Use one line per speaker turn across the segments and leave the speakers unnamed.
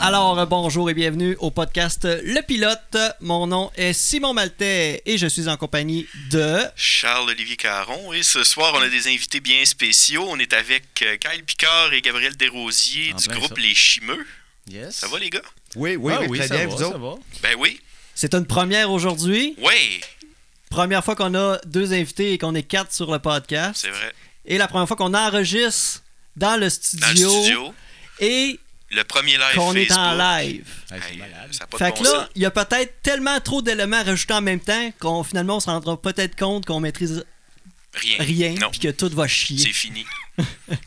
Alors, euh, bonjour et bienvenue au podcast Le Pilote. Mon nom est Simon Maltais et je suis en compagnie de...
Charles-Olivier Caron. Et ce soir, on a des invités bien spéciaux. On est avec euh, Kyle Picard et Gabriel Desrosiers
En
du
plein
groupe
Ah, ben ça.
Les Chimeux.
Yes.
Ça va, les gars?
Oui, oui,
Ah
oui, très
ça
bien,
va,
vous
ça
autres.
va.
Ben oui.
C'est une première aujourd'hui.
Ouais,
Première fois qu'on a deux invités et qu'on est quatre sur le podcast.
c'est vrai.
Et la première fois qu'on enregistre dans le studio,
Dans le studio,
et
le premier live
qu'on est
Facebook.
en live.
Hey, c'est
Hey,
malade.
ça a pas de
Fait
bon
que là,
sens.
il y a peut-être tellement trop d'éléments rajoutés en même temps qu'on finalement on se rendra peut-être compte qu'on maîtrise
Rien.
rien
Non,
puis que tout va chier.
c'est fini.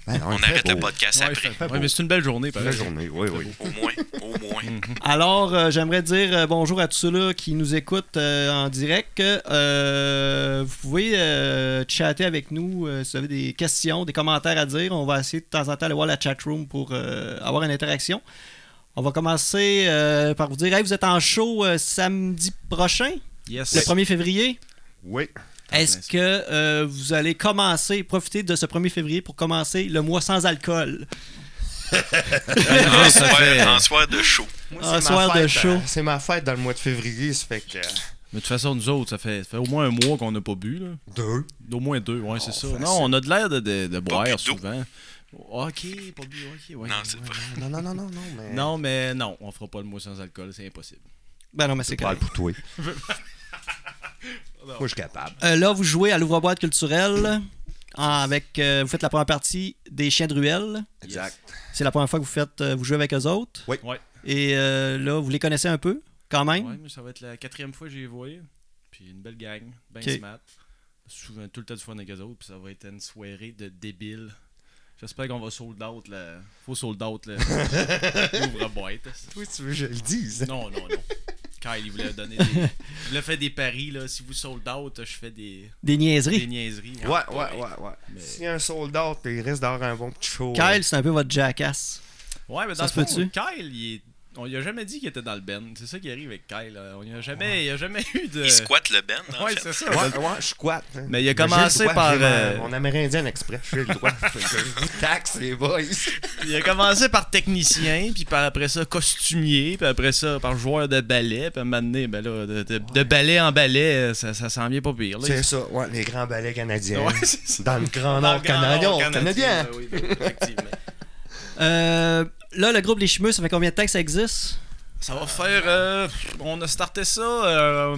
Ben non,
On
il fait
arrête le
beau.
podcast
Ouais,
après.
fait- ouais, mais c'est une belle journée, par
La
exemple.
journée, oui, oui.
Au moins, au moins.
Mhm.
Alors, euh, j'aimerais dire euh, bonjour à tous ceux-là qui nous écoutent euh, en direct. Euh, vous pouvez euh, chatter avec nous euh, si vous avez des questions, des commentaires à dire. On va essayer de temps en temps de voir la chatroom pour euh, avoir une interaction. On va commencer euh, par vous dire hey, vous êtes en show euh, samedi prochain,
Yes.
le 1er février.
Oui.
Est-ce que euh, vous allez commencer, profiter de ce 1er février pour commencer le mois sans alcool?
Ah,
En soir, en soir de show.
Moi,
Un
c'est ma
soir de
fête,
show.
euh, c'est ma fête dans le mois de février, ça fait que. euh,
Mais de toute façon, nous autres, ça fait, ça fait au moins un mois qu'on n'a pas bu. Là.
Deux.
Au moins deux, ouais, c'est ça.
facile.
Non, on a de l'air de, de, de boire
bu d'eau.
souvent. Ok, pas bu, ok, ouais.
Non, c'est pas.
Non, non, non, non, non, mais.
Non, mais non, on fera pas le mois sans alcool, c'est impossible.
Ben non, mais c'est
Parle
correct.
pour toi. Moi, je suis capable.
Euh, là, vous jouez à l'ouvre-boîte culturelle. en- avec, euh, vous faites la première partie des chiens de ruelle.
Exact.
C'est la première fois que vous faites, euh, vous jouez avec eux autres.
Oui.
Ouais.
Et euh, là, vous les connaissez un peu, quand
Hein?
même.
Ouais, mais ça va être la quatrième fois que j'ai voyé. Puis une belle gang, ben
Ok.
smart. Souvent, tout le temps du fun avec eux autres, puis ça va être une soirée de débiles. J'espère qu'on va sold out, là. Faut sold out, là. Ouvre-boîte.
Toi, tu veux que je le dise?
Non, non, non. Kyle, il voulait donner des... Il voulait faire des paris, là. Si vous sold out, je fais des,
Des niaiseries.
des niaiseries.
Ouais, ouais, ouais, Ah, ouais. S'il y a un soldat, il risque d'avoir un bon petit show.
Kyle, c'est un peu votre jackass.
Ouais, mais
Ça
dans
se
le
peut-tu?
fond, Kyle, il est- On lui a jamais dit qu'il était dans le Ben. C'est ça qui arrive avec Kyle. là. On lui a jamais, Il a jamais eu de.
Il squatte le ben, en
Ouais,
fait.
c'est ça.
Ouais, ouais, je squatte. hein.
Mais il a
j'ai le
commencé
droit,
par,
j'ai ma-
euh,
Mon amérindien exprès, j'ai le droit. Fait que je vous taxe, les boys.
Il a commencé par technicien, puis par après ça costumier, puis après ça par joueur de ballet, puis à un moment donné, ben là, de, de- de ballet en ballet, ça, ça s'en vient pas pire. Là.
C'est ça, ouais, les grands ballets canadiens.
Ouais, c'est ça.
Dans le grand
Dans
nord
le Grand Nord
canadien. Canadien.
ben oui, ben, effectivement.
Euh, là, le groupe Les Chimeux, ça fait combien de temps que ça existe
Ça va faire. euh, on a starté ça. euh,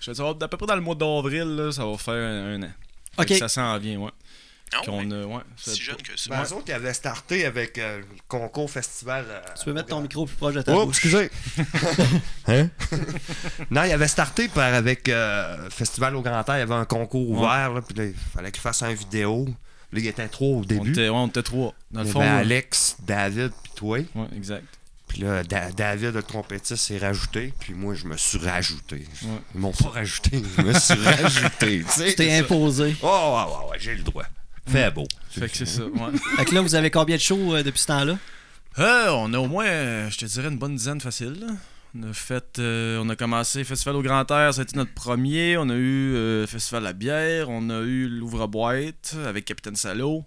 je veux dire, d'à peu près dans le mois d'avril, là, ça va faire un, un an. Fait
Ok.
que Ça s'en vient, ouais.
Non,
Qu'on
mais
a- Ah ouais, ça-
si jeune que ça.
Ben, eux autres, ils avaient starté avec euh, le concours festival. euh,
Tu peux
au
mettre
Grand-
ton micro plus proche de ta
Oh,
bouche.
excusez. hein? non, il avait starté par avec euh, Festival au Grand Air, il y avait un concours ouvert, là, puis là, il fallait qu'il fasse une vidéo. Là, il était trop au
on
début.
était, ouais, on était trois. Dans le
Il y
fond.
avait
là.
Alex, David, puis toi.
Ouais, exact.
Puis là, Da- David, le trompettiste, s'est rajouté, puis moi, je me suis rajouté.
Ouais.
Ils m'ont pas rajouté, je me suis rajouté. tu sais.
Tu t'es imposé.
Oh, ouais, ouais, ouais, j'ai le droit. Fait beau.
Mm. Fait que c'est ça, ouais.
fait que là, vous avez combien de shows euh, depuis ce temps-là
Euh, on a au moins, euh, je te dirais, une bonne dizaine facile. là. On a fait, euh, on a commencé Festival au Grand Air, ça a été notre premier. On a eu euh, Festival à la bière, on a eu l'ouvre-boîte avec Capitaine Salo.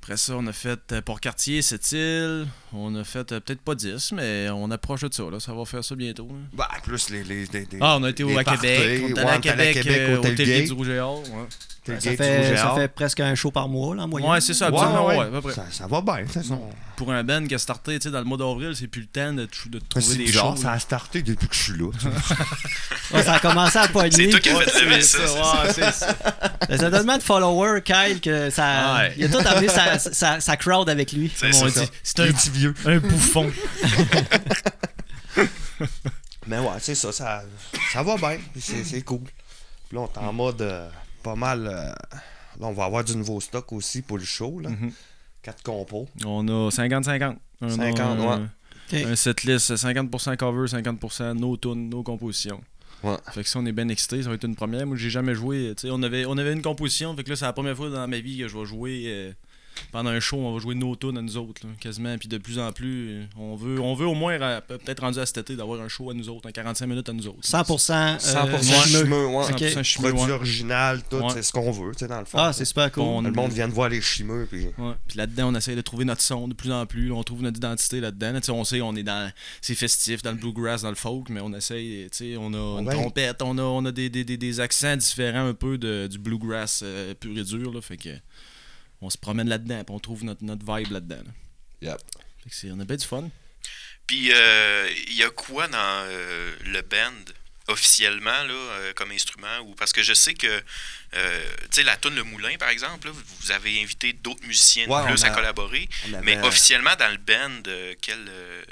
Après ça, on a fait euh, Port-Cartier, Sept-Îles. On a fait euh, peut-être pas 10, mais on approche de ça. Là. Ça va faire ça bientôt. là.
Bah, plus les. les, les- les-
Ah, on a été
les
au à
parties,
Québec. On est allé à
ouais, on est allé
Québec, euh, au
Tailgate.
Tailgate du Rouge et Or, ouais.
T'es
ça
gay, tu
fait,
rouges
ça
et or.
fait presque un show par mois, là, en moyenne.
Ouais, c'est ça,
Ouais,
absolument.
ouais,
Ouais,
ouais.
à peu près.
Ça, ça va bien, ça. ça.
Pour un band qui a starté tu sais, dans le mois d'avril, c'est plus le temps de, tr- de trouver
C'est
des
bizarre,
shows.
ça a starté depuis que je suis là.
Ouais, ça a commencé à pogner.
C'est toi qui as
Ouais,
fait le ben, ça.
c'est
ça.
ça, ouais, c'est ça.
Mais Ça a tellement de followers, Kyle, que ça.
Ouais.
Il a tout amené sa, sa, sa crowd avec lui.
C'est
Comme on
ça.
dit, c'est un petit vieux. Un bouffon.
Mais ouais, c'est ça, ça, ça va bien, puis c'est c'est cool. Puis là, on est
Mm.
en mode euh, pas mal. euh, là, on va avoir du nouveau stock aussi pour le show. Là.
Mhm.
Quatre compos.
On a 50-50. Un-
50,
un,
ouais.
Ok.
Un setlist, 50% cover, 50% nos tunes, nos compositions.
Ouais.
Fait que ça, on est bien excités, ça va être une première. Moi, j'ai jamais joué. tu sais, On avait, on avait une composition, fait que là, c'est la première fois dans ma vie que je vais jouer euh, pendant un show, on va jouer nos tunes à nous autres, là, quasiment. Puis de plus en plus, on veut, on veut au moins, euh, peut-être rendu à cet été, d'avoir un show à nous autres, un 45 minutes à nous autres.
100%. euh,
100%
chimeux.
chimeux, ouais.
Ok.
100% chimeux,
Produit
ouais.
original, tout,
Ouais.
c'est ce qu'on veut, tu sais, dans le fond.
Ah, c'est super cool.
Bon,
le monde vient de voir les chimeux, puis
Ouais. Puis là-dedans, on essaie de trouver notre son de plus en plus. là, on trouve notre identité là-dedans. Là, tu sais, on sait, on est dans. C'est festif, dans le bluegrass, dans le folk, mais on essaye. tu sais, On a une
Ouais.
trompette, on a, on a des, des- des- des accents différents un peu de, du bluegrass euh, pur et dur. Là, fait que on se promène là-dedans, puis on trouve notre, notre vibe là-dedans. là.
Yep.
Fait que c'est- on a bien du fun.
Puis, euh, il y a quoi dans euh, le band officiellement là, euh, comme instrument ou parce que je sais que euh, tu sais la tune le moulin par exemple là, vous avez invité d'autres musiciens de
Ouais,
plus
on a-
à collaborer
on avait-
mais officiellement dans le band euh, quel euh,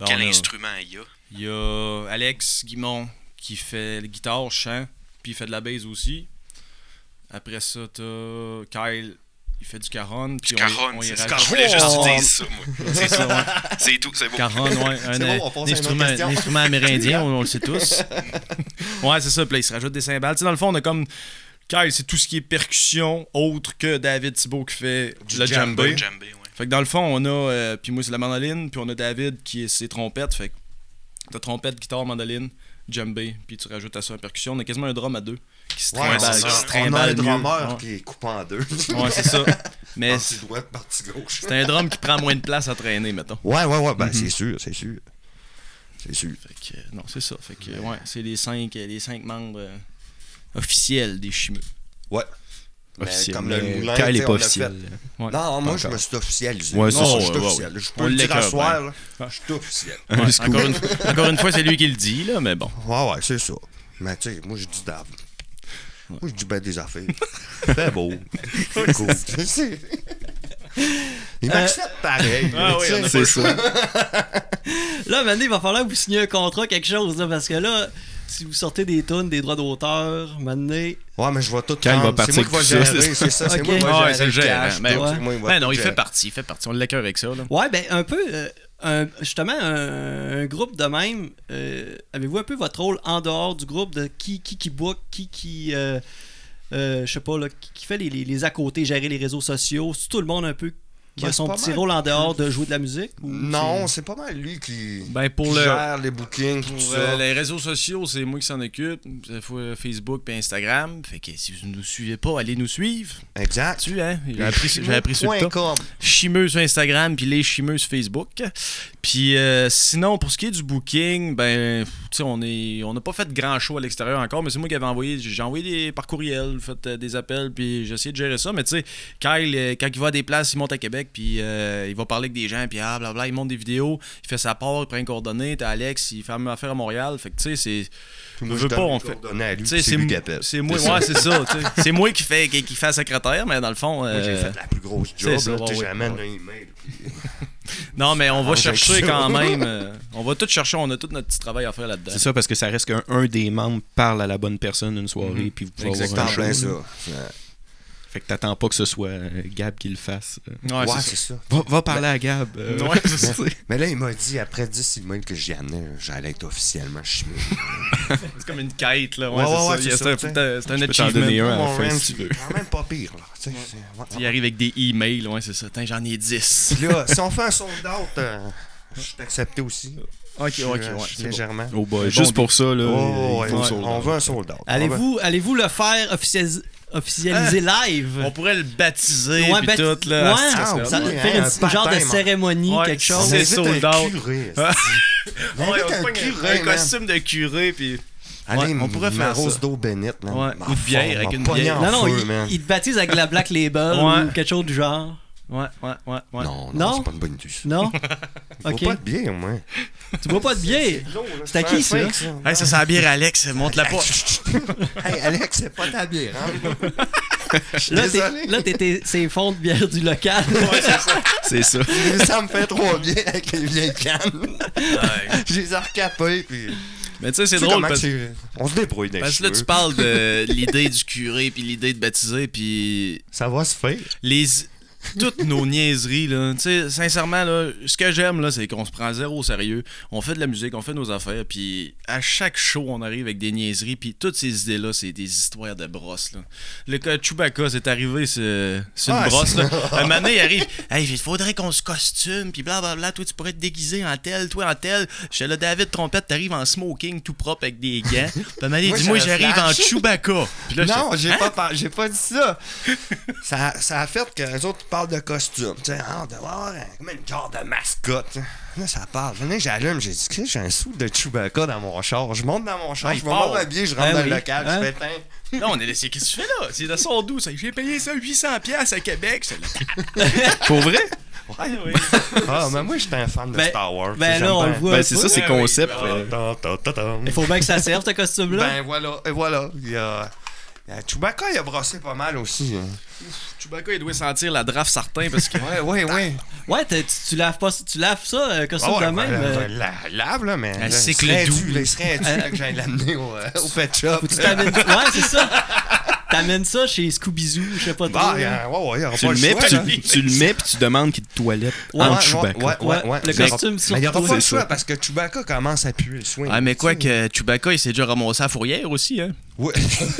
Ben,
quel
on a-
instrument il y a
Il y a Alex Guimont qui fait le guitare, chant, puis il fait de la bass aussi. Après ça, t'as Kyle, il fait du caron. Puis on-
Caron
on y
c'est ça,
rajoute-
je voulais juste
Oh!
dire ça moi
C'est ça, ouais.
c'est tout c'est bon
Caron, ouais, un,
C'est
euh,
bon, on passe à une autre
instrument,
question.
un instrument amérindien, on, on le sait tous. ouais, c'est ça, puis là, il se rajoute des cymbales. Tu sais, dans le fond, on a comme. Kyle, c'est tout ce qui est percussion autre que David Thibault qui fait
Du
le
djembé.
djembé.
Djembé, ouais.
Fait que dans le fond, on a. euh, puis moi, c'est la mandoline, puis on a David qui est ses trompettes. Fait que t'as trompette, guitare, mandoline, djembé, puis tu rajoutes à ça une percussion. On a quasiment un drum à deux qui se
Ouais,
trimballe.
c'est ça.
qui se
on a
trimballe
un
mieux.
drummer
Ouais.
qui est coupé en deux.
Ouais, c'est ça. Mais
Partie
c'est
droite, partie gauche.
un drum qui prend moins de place à traîner, mettons.
Ouais, ouais, ouais, ben
Mhm.
c'est sûr, c'est sûr. C'est sûr.
Fait que, euh, non, c'est ça. Fait que, euh, ouais, c'est les cinq, euh, les cinq membres euh, officiels des Chimeux.
Ouais. Mais
Officiel.
comme
mais
le moulin,
Kyle
tu sais,
est pas
on a
officiel.
Ouais,
Non, moi, je
encore.
me suis officialisé.
Ouais,
Ouais,
c'est
non,
ça,
je suis
ouais, ouais,
officiel. Je peux
On
le dire à
l'écoeure,
soir, là, je suis officiel.
Un
Ouais,
scoop.
encore, une, fois- encore une fois, c'est lui qui le dit, là, mais bon.
Ouais, ouais, c'est ça. Mais tu sais, moi, je dis d'avre. Moi, je dis ben des affaires. Fait beau. cool.
Euh,
Il m'accepte pareil.
Ah oui,
tu sais.
on a
C'est ça.
Là, maintenant, il va falloir que vous signer un contrat, quelque chose, là, parce que là, si vous sortez des tonnes, des droits d'auteur, maintenant.
Ouais, mais je vois tout
Kyle va
prendre. C'est
partir
moi qui vais
avec ça, c'est
gérer, c'est ça. C'est moi qui
Ok.
vais
Ouais,
gérer.
c'est le
cash,
gérant,
tout,
ben
c'est
ouais.
moi qui vais
Ben
tout
non, il fait
gérer.
partie, il fait partie. On l'écœure avec ça, là.
Ouais, ben, un peu. euh, un- justement, un, un groupe de même, euh, avez-vous un peu votre rôle en dehors du groupe de qui qui, qui book, qui qui. euh, euh, je sais pas, là, qui, qui fait les, les, les à côté, gérer les réseaux sociaux, c'est tout le monde un peu qui
Ben,
a son
c'est pas
petit
mal. Mm.
rôle en dehors de jouer de la musique ou
Non, c'est pas mal lui qui
Ben, pour
qui
le-
gère les bookings, tout
Pour
ça.
euh, les réseaux sociaux, c'est moi qui s'en occupe. C'est faut, euh, Facebook et Instagram. Fait que si vous ne nous suivez pas, allez nous suivre.
Exact.
Tu, hein? J'ai appris, j'ai appris sur le tas.
Point com.
Chimeux sur Instagram, puis les Chimeux sur Facebook. Puis euh, sinon, pour ce qui est du booking, ben, tu sais, on est, on n'a pas fait grand show à l'extérieur encore, mais c'est moi qui avais envoyé, j'ai envoyé des par courriel, fait euh, des appels, puis j'ai essayé de gérer ça. Mais tu sais, Kyle, euh, quand il va à des places, il monte à Québec, puis euh, il va parler avec des gens, puis ah, blabla, il monte des vidéos, il fait sa part, il prend une coordonnée, t'as Alex, il fait une affaire à Montréal, fait que tu sais, c'est
Puis moi,
Je
je
veux
donne
pas,
les
on fait-
coordonnées à
tu
lui, puis
sais,
c'est
c'est
lui qui
m-
appelle.
c'est moi, ouais, c'est ça, tu sais. c'est moi qui fait qui, qui fait la secrétaire, mais dans le fond,
Moi, j'ai
euh,
fait la plus grosse
c'est
job.
ça,
là,
ouais,
tu sais,
ouais.
J'amène un email. puis-
Non, mais on va
Ah,
chercher
j'ai-
quand même. euh, on va tout chercher. On a tout notre petit travail à faire là-dedans.
C'est ça, parce que ça reste qu'un un des membres parle à la bonne personne une soirée,
Mhm.
puis vous pouvez
T'en
avoir un
plein
show.
ça.
Fait que t'attends pas que ce soit euh, Gab qui le fasse. Euh,
Ouais,
Ouais,
c'est
c'est ça.
Va, va parler à Gab. euh,
ça. Ouais, c'est ça.
Mais là, il m'a dit, après 10 emails que j'y amenais, j'allais être officiellement chimé.
C'est comme une quête, là. Ouais,
Ouais,
c'est
ouais,
ça.
ouais,
Il y a-
c'est
c'est
ça,
un-
tu sais.
C'est un
peux t'en donner
achievement.
un. à la
Mon
fin,
rant,
si tu
c'est
veux.
quand même pas pire, là. tu sais, c'est-
Il
ouais.
arrive avec des emails, ouais, c'est ça. Tain, j'en ai 10.
Puis là, si on fait un sold out, euh, je suis accepté aussi.
ok, ok,
Je suis- euh,
ouais.
je suis
c'est bon.
Légèrement.
Oh boy,
Bon
juste
deal.
pour ça, là,
Oh,
il
ouais,
faut
ouais,
sur le-
on veut un sold out.
Allez-vous allez-vous le faire officia- officialiser live
On pourrait le baptiser,
Ouais,
puis
ben,
tout, là.
ouais,
Ah,
serait
ça-
bon.
faire une-
Ouais,
un genre
un
de
part-time, hein.
cérémonie,
Ouais,
quelque
on
chose.
c'est
C'est
sold
sold
out.
out.
Ah.
On
Ouais,
invite
on
un
pogne
curé,
un
man.
costume de curé, puis.
Allez,
Ouais, on pourrait faire
ma rose
ça.
d'eau bénite, man.
Ouais,
Ma
ou de bière,
forme,
avec
ma
une
poignée
bière.
en
Non, non,
feu,
il-
man.
il te baptise avec la Black Label
Ouais.
ou quelque chose du genre.
Ouais, ouais, ouais, ouais.
Non?
Non, non, c'est pas une bonne idée. ça.
Non?
Faut
ok.
pas de bière, moi.
Tu bois pas de bière. C'est à qui, ça?
Hey, ça, c'est la bière, Alex. Monte-la pas.
Hey, Alex, c'est pas ta bière, hein? Je suis
Là,
désolé.
t'es- là, t'es t'es- c'est fond de bière du local.
C'est ça.
Ça me fait trop bien avec les vieilles cannes. Je les ai recapées, puis...
Mais tu sais,
Tu
c'est
sais
drôle
comment
parce que.
c'est- On se débrouille d'un
Parce que là, tu parles de l'idée du curé, puis l'idée de baptiser, puis
Ça va se faire.
les toutes nos niaiseries. Là. Tu sais, Sincèrement, là, ce que j'aime, là, c'est qu'on se prend zéro au sérieux. On fait de la musique, on fait nos affaires, puis à chaque show, on arrive avec des niaiseries, puis toutes ces idées-là, c'est des histoires de brosses. Là. Le cas de Chewbacca, c'est arrivé, c'est c'est une
Ah,
brosse. Là. Un moment donné, il arrive, « Hey, il faudrait qu'on se costume, puis blablabla, toi, tu pourrais te déguiser en tel, toi, en tel. » Chez le David Trompette, t'arrives en smoking, tout propre, avec des gants. Puis à un moment donné, il
Moi,
dit, « Moi,
j'ai un
j'arrive en
flash.
Chewbacca. » Puis là,
non,
j'étais,
Hein?
j'ai pas, par- j'ai pas dit ça. ça. Ça a fait que les autres parlent de costume. Tu sais, ah, on doit avoir un- comme une genre de mascotte. Là, ça parle. Là, j'allume, j'ai dit, Christ, j'ai un sou de Chewbacca dans mon char. Je monte dans mon char,
Ah, il
je vais
part.
m'habiller, je rentre
Ah
dans
oui,
le local,
hein?
je fais Tiens,
Non, on est laissé. Qu'est-ce que tu fais là? C'est de son doux, ça. J'ai payé ça 800$ piastres à Québec. C'est
Pour vrai?
Ah, mais moi, j'étais un fan de
Ben-
Star Wars.
ben là, on le voit.
Ben, c'est ça, c'est
Ouais,
concept.
oui, ben,
euh,
Il faut bien que ça serve, ce costume-là.
Ben voilà, et voilà. Il y a... il y a Chewbacca, il a brassé pas mal aussi. hein.
Chewbacca, il doit sentir la draft certain parce que.
Ouais, ouais,
Ah,
ouais.
Ouais, t'as- tu, tu laves pas, tu laves ça, euh, costume
Ah Ben. ouais,
de même.
ben,
euh,
ben, la lave, là, mais.
Elle
là, il
sait que
serait
le
dû,
doux-
là, Il serait dû là, que j'aille l'amener au, euh, au pet shop.
tu t'amènes- ouais, c'est ça. T'amènes ça chez Scooby-Zoo, je sais pas trop. Ah,
Bah,
là.
euh, ouais, ouais, il y aura
Tu
pas
le mets,
choix, là.
puis tu, tu le mets, puis tu demandes qu'il te toilette
Ouais,
en
ouais,
Chewbacca.
Ouais, ouais, ouais.
Le
Il y aura-
costume sur
Mais il y aura
toi,
pas le
c'est
choix
ça.
parce que Chewbacca commence à puer le swing.
Ah, mais quoi que Chewbacca, il s'est déjà ramassé à fourrière aussi, hein?
Oui,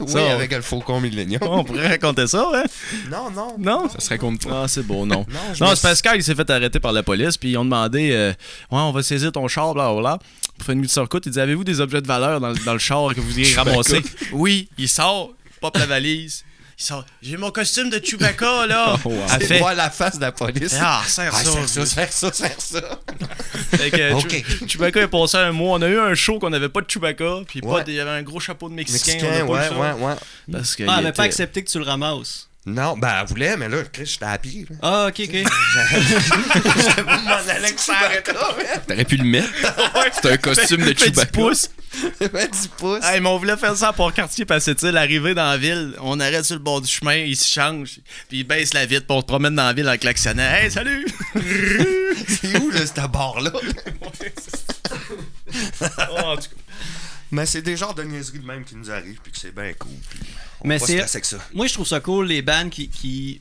Oui,
Ça, on-
avec le Faucon Millennium.
On pourrait raconter ça, hein?
Non, non.
Non?
Ça serait contre toi.
Ah, c'est beau, non.
Non, je
Non,
me
c'est parce qu'il s'est fait arrêter par la police, puis ils ont demandé euh, Ouais, on va saisir ton char, bla bla bla. Pour faire une nuit de surcoute, il dit Avez-vous des objets de valeur dans, le- dans le char que vous voudriez ramasser Oui, il sort, pop la valise. Il sort J'ai mon costume de Chewbacca, là.
Oh, wow.
Elle
suis
fait
voir la face de la police.
Ah, serre
Ah,
ça.
serre ça, serre ça, serre ça.
Fait que
Ok.
Chew- Chewbacca est passé un mois. On a eu un show qu'on n'avait pas de Chewbacca, puis pas
Ouais.
de- il y avait un gros chapeau de Mexicain. on
Mexicain,
a pas
ouais,
eu ça.
ouais, ouais.
Parce que
Ah,
il
mais
était-
pas accepté que tu le ramasses.
Non, ben, elle voulait, mais là, Chris, j'étais à hein. pied. là.
Ah, ok, ok.
J'étais pas mon Alex s'arrête là, man.
T'aurais pu le mettre. C'est un costume de
Fait du
Chewbacca.
pouce.
Ben, 10 pouces.
Hey, mais on voulait faire ça à Port-Cartier, parce que, tu sais, arrivé dans la ville, on arrête sur le bord du chemin, il se change, puis il baisse la vitre, puis on se promène dans la ville en klaxonnant. Hey, salut!
C'est où, là, cette barre-là? Mais c'est des genres de niaiseries de même qui nous arrivent, puis que c'est bien cool. Puis on
Mais
va
c'est-
se passer avec ça.
Moi, je trouve ça cool, les bands qui, qui,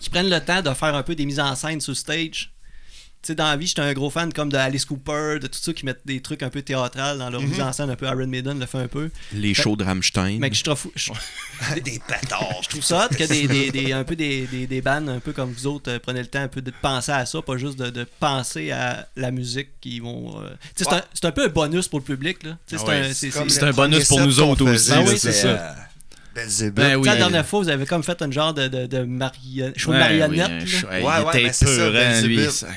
qui prennent le temps de faire un peu des mises en scène sur stage. Tu sais, dans la vie, j'étais un gros fan comme de Alice Cooper, de tout ça, qui mettent des trucs un peu théâtrales dans
Mm-hmm.
leur mise en scène, un peu Iron Maiden le fait un peu.
Les shows de Rammstein.
Mais que je trouve, fou- je
Des pétards.
trouve ça hot que des, des- des- un peu des, des, des bands, un peu comme vous autres, euh, prenez le temps un peu de penser à ça, pas juste de, de penser à la musique qui vont. euh, tu sais, c'est un- c'est un, peu un bonus pour le public, là. Tu sais, c'est
Ah ouais,
un- c'est- c'est-
c'est un bonus pour nous autres aussi,
là, c'est
euh,
Belzébuth.
Ben
Tu sais, la dernière fois, vous avez comme fait un genre de, de, de marion- show de marionnette. là.
il
Ouais, ouais, mais
était
c'est ça,
peurant, lui.
Belzébuth.
ça.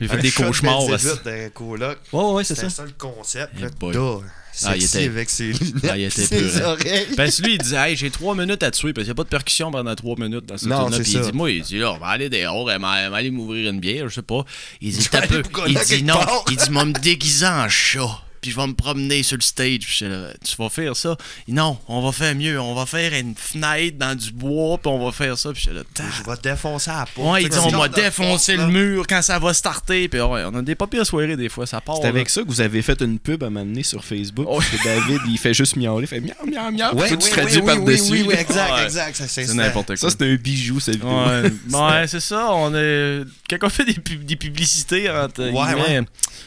Il fait des cauchemars. aussi.
d'un coloc.
Ouais, ouais, c'est ça.
C'était ça le concept.
Eh
là,
boy.
d'or.
Ah, il
Sexy
était-
avec ses lunettes,
Ah, il était
ses
pur, hein.
oreilles.
Parce que lui, il dit Hey, j'ai trois minutes à tuer, parce qu'il n'y a pas de percussion pendant trois minutes dans ce
Non,
tour-là.
c'est
Puis il
ça.
dit Moi, il dit là, on va aller dehors, elle va elle va aller m'ouvrir une bière, je sais pas. Il dit T'as
aller
peu.
bougonner
Il
à
dit
quelque
Non.
part.
Il dit Moi, me déguiser en chat, puis je vais me promener sur le stage. Puis j'étais là, Tu vas faire ça Il dit, Non, on va faire mieux. On va faire une fenêtre dans du bois, puis on va faire ça. Puis j'étais là, Tac.
Je vais défoncer la porte.
Ouais, il
Tu
dit
sais,
On
ce
va
genre de
défoncer le
porte, là.
mur quand ça va starter. Puis ouais, on a des pas pires soirées des fois, ça part.
C'est
là.
avec ça que vous avez fait une pub à m'amener sur Facebook. parce que David, il fait juste miauler. Il fait miaou, miaou, miaou.
Ouais,
Toi,
oui,
tu
oui,
traduis
oui,
par-dessus.
Oui, oui,
là.
exact,
Ouais.
exact. ça, C'est
C'est
ça.
n'importe quoi.
Ça, c'est un bijou, cette vidéo.
Ouais, ouais, c'est ça. On est... Quand on fait des, pub- des publicités, entre
Ouais,
guillemets,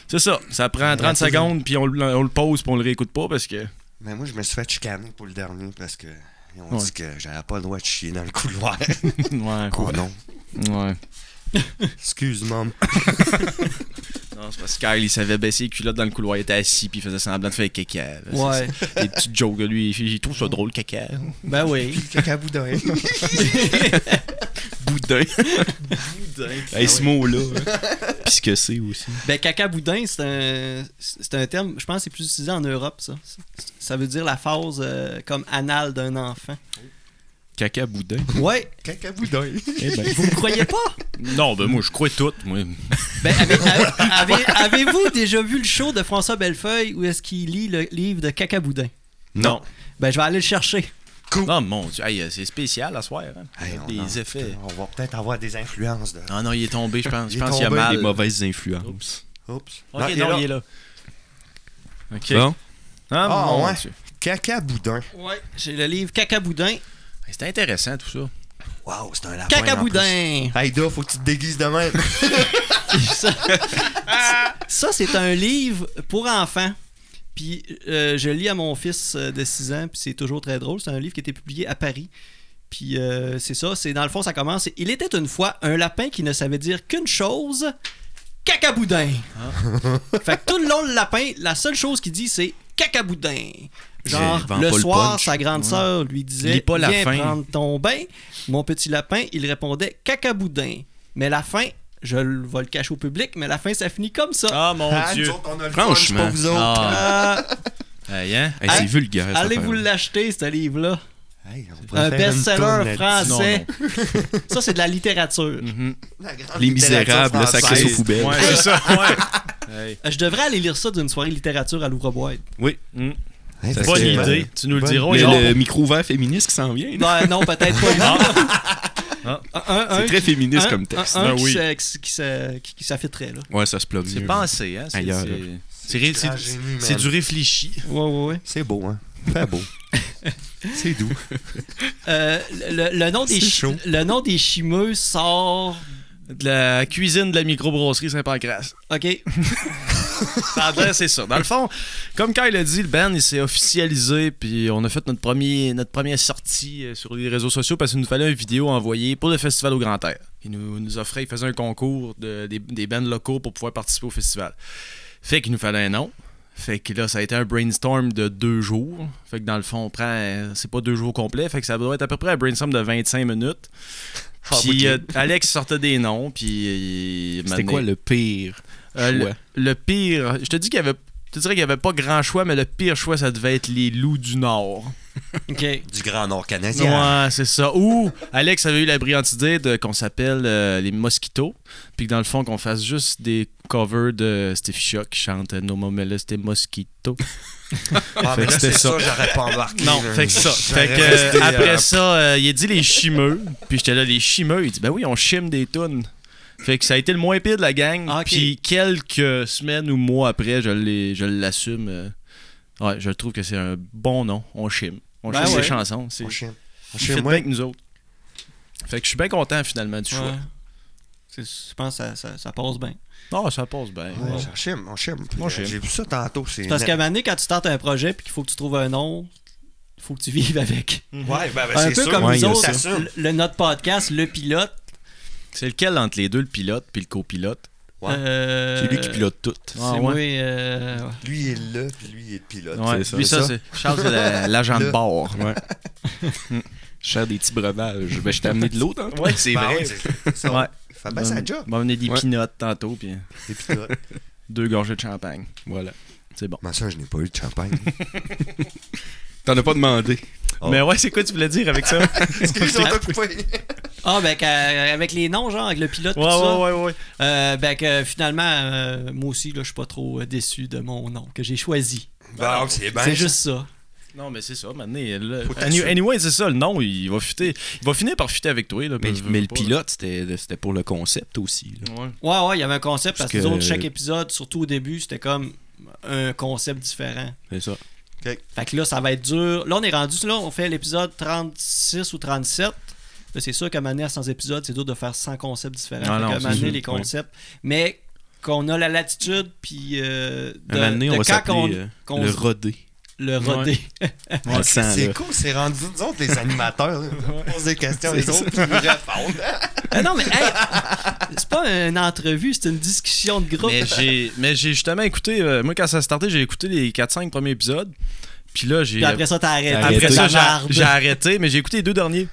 c'est ça. Ça prend 30
c'est ça.
secondes, puis on, le- on le pose, puis on le réécoute pas parce que.
Mais moi, je me suis fait chicaner pour le dernier parce que ils ont
Ouais.
dit que j'avais pas le droit de chier dans le couloir.
Ouais,
Quoi non?
ouais.
Excuse, maman.
Non, c'est parce que Kyle, il savait baisser les culottes dans le couloir. Il était assis, puis il faisait semblant de faire caca. là. C'est
Ouais.
ça. Des petites jokes de lui. Il trouve ça drôle, caca.
Ben oui.
Cacaboudin.
boudin.
Ah
Hey, ce mot-là. hein. Puis ce que c'est aussi.
Ben, caca boudin, c'est un, c'est un terme, je pense que c'est plus utilisé en Europe, ça. Ça veut dire la phase euh, comme anale d'un enfant.
Caca boudin.
Ouais,
Cacaboudin.
Eh ben.
vous me croyez pas?
Non, ben moi, je crois tout. Moi.
Ben, avez, vous déjà vu le show de François Bellefeuille où est-ce qu'il lit le livre de caca boudin?
Non.
Ben, je vais aller le chercher.
Non, mon Dieu. Hey, c'est spécial à soir. hein.
Hey, on
des
en-
effets.
On va peut-être avoir des influences de.
Non, non, il est tombé, je pense.
Il
Je
est
pense qu'il a
tombé.
mal.
Les mauvaises influences.
Oups.
Ok,
Non, il est là.
là. Ok.
Bon.
Ah,
Ah,
mon
ouais.
Dieu.
Cacaboudin.
Ouais. J'ai le livre caca boudin.
Hey, C'était intéressant tout ça.
Waouh, c'est un lapin. en
Cacaboudin!
plus. Hey, Da, faut que tu te déguises de même.
ça, ça, c'est un livre pour enfants. Puis euh, je lis à mon fils euh, de 6 ans, puis c'est toujours très drôle. C'est un livre qui a été publié à Paris. Puis euh, c'est ça, c'est dans le fond, ça commence. Il était une fois un lapin qui ne savait dire qu'une chose cacaboudin.
Ah.
fait que tout le long, le lapin, la seule chose qu'il dit, c'est cacaboudin. Genre,
Je vends
le
pas le
soir,
punch.
sa grande sœur lui disait
Lis pas la
Viens
fin.
prendre ton bain. Mon petit lapin, il répondait cacaboudin. Mais la fin, je le- vais le cacher au public, mais la fin, ça finit comme ça.
Ah mon
Ah, nous
dieu.
autres, on a le
Franchement.
punch, pas vous autres.
Ah.
Euh,
Hey, hein?
Hey, c'est
Hey,
vulgaire. cette
Allez vous
affaire-là.
l'acheter, ce livre-là.
Hey, on pourrait
Un
faire une tourne
best-seller
là-dessus.
français. ça, c'est de la littérature.
Mhm.
La grande
Les
littérature
misérables, le
française.
sacré aux poubelles.
Ouais, c'est ça. Ouais. Hey.
Euh, Je devrais aller lire ça d'une soirée littérature à l'ouvre-boîte.
Mm.
Hey, parce
Bonne
que-
idée. Tu nous le
Bonne-
diras.
Mais
et on-
le micro ouvert féministe qui s'en vient. là.
Non, Ben, non peut-être pas. Un- un-
Hein?
C'est très féministe
un-
comme texte.
Un, un
Ben
qui
oui.
se- qui se- qui se- qui- qui s'affitterait, là.
Ouais, ça se plug
C'est
mieux.
pensé, hein? C'est,
Ailleurs,
c'est-
là.
c'est ré- c'est-
Tragédie,
c'est
man.
du réfléchi.
Ouais, ouais, ouais.
C'est beau, hein? Pas beau. c'est doux.
Euh, le, le nom des
C'est
chi-
chaud.
le nom des chimeux sort.
De la cuisine de la microbrasserie Saint-Pancras.
OK.
Ça a l'air, c'est ça. Dans le fond, comme Kyle a dit, le band, il s'est officialisé, puis on a fait notre, premier, notre première sortie euh, sur les réseaux sociaux parce qu'il nous fallait une vidéo envoyée pour le festival au Grand Air. Il nous, nous offrait, il faisait un concours de, des, des bands locaux pour pouvoir participer au festival. Fait qu'il nous fallait un nom. Fait que là, ça a été un brainstorm de deux jours. Fait que dans le fond, on prend. euh, C'est pas deux jours complets. Fait que ça doit être à peu près un brainstorm de 25 minutes.
Ah,
Puis euh, Alex sortait des noms. Puis. euh, il-
C'était quoi le pire
euh, le-
choix?
le pire, je te dis qu'il y avait je te dirais qu'il n'y avait pas grand choix, mais le pire choix, ça devait être les loups du Nord.
OK.
Du Grand Nord canadien.
Ouais, c'est ça. Ou Alex avait eu la brillante idée de- qu'on s'appelle euh, les Mosquitos, puis que dans le fond, qu'on fasse juste des covers de Steffi Shock qui chante euh, No Momela, c'était Mosquito.
Ah, mais là,
C'était
c'est
ça.
ça, j'aurais pas embarqué.
Non,
là.
fait que ça.
J'aurais
Fait que, euh,
resté,
après
euh,
ça, euh, il a dit les chimeux. Puis j'étais là, les chimeux. Il dit, ben oui, on chime des tonnes. Fait que ça a été le moins pire de la gang.
Ah, ok.
Puis quelques semaines ou mois après, je l'ai- je l'assume. euh, ouais, je trouve que c'est un bon nom. On chime. On
Ben
chime
ouais.
les chansons. C'est
on chime. On
il fit
chime,
bien
ouais.
avec nous autres. Fait que je suis bien content finalement du choix.
Ouais. C'est- Je pense que ça, ça, ça passe bien.
Ah, ça passe bien.
Ouais, On chime, on chime.
On chime.
J'ai vu ça tantôt. C'est
Parce qu'à un moment donné, quand tu tentes un projet puis qu'il faut que tu trouves un nom, il faut que tu vives avec.
Ouais, ben, ben,
un
c'est
peu
sûr.
comme
Ouais, il
nous
y a
autres,
ça.
le, le- notre podcast, le pilote.
C'est lequel entre les deux, le pilote puis le copilote
Ouais.
euh,
C'est lui qui pilote tout.
C'est
Ah, ouais.
moi. euh, ouais.
Lui, il est là, puis lui, il est pilote.
Ouais,
ça.
Lui,
C'est
ça,
ça.
c'est Charles, c'est la- l'agent de
Le-
bord.
Ouais. Je sers des petits breuvages. Ben, je t'ai amené de l'eau dans le
Ouais, c'est
Ben ouais, c'est- ça.
Ouais.
Fait bien Ben, ça job,
On va venir des
Ouais.
pinottes tantôt, puis
des pilotes.
deux gorgées de champagne.
Voilà.
C'est bon.
Mais ça, je n'ai pas eu de champagne.
T'en as pas demandé.
Oh.
Mais ouais, c'est quoi tu voulais dire avec ça? ouais,
Excuse, on t'a coupé.
Ah, ben, qu'à- avec les noms, genre, avec le pilote, tout ça.
ouais, ouais, ouais.
Euh, ben, que finalement, euh, moi aussi, là, je suis pas trop euh, déçu de mon nom que j'ai choisi.
Bon, Ben, Ah, c'est
Ben,
bien.
c'est juste ça.
Non, mais c'est ça, maintenant. le-
Faut
Any-
t'assumer.
Anyway, c'est ça, le nom, il va, fuiter- il va finir par fuiter avec toi. Là,
Mais,
parce que
mais
je
le
veux pas,
pilote, c'était c'était pour le concept aussi. là.
là. Ouais.
Ouais, ouais, il y avait un concept parce
Parce
que
que-
nous autres, chaque épisode, surtout au début, c'était comme un concept différent.
C'est ça.
Fait que là, ça va être dur. Là, on est rendu, là, on fait l'épisode 36 ou 37. Là, c'est sûr qu'à mener à 100 épisodes, c'est dur de faire 100 concepts différents.
Ah
Fait
non,
qu'à
c'est
mener
sûr,
les
oui.
concepts. Mais qu'on a la latitude, puis euh, de,
Un moment donné,
de
on va
quand qu'on-
s'appeler euh,
qu'on
le
se-
rodé.
le rodé.
On le sent, là.
C'est cool, c'est rendu nous autres, les animateurs. là. On pose des questions, les autres, puis ils nous répondent.
Ah non, mais hey, c'est pas une entrevue, c'est une discussion de groupe.
Mais j'ai- Mais j'ai justement écouté, euh, moi quand ça a starté, j'ai écouté les 4-5 premiers épisodes. Puis là, j'ai.
Puis après ça, t'arrêtes.
Après
Après
Arrêtez.
ça,
La
j'ai-
marde.
j'ai arrêté, mais j'ai écouté les deux derniers.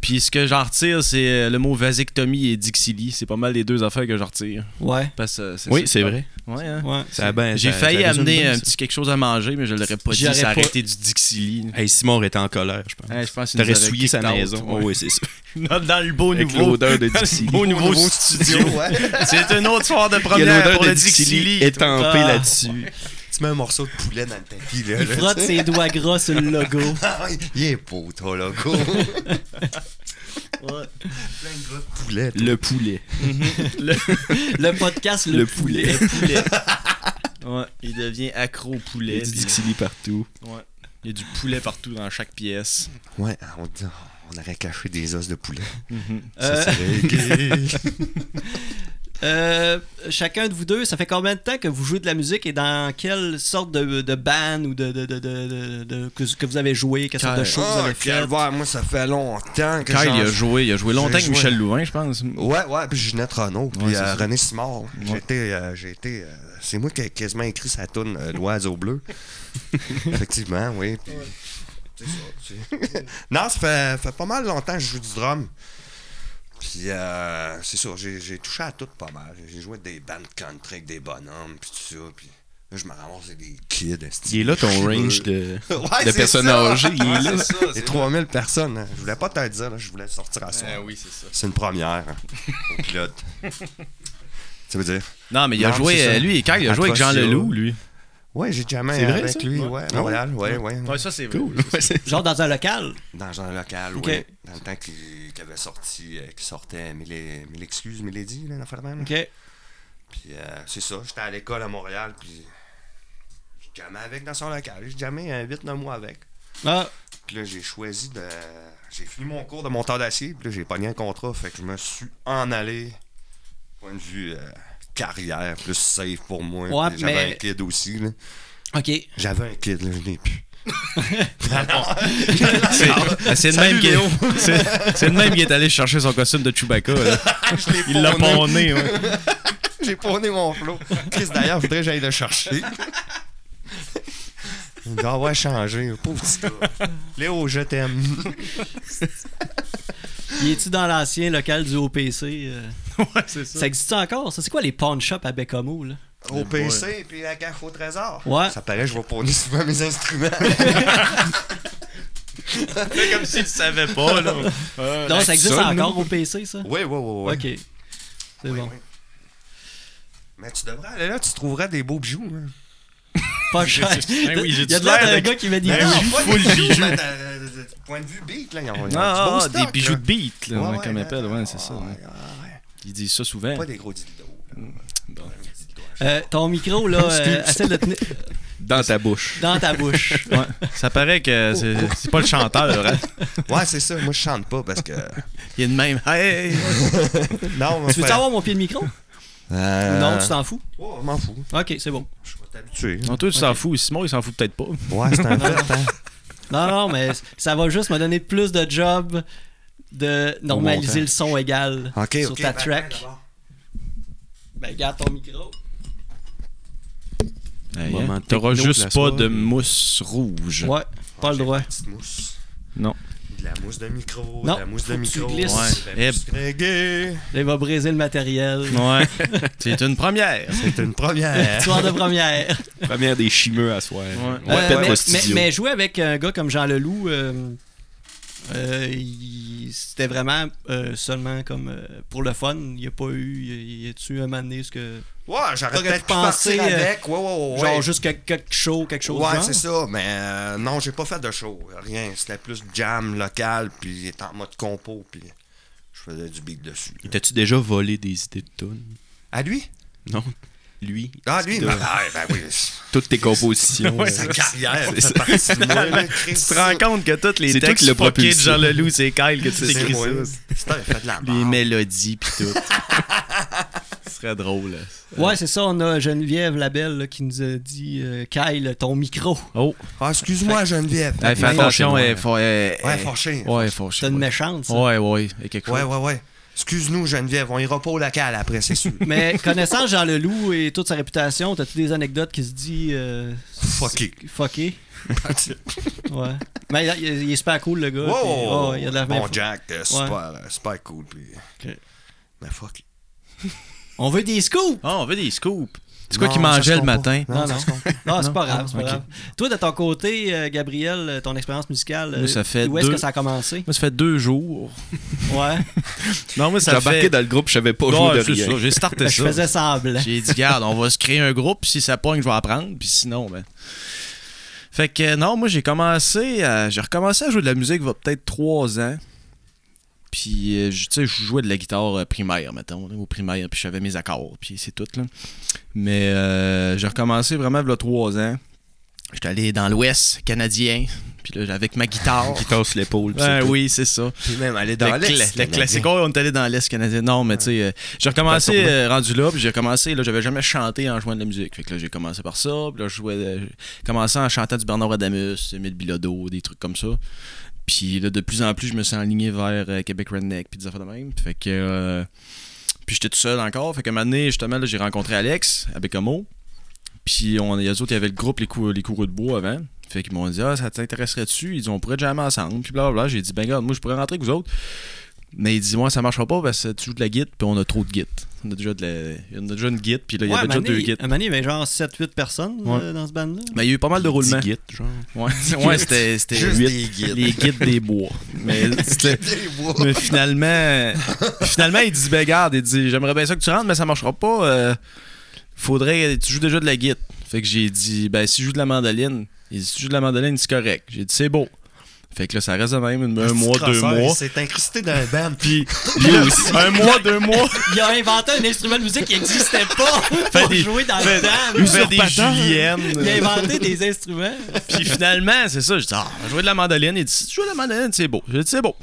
Puis ce que j'en retire, c'est euh, le mot vasectomie et dixili. C'est pas mal les deux affaires que j'en retire.
Ouais.
Parce que, euh, c'est
Oui,
ça.
c'est vrai.
Ouais, hein.
Ouais.
Ça a bien-
J'ai
ça-
failli
ça résume
amener
bien,
un
ça.
petit quelque chose à manger, mais je l'aurais pas dit.
J'aurais
C'est
pas-
arrêté du Dixili.
Hey, Simon aurait été en colère, je pense.
Ouais, je pense qu'il
T'aurais
nous aurait
souillé sa
kicked out,
maison.
ouais.
Oh, oui, c'est ça.
Dans, dans le beau
Avec
nouveau.
l'odeur de
dans le
Dixili.
beau nouveau,
nouveau
studio.
ouais.
C'est une autre soir de
Il y a
première
l'odeur
pour
de
le
Dixili
Dixili.
étampée
Ah.
là-dessus.
Tu mets un morceau de poulet dans le tapis, là.
Il
là,
frotte
tu sais.
ses doigts gras sur le logo.
Ah oui, Il est beau, toi, là, go. Plein de gros poulets.
Le poulet.
Le podcast Le,
Le
Poulet.
poulet.
Ouais, il devient accro au
Il y
poulet.
a du
puis-
Dixili partout.
Il y a du poulet partout dans chaque pièce.
Ouais, on, dit- on aurait caché des os de poulet. Mm-hmm.
Euh,
Ça serait gay.
euh, chacun de vous deux, ça fait combien de temps que vous jouez de la musique et dans quelle sorte de, de band ou de, de- de- de- de- de- que, que vous avez joué, quelle sorte de
Kyle.
choses vous
Ah,
avez faites?
calvaire, moi, ça fait longtemps que
Kyle, il a
j'en-
joué, il a joué longtemps
J'ai
avec
joué.
Michel Louvain, je pense.
Ouais, ouais, puis Ginette Renault, puis
Ouais, c'est
euh,
ça.
René Simard. J'étais, euh, j'ai été, euh, c'est moi qui ai quasiment écrit sa toune euh, L'Oiseau Bleu. Effectivement, oui. puis- C'est ça, c'est- non, ça fait, fait pas mal longtemps que je joue du drum. Puis, euh, c'est sûr, j'ai, j'ai touché à tout pas mal. J'ai joué avec des bands country, avec des bonhommes, puis tout ça. Puis là, je me ramasse avec des kids. esti.
Il est là ton
Je-
range de,
Ouais,
de
Ah,
c'est
personnes
ça.
âgées. Il est là.
Les 3000 personnes. hein. Je voulais pas te le dire, là, je voulais sortir à soi.
Eh oui, c'est ça.
C'est une première hein, au pilote. ça veut dire.
Non, mais il a
Non,
joué,
c'est ça.
euh, lui, Kyle, il a joué avec Jean
Atrocio.
Leloup, lui.
Ouais, j'ai jamais
C'est vrai,
avec
ça?
lui,
Ouais.
ouais, à Montréal, ouais, ouais.
ça, c'est
Cool. Ouais, c'est-
Genre dans un local?
Dans un local,
Ok.
ouais. Dans le temps qu'il qu'il avait sorti, euh, qu'il sortait mille, et- mille excuses, Mélodie, là, l'affaire de même. là.
Ok.
Puis euh, c'est ça, j'étais à l'école à Montréal, puis j'ai jamais avec dans son local. J'ai jamais un 8-9 mois avec.
Ah,
Puis là, j'ai choisi de. J'ai fini mon cours de monteur d'acier, puis là, j'ai pogné un contrat, fait que je me suis en allé, point de vue euh, carrière, plus safe pour moi.
Ouais,
puis J'avais
mais-
un kid aussi, là.
ok.
J'avais un kid, là, je n'ai plus.
C'est ah, c'est le même qui c'est- c'est le même qui est allé chercher son costume de Chewbacca. là.
Je l'ai
Il l'a
pogné.
ponné. ouais.
J'ai poney mon flot. Chris, d'ailleurs, faudrait que j'aille le chercher. Il doit avoir changé, pauvre petit gars. Léo, je t'aime.
Y es-tu dans l'ancien local du OPC? euh?
Ouais, c'est ça.
Ça existe encore, ça? C'est quoi les pawn shops à Bécamo, là?
Au PC, puis la café au trésor.
Ouais.
Ça paraît, que je vais poney souvent mes instruments.
C'est comme s'il ne savait pas. Là. Euh,
Non, ça existe
Axon,
encore au PC, ça?
Oui, oui, oui,
Ok. C'est
Oui,
bon.
oui. Mais tu devrais aller là, tu trouveras des beaux bijoux. hein.
Pas cher.
Ben oui, j'ai
Il y a
du Ben
de l'air
l'air
d'un
de-
gars qui met des
Mais
bijoux.
Ben non, pas
full
des bijoux.
bijoux.
mais de- de- de- de- Point de vue beat, là, ils ont- ils ont du
Non,
bon
ah,
stock,
des
là.
bijoux de beat, là,
Ouais,
ouais, comme
ouais,
appelle, ouais, c'est ça.
ouais,
ouais.
ouais, ouais.
Ils disent ça souvent.
Pas des gros dildos. là. Pas des gros dildos.
Euh, ton micro, là, euh, essaie de le tenir
Dans ta bouche.
dans ta bouche.
Ouais. Ça paraît que
Oh,
c'est c'est pas le chanteur. hein.
Ouais, c'est ça. Moi, je chante pas parce que.
Il est de même. Hey!
Non, mais.
Tu veux savoir mon pied de micro?
Euh,
Non, tu t'en fous?
Oh, je m'en fous.
Ok, c'est bon.
Je vais t'habituer.
Non, toi, tu s'en fous. Simon, il s'en fout peut-être pas.
Ouais, c'est un fait, hein.
Non, non, mais ça va juste me donner plus de job de normaliser le son égal
Ok,
sur
ok.
ta track. Ben, garde ton micro.
Hey,
Moment
hein, T'auras
techno de
juste
la
pas
soirée.
de mousse rouge.
Ouais, pas le droit.
Petite mousse.
Non.
De la mousse de micro.
Non,
De la mousse de
faut que tu
micro.
glisses. Eh
de la
Ouais.
mousse reggae.
Là, il va briser le matériel.
Ouais. c'est une première.
C'est une première.
Histoire de première.
Première des chimeux à soir. On va
Euh,
pète
mais,
le
mais,
studio.
mais jouer avec un gars comme Jean Leloup, euh, euh, il- c'était vraiment euh, seulement comme euh, pour le fun. Il n'y a pas eu. Il y a-tu un moment donné ce que.
Ouais, j'aurais
T'aurais
peut-être pu
pensé,
partir
euh,
avec. Ouais, ouais, ouais.
Genre juste que- quelque chose, quelque chose.
Ouais,
genre.
c'est ça, mais euh, non, j'ai pas fait de show, rien. C'était plus jam local, puis il était en mode compo, puis je faisais du beat dessus.
T'as-tu déjà volé des idées de tunes?
À lui
Non. Lui.
Ah, lui,
Parce
ben,
que
ah, ben oui,
Toutes tes compositions. euh,
sa carrière,
C'est
fait partie de moi, là, Chris.
Tu te rends compte que toutes les
C'est toi
textes
qui l'as
fuckés de
propulsé.
Jean Leloup, c'est Kyle que tu
C'est
écris
moi,
ça.
là. Putain, il fait de la
Les
merde.
mélodies pis tout. Ce serait drôle. là.
Ouais, c'est ça. On a Geneviève Labelle là, qui nous a dit euh, Kyle, ton micro.
Oh,
Ah, excuse-moi, Geneviève.
elle fait
Ouais,
attention,
ouais.
elle faut. elle-
Ouais,
elle-
fâché.
Ouais, elle fâche,
T'es une
ouais.
méchante, ça.
Ouais, ouais, il y a quelque chose.
Ouais, ouais, ouais. Excuse-nous, Geneviève, on ira pas au local après, c'est sûr.
Mais connaissant Jean Leloup et toute sa réputation, t'as-tu des anecdotes qui se dit. euh,
Fucké.
fucké. Ouais. Mais il, il- il est super cool, le gars. puis-
Wow!
ouais, il a de la
Bon, Jack, euh, super,
Ouais.
euh, super cool, puis.
Ok.
Mais fuck.
On veut des scoops!
Ah, on veut des scoops. C'est quoi
Non,
qu'il
ça se
mangeait le
compte pas.
matin?
Non,
ça
non.
se compte.
Non, c'est
Non?
pas grave, c'est pas
Ah, ok.
grave. Toi, de ton côté, euh, Gabriel, euh, ton expérience musicale,
Moi,
euh,
ça fait
où est-ce
deux-
que ça a commencé?
Moi, ça fait deux jours.
Ouais.
Non, moi,
J'ai
ça
embarqué
fait...
dans le groupe, je savais pas
Ouais,
jouer de
c'est
rien.
ça, j'ai starté ça.
je faisais semblant.
J'ai dit, garde, on va se créer un groupe, puis si ça pogne, je vais apprendre, puis sinon, ben. Fait que euh, non, moi j'ai commencé à. J'ai recommencé à jouer de la musique il va peut-être trois ans. Puis, euh, je- tu sais, je jouais de la guitare euh, primaire, mettons, là, au primaire, puis j'avais mes accords, puis c'est tout, là. Mais euh, j'ai recommencé vraiment il y a trois ans. J'étais allé dans l'Ouest canadien, puis là, avec ma guitare.
Qui tasse l'épaule. pis c'est
Ben
tout.
oui, c'est ça.
Puis même aller
Le,
dans
cla-
l'Est.
le
canadien.
classique. Oh, on est allé dans l'Est canadien. Non, mais tu sais, euh, j'ai recommencé, euh, rendu là, puis j'ai commencé, là, j'avais jamais chanté en jouant de la musique. Fait que là, j'ai commencé par ça, puis là, je jouais, euh, j'ai commencé en chantant du Bernard Adamus, Emile Bilodeau, des trucs comme ça. Puis là, de plus en plus, je me suis enligné vers euh, Québec Redneck, puis des affaires de même. Fait que. euh, puis j'étais tout seul encore. Fait que un moment donné, justement, là, j'ai rencontré Alex, avec Homo. Puis on, les autres, il y avait le groupe Les, Cou- les Coureux de Bois avant. Fait qu'ils m'ont dit, ah, ça t'intéresserait-tu? Ils ont on pourrait jamais ensemble. Puis blablabla. J'ai dit, ben, regarde, moi, je pourrais rentrer avec vous autres. Mais il dit, moi, ça marchera pas parce que tu joues de la guide, puis on a trop de guides. On a déjà, de la... on a déjà une guide, puis là, il y
Ouais,
avait déjà
Mané,
deux guides.
à Mané, il y avait genre 7-8 personnes
Ouais.
euh, dans ce band-là.
Mais il y a eu pas mal de roulements.
Dix guides, genre.
Ouais, ouais c'était. c'était
Juste
huit.
des guides.
Les guides des bois. Mais c'était-
Des bois.
Mais finalement, finalement, il dit, ben garde, il dit, j'aimerais bien ça que tu rentres, mais ça marchera pas. euh, faudrait, tu joues déjà de la guitare. Fait que j'ai dit, ben si je joue de la mandoline, il dit, si tu joues de la mandoline, c'est correct. J'ai dit, c'est beau. Fait que là, ça reste de même une- un mois, deux
Crosseur,
mois.
C'est incrusté dans un band.
Puis, puis là, un mois, deux mois,
Il a inventé un instrument de musique qui n'existait pas
Fait
pour
des-
jouer dans
fait-
le temps.
il fait des
Usurpateur.
juliennes.
Il a inventé des instruments.
Puis finalement, c'est ça, je dis, ah, on va jouer de la mandoline. Il dit, si tu joues de la mandoline, c'est beau. J'ai dit, c'est beau.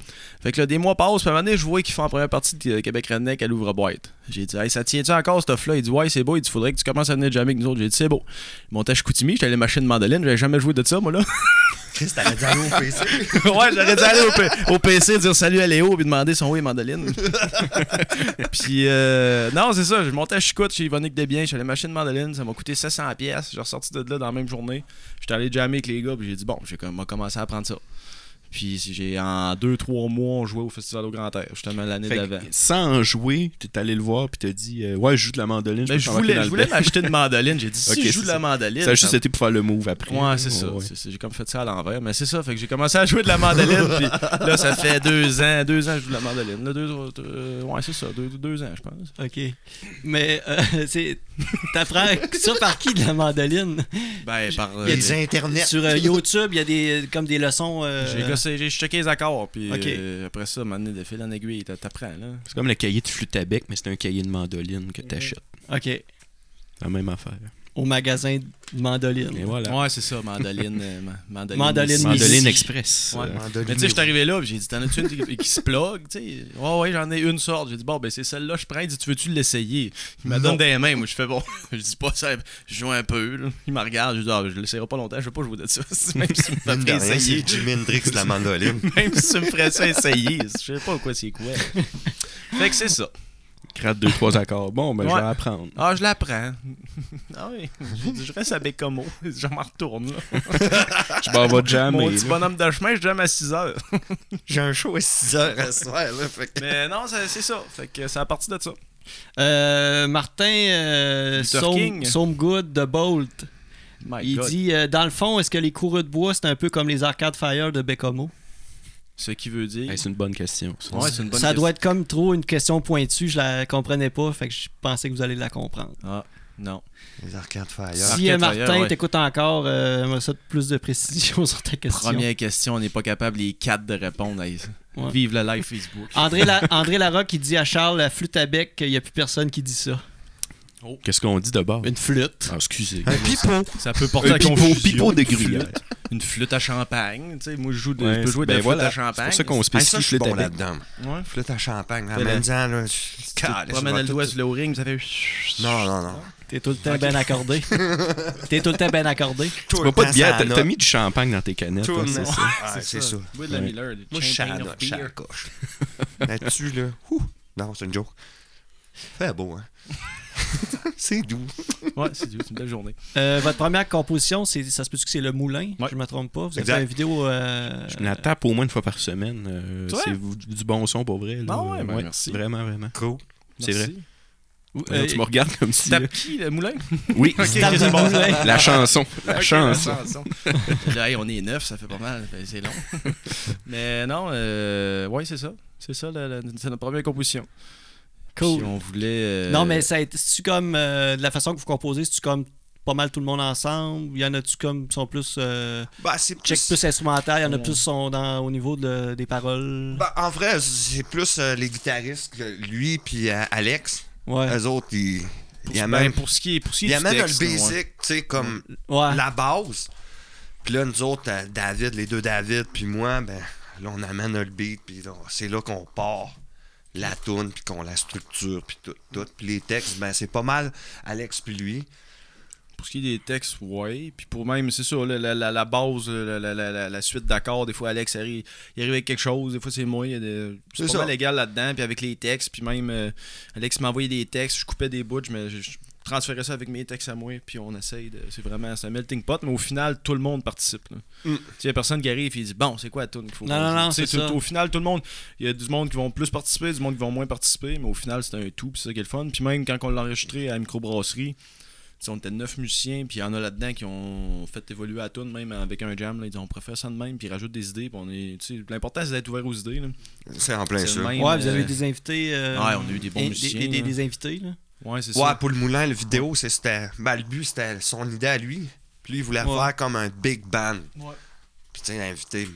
Fait que là, des mois passent, puis à un moment donné, je vois qu'ils font la première partie de Québec Redneck à l'ouvre-boîte. J'ai dit, hey, ça tient-tu encore, ce stuff-là? Il dit, ouais, c'est beau. Il dit, faudrait que tu commences à venir jammer avec nous autres. J'ai dit, c'est beau. Montage Koutimi, j'étais allé mâcher une mandoline, j'avais jamais joué de ça, moi, là.
Chris, t'avais dit allô au PC.
ouais, j'aurais dû aller au, P- au PC, dire salut à Léo, puis demander son oui, mandoline. puis, euh, non, c'est ça, je montais à Chicoute chez Yvonique Desbiens, je suis allé mâcher une mandoline, ça m'a coûté 700 pièces. J'ai ressorti de là dans la même journée. J'étais allé jammer avec les gars, puis j'ai dit, bon, j'ai comme- m'a commencé à apprendre ça. Puis si j'ai en 2-3 mois, on jouait au Festival au Grand Air, justement l'année
Fait que,
d'avant.
sans en jouer, t'es allé le voir puis t'as dit euh, Ouais, je joue de la mandoline.
Ben,
peux
je
t'embarquer dans
voulais,
le
je voulais
band.
m'acheter une mandoline, j'ai dit, si
Ok,
je joue de
c'est
la
ça.
mandoline.
Ça a juste
ça-
été pour faire le move après.
Ouais, c'est ça.
Ouais.
c'est ça. J'ai comme fait ça à l'envers. Mais c'est ça, fait que j'ai commencé à jouer de la mandoline. puis là, ça fait deux ans. Deux ans que je joue de la mandoline. Là, deux, autres, euh, ouais, c'est ça. Deux, deux ans, je pense.
OK. Mais euh, c'est- t'apprends ça par qui de la mandoline?
Ben, par.
Il y a des internets.
Sur euh, YouTube, il y a des, comme des leçons... euh,
j'ai gossé, j'ai checké les accords. Puis
Ok.
euh, après ça, m'amener de fil en aiguille. t'a- T'apprends, là.
C'est comme le cahier de flûte à bec, mais c'est un cahier de mandoline que t'achètes.
OK.
La même affaire.
Au magasin de
Et
mandoline.
voilà.
Ouais, c'est ça. Mandoline. euh, ma- mandoline.
Mandoline
ici.
Mandoline
Mandoline
Missy.
Express.
Ouais.
euh,
Mandoline.
Mais tu sais, je suis arrivé là, puis j'ai dit, t'en as-tu une qui, qui se plug? Tu sais, ouais, ouais, j'en ai une sorte. J'ai dit, bon, ben c'est celle-là, je prends. Il dit, tu veux-tu l'essayer? Il me
Non.
donne des mains, moi, je fais, bon, je dis pas ça, je joue un peu. là. Il me regarde, je dis, ah, je l'essayerai pas longtemps, je vais pas jouer de ça. Même si tu me
Mine de
ferais
rien,
essayer.
c'est Jimi Hendrix de la mandoline.
Même si tu me ferais ça essayer. Je sais pas quoi c'est quoi. Fait que c'est ça.
Gratte deux, trois accords. Bon, ben, je
Ouais.
vais apprendre.
Ah, je la prends. Ah oui, j'ai dit, je reste à Bécomo. Je m'en retourne, là.
Je m'en vais
Mon
jammer.
petit
là.
bonhomme de chemin, je jamme à 6 heures.
Ah, J'ai un show à 6 heures à soir, là. Fait que...
Mais non, c'est c'est ça. Fait que c'est à partir de ça.
Euh, Martin euh,
Luther
Soam-
King.
Soamgood de Bolt.
My
il
God.
dit euh, Dans le fond, est-ce que les coureux de bois, c'est un peu comme les arcades fire de Bécomo
Ce qui veut dire.
Hey, c'est une bonne question. ça.
Ouais, c'est une bonne
Ça doit être comme trop une question pointue, je la comprenais pas, fait que je pensais que vous allez la comprendre.
Ah, non.
Les arcades fire.
Si euh,
Arcade
Martin
Fire, ouais.
t'écoute encore, euh, aimerais ça de plus de précision sur ta question.
Première question, on n'est pas capable, les quatre, de répondre. Hey,
Ouais.
Vive le live Facebook.
André, La- André Larocque, il dit à Charles la flûte à bec, il n'y a plus personne qui dit ça.
Qu'est-ce qu'on dit de bord
Une flûte.
Ah, excusez.
Un pipeau.
Ça peut porter à
pipeau-
confusion.
pipeau de
Une flûte-
gruyère.
Une flûte à champagne. Tu sais, moi, je, joue de,
Ouais,
je peux jouer de
ben
la flûte
voilà.
à champagne.
C'est pour ça qu'on
Ah, ça,
spécifie
je suis
flûte à
bon
bec.
là-dedans.
Ouais.
Flûte à champagne. En
Fais-le.
même temps, là. je-
Tu
Calais, ça
promènes
va
le
tout-
doigt sur le ring, ça fait.
Non, non, non.
T'es tout le temps bien accordé. T'es tout le temps bien accordé.
Tu
Tout
bois
le
pas de
temps,
bière,
ça
t'as
en
t'as
a.
mis du champagne dans tes canettes.
Tout
hein,
le
c'est
monde.
ça.
Ah, C'est ça.
Bois de la
Ouais.
Miller.
Moi, je suis à la note, je suis à la coche. Là-dessus, là. ouh, Non, c'est une joke. Fait beau, hein. c'est doux.
Ouais, c'est c'est une belle journée.
Euh, votre première composition, c'est, ça se peut-tu que c'est le moulin
Ouais.
Je me trompe pas. Vous avez
Exact.
fait une vidéo. euh,
Je la tape au moins une fois par semaine. euh,
C'est vrai?
c'est v- du bon son pour vrai. là.
Ah ouais, ben merci.
Vraiment, vraiment.
Cool.
C'est
Merci.
euh,
Là, tu me regardes comme si. euh,
Tape qui, le moulin
Oui,
Tape du Moulin.
la chanson. La chanson.
Là, hey, on est neuf, ça fait pas mal, fait- c'est long. Mais non, euh, ouais, c'est ça. C'est ça, la- la- c'est notre première composition.
Cool.
Puis on voulait. euh,
Non, mais ça a été- c'est-tu comme. euh, de la façon que vous composez, c'est-tu comme pas mal tout le monde ensemble Il y en a-tu comme. sont plus. euh,
Bah, c'est plus...
check plus instrumental, il y en a
Ouais.
plus sont dans, au niveau de- des paroles.
Bah, en vrai, c'est plus euh, les guitaristes que lui puis euh, Alex.
ouais.
euh,
Eux autres, ils...
Pour,
Il y a
ben,
même,
pour ce qui est, pour ce qui est
il y a
du
même
texte,
le
ouais.
basic, tu sais, comme
ouais.
la base. Puis là, nous autres, euh, David, les deux David, puis moi, ben là, on amène le beat, puis là, c'est là qu'on part la toune, puis qu'on la structure, puis tout, tout. Puis les textes, ben c'est pas mal Alex puis lui.
Pour ce qui est des textes, ouais. Puis pour même, c'est ça, la, la- la- la base, la, la- la- la- la suite d'accords, des fois Alex arrive, il arrive avec quelque chose, des fois c'est moi, il y a des- c'est
C'est
pas
ça.
mal égal là-dedans. Puis avec les textes, puis même euh, Alex m'envoyait des textes, je coupais des bouts, mais je, je transférais ça avec mes textes à moi, puis on essaye de. C'est vraiment c'est un melting pot, mais au final, tout le monde participe. là.
Mm.
Tu sais, il y a personne qui arrive et il dit Bon, c'est quoi la tune qu'il faut
Non,
qu'on
non,
joue?
non,
Tu sais,
c'est
tout-
ça.
Au final, tout le monde, il y a du monde qui vont plus participer, du monde qui vont moins participer, mais au final, c'est un tout, puis c'est ça qui est le fun. Puis même quand on l'a enregistré à la microbrasserie, tu sais, on était neuf musiciens, puis il y en a là-dedans qui ont fait évoluer à tune même avec un jam. Là, ils disent on préfère ça de même, puis ils rajoutent des idées. Puis on est, tu sais, l'important c'est d'être ouvert aux idées. Là.
C'est en plein
C'est
ça.
le même,
Ouais, vous avez
euh,
eu des invités. euh,
Ouais, on a eu des bons
in-
musiciens,
Des, des-
là.
des invités, là.
Ouais, c'est
Ouais,
ça.
pour le moulin, la vidéo, c'est- c'était. Ben, le but, c'était son idée à lui. Puis lui, il voulait
Ouais.
faire comme un big band.
Ouais.
Puis, tu sais, inviter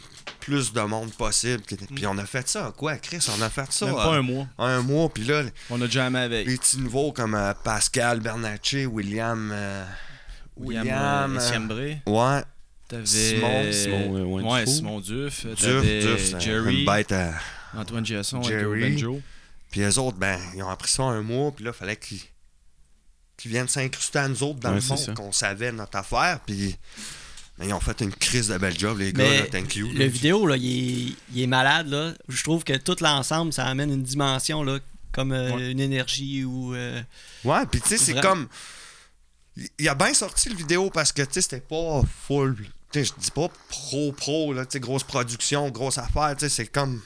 plus de monde possible. Puis, puis on a fait ça, en quoi, Chris On a fait ça.
Mm. Même
euh,
pas un mois.
un mois, puis là,
On a jamais avec.
les petits nouveaux comme euh, Pascal Bernatchez, William. euh,
William,
William,
euh,
euh,
Siembré,
ouais,
t'avais
Simon,
Simon, euh,
ouais,
Wendefou.
Simon Duf, euh,
Duf,
t'avais
Duf, c'est
Jerry,
une bête. euh,
Antoine Giasson,
Jerry.
Jerry, Benjo.
Puis eux autres, ben, ils ont appris ça un mois, puis là, fallait qu'ils qu'ils viennent s'incruster à nous autres dans
Ouais,
le
c'est ça.
monde, qu'on savait notre affaire, puis. Mais ils ont fait une crise de bel job, les
Mais
gars, là, thank you.
Le vidéo, là, il est, il est malade, là. Je trouve que tout l'ensemble, ça amène une dimension, là, comme euh,
Ouais.
une énergie ou... euh,
Ouais, puis tu sais, c'est
Vraiment.
comme. il- Il a bien sorti le vidéo parce que tu sais, c'était pas full. Tu sais, je dis pas pro-pro, là, tu sais, grosse production, grosse affaire, tu sais, c'est comme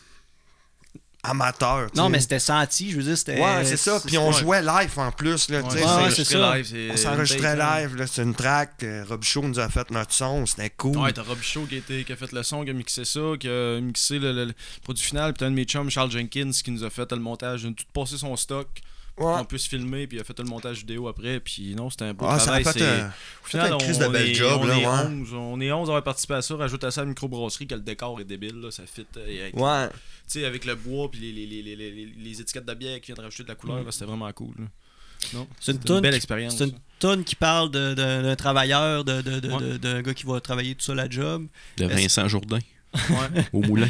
amateur. tu
Non,
sais.
mais c'était senti, je veux dire, c'était...
Ouais, c'est ça. Puis on jouait live en plus, là, tu sais.
Ouais,
c'est-
ouais, c'est ça.
Euh,
on s'enregistrait
ben,
live, là, c'est une track. euh, Rob Show nous a fait notre son, c'était cool.
Ouais, t'as Rob Shaw qui, a été- qui a fait le son, qui a mixé ça, qui a mixé le, le- le produit final. Puis t'as un de mes chums, Charles Jenkins, qui nous a fait le montage, nous a tout passé son stock.
Ouais.
On peut se filmer, puis il a fait le montage vidéo après. Puis non, c'était un beau
Ah, ça a
travail.
fait
c'est-
un-
Au final,
fait
on,
une crise de bel
est,
job,
on,
là,
est
ouais.
11, on est 11 à avoir participé à ça. Rajoute à ça la microbrasserie que le décor est débile. Là, ça fit euh, avec,
Ouais.
tu sais, avec le bois, puis les, les, les, les, les- les étiquettes de bière qui viennent rajouter de la couleur. là, C'était vraiment cool. là. Non,
Mm. C'est une
c'était
toune
belle
qui-
expérience.
C'est une tonne qui parle de- de- d'un travailleur, d'un de, de, de,
Ouais.
de- d'un gars qui va travailler tout seul à job.
De
Est-ce-
Vincent Jourdain
ça. Ouais.
au moulin.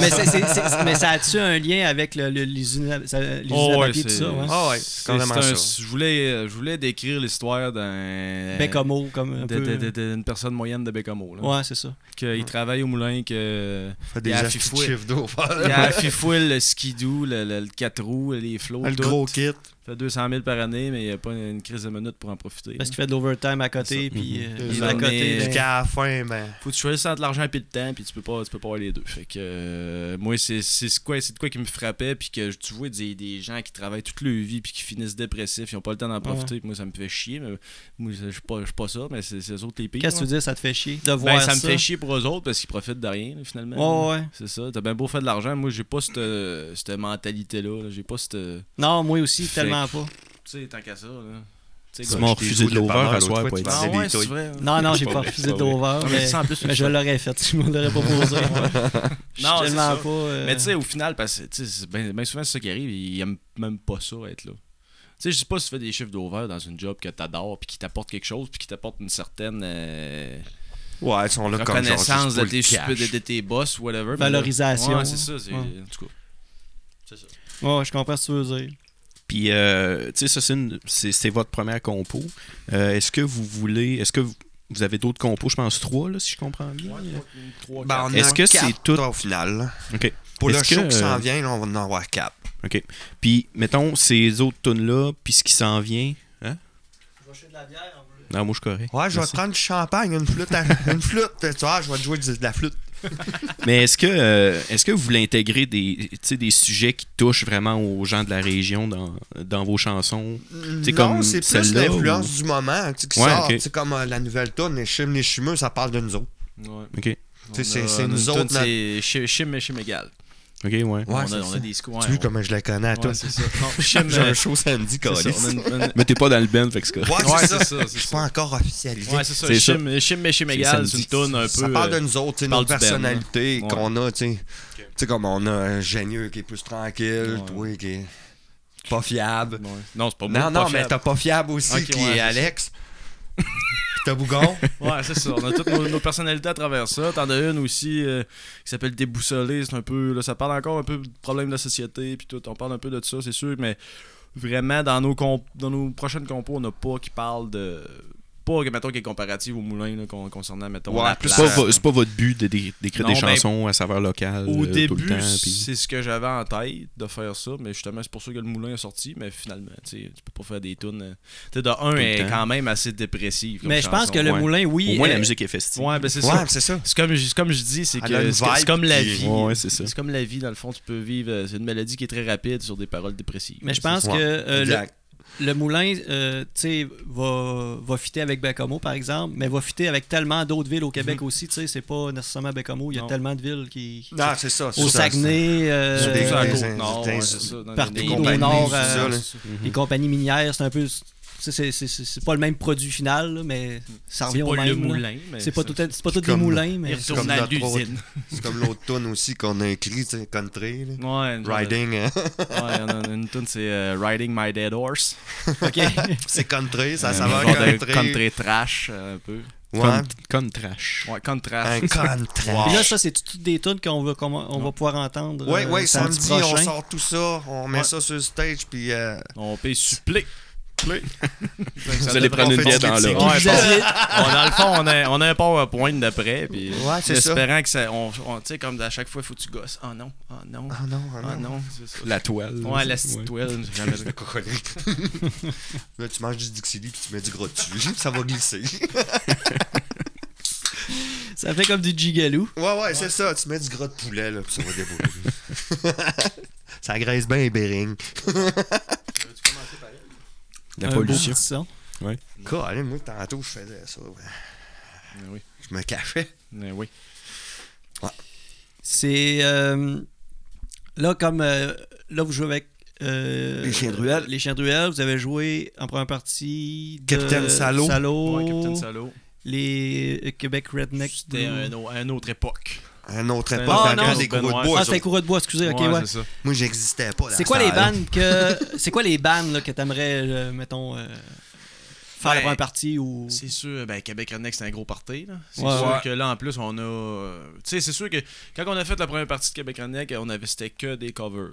mais, c'est- c'est- c'est- mais ça a-tu un lien avec le, le- les usines à- ça- les usines à papier, tout
Oh, c'est-
ça? Ouais.
Ah ouais,
c'est
c'est carrément
un-
ça.
Je voulais, euh, je voulais décrire l'histoire d'un.
Bécomo, Ben comme un
de-
peu...
de- de- de- d'une personne moyenne de Bécamo. Là.
Ouais, c'est ça.
Qu'il travaille au moulin, que.
Fait des
Il y a la
affiches de
fifouille.
chiffre d'offres.
Il y a la fifouille, le skidoo, le, le, 4 roues, les flots.
Ah, Le
tout.
gros kit.
fait 200 000 par année, mais il n'y a pas une, une crise de minute pour en profiter.
Parce
là.
qu'il fait de l'overtime à
C'est
côté,
ça.
puis euh,
Deux
il est à
heures.
côté.
Mais-
d'un-
Jusqu'à la fin, ben.
Faut que tu choisisses entre l'argent et le temps, puis tu peux pas, tu peux pas avoir les deux. Fait que euh, moi, c'est c'est ce quoi, c'est de quoi qui me frappait, puis que tu vois des, des gens qui travaillent toute leur vie, puis qui finissent dépressifs, ils ont pas le temps d'en profiter, puis moi ça me fait chier. Mais moi, je suis pas, je suis pas ça, mais c'est c'est eux autres les pires.
Qu'est-ce que tu
là.
veux dire, ça te fait chier de voir
Ben,
ça?
ça me fait chier pour eux autres parce qu'ils profitent de rien là, finalement.
Ouais, ouais.
C'est ça, t'as bien beau faire de l'argent, moi j'ai pas cette, euh, cette mentalité-là, là. j'ai pas cette... euh,
Non, moi aussi,
Fait
tellement pas.
Tu sais, tant qu'à ça, là. Tu sais,
Ils
gars,
m'ont
je t'ai
refusé
joué
de
le
l'over
dépanneur
à
l'autre
soir
fois,
pour
tu
être
vas-
Ah
sûr.
des
ouais,
touilles.
c'est vrai. hein.
Non, non,
C'est
j'ai
pas
pas
vrai,
refusé
c'est
de
pas vrai.
l'over,
Non, mais
mais,
ça, en plus,
mais je l'aurais fait, je me l'aurais pas posé.
Non,
je
c'est
suis
ça.
tellement pas... euh,
Mais tu sais, au final, parce que tu sais, c'est bien bien souvent, c'est ça qui arrive, ils aiment même pas ça, être là. Tu sais, je sais pas si tu fais des chiffres d'over dans une job que t'adores, puis qui t'apporte quelque chose, puis qui t'apporte une certaine euh,
Ouais, ils sont là comme genre, juste
reconnaissance
pour
de
le
tes,
cash.
sup- de, de tes boss, whatever. mais là-
Valorisation.
Ouais, c'est ça, c'est...
Ouais.
En tout cas. C'est ça.
Ouais, je comprends ce que tu veux dire.
Puis, euh, tu sais, ça, c'est une- c'est c'est votre première compo. Euh, est-ce que vous voulez. Est-ce que vous, vous avez d'autres compos Je pense trois, là, si je comprends bien.
Trois,
Ben, on
quatre.
en
Est-ce
a
que
quatre,
c'est tout-
au final.
OK.
Pour le
Est-ce que,
show qui
euh,
s'en vient, là, on va en avoir quatre.
OK. Puis, mettons, ces autres tunes-là, puis ce qui s'en vient. Hein?
Je vais acheter de la bière, en
Non, moi, je suis correct.
Ouais, je vais
Merci.
te prendre du champagne, une flûte, à- une flûte. Tu vois, je vais te jouer du- de la flûte.
Mais est-ce que, euh, est-ce que vous voulez intégrer des, tu sais, des sujets qui touchent vraiment aux gens de la région dans, dans vos chansons? C'est
non,
comme
c'est plus
celle-là,
l'influence
ou-
du moment tu sais, qui
Ouais,
sort.
ok.
tu sais, comme euh, la nouvelle tourne, les chimes, les chimeux, ça parle de nous autres.
Ouais.
OK.
Tu sais, c'est-
On a-
c'est
on a
nous
une
autres,
tonne,
notre-
C'est chim, chim, chim égal.
OK, ouais.
Ouais,
on,
c'est
a, on
ça.
a des scores.
tu vois comment je la connais à
ouais,
toi.
c'est ça. Non, chim,
J'ai un
euh,
show samedi,
c'est ça,
câlisse.
on a une- une-
Mais t'es pas dans le band, fait que c'est correct.
Ouais,
Ouais,
c'est
c'est
ça.
ça,
Je
c'est
suis
ça.
pas encore officialisé.
Ouais, c'est ça.
C'est ça.
Chim, chim, chim
C'est
égal, c'est
samedi.
une toune un peu.
ça parle
euh,
de nous autres, tu sais,
parle
nos
du band,
personnalités
là.
qu'on a, tu sais. Tu sais, comme on a un génieux qui est plus tranquille,
Ouais.
toi qui est pas fiable.
ouais. Non, c'est pas moi,
Non,
pas
non, mais
fiable.
t'as pas fiable aussi,
Ok,
qui
ouais,
est
c'est
Alex. Bougon.
Ouais, c'est ça. On a toutes nos, nos personnalités à travers ça. T'en as une aussi euh, qui s'appelle Déboussolé. C'est un peu. Là, ça parle encore un peu de problèmes de la société. Puis tout. On parle un peu de ça, c'est sûr. Mais vraiment, dans nos, comp- dans nos prochaines compos, on n'a pas qui parle de. Pas, mettons, qui est comparative au moulin là, con- concernant, mettons.
Ouais,
la
plus
C'est
place.
pas, vo- c'est pas votre but de dé- d'écrire
Non,
des
ben,
chansons à saveur locale
Au
euh,
début,
tout le temps. puis-
c'est ce que j'avais en tête de faire ça, mais justement, c'est pour ça que le moulin est sorti. Mais finalement, tu sais, tu peux pas faire des tunes. euh, Tu sais, de un,
le
elle est
temps.
quand même assez dépressive. comme
Mais je pense
chanson.
que le
ouais.
moulin, oui.
Au moins, la
euh,
musique est festive.
Ouais, ben c'est
ouais,
ça.
c'est ça.
C'est comme, c'est comme je dis, c'est
Elle a une
que c'est c'est
vibe
comme la
qui-
vie.
Ouais, ouais, c'est ça.
C'est comme la vie, dans le fond, tu peux vivre. euh, C'est une maladie qui est très rapide sur des paroles dépressives.
Mais je
C'est
pense
ça.
que euh, le,
Exact.
le moulin, euh, tu sais, va, va fitter avec Bécamo, par exemple, mais va fitter avec tellement d'autres villes au Québec aussi. Tu sais, c'est pas nécessairement Bécamo. Il y a
Non.
tellement de villes qui.
Non, c'est ça. c'est
au
ça,
Saguenay, euh,
Sur des-
Sur la
des-
côte
des-
nord,
des-
ouais, c'est ça, dans
partout
des- des
au
compagnies,
nord,
c'est
euh,
ça, là.
les compagnies minières, c'est un peu. tu sais, C'est c'est- c'est- c'est pas le même produit final, là, mais ça
C'est
revient au
pas
même.
le
là.
moulin, mais
C'est pas tout, c'est pas tout des
comme-
moulins, mais.
Il
c'est-
retourne à
comme notre
l'usine.
C'est comme l'autre tune aussi qu'on a écrit, tu sais, country. là.
Ouais, une-
Riding, hein.
Ouais, il y en a une tune, c'est euh, Riding My Dead Horse.
Ok.
c'est country, ça
Euh,
saveur
genre de
country.
Country trash, euh, un peu.
Ouais.
Comme, comme trash.
Ouais, country trash.
Un country.
Puis là, ça, c'est toutes des tunes qu'on va, qu'on va- on va pouvoir entendre.
Ouais,
euh,
ouais, samedi, on
prochain.
sort tout ça, on met
Ouais.
ça sur le stage, puis euh,
On paye supplé.
Vous allez prendre
on
une
fait
bière
du
dans
critique.
l'eau.
Ouais,
Vous
bon.
aviez-
on, dans le fond, on a, on a un PowerPoint d'après. Puis
Ouais, c'est ça.
espérant que ça. On, on- tu sais, comme à chaque fois, faut que tu gosses. Oh non, oh non,
Ah non, ah
oh
non.
non. c'est ça.
La toile.
Ouais, la petite toile, j'ai jamais vu.
Là, tu manges du Dixili puis tu mets du gros dessus. ça va glisser.
Ça fait comme du gigalou.
Ouais, ouais, c'est ça. Tu mets du gras de poulet, là, puis ça va débrouiller. ça graisse bien les bearings.
La
Un beau
pollution.
petit son.
Colin, moi, tantôt, je faisais ça. ouais.
Mais Ben oui.
Je me cachais.
Mais oui.
C'est. euh, là, comme. euh, là, vous jouez avec. euh,
Les Chiens de Ruelle.
Les chiens de ruelle. Vous avez joué en première partie. de
Capitaine Salo.
Salo,
Ouais, Captain Salo.
Les euh, Québec Redneck.
C'était
Blue. Ah,
un, au- un autre époque.
À une autre
C'est
époque,
un
dans le
autre
temps des gros
Benoît.
de
Ah,
bois.
c'était Courroie de Bois, excusez. ok, ouais.
c'est ça.
Moi, j'existais pas. dans
C'est
ce
quoi les
temps-là.
bandes que. c'est quoi les bandes là, que t'aimerais, euh, mettons. euh, faire la
Ben,
première partie ou.
C'est sûr, ben, Québec Redneck, c'est un gros party. là. C'est
Ouais,
sûr
ouais.
que là, en plus, on a. euh, Tu sais, c'est sûr que quand on a fait la première partie de Québec Redneck, on avait c'était que des covers.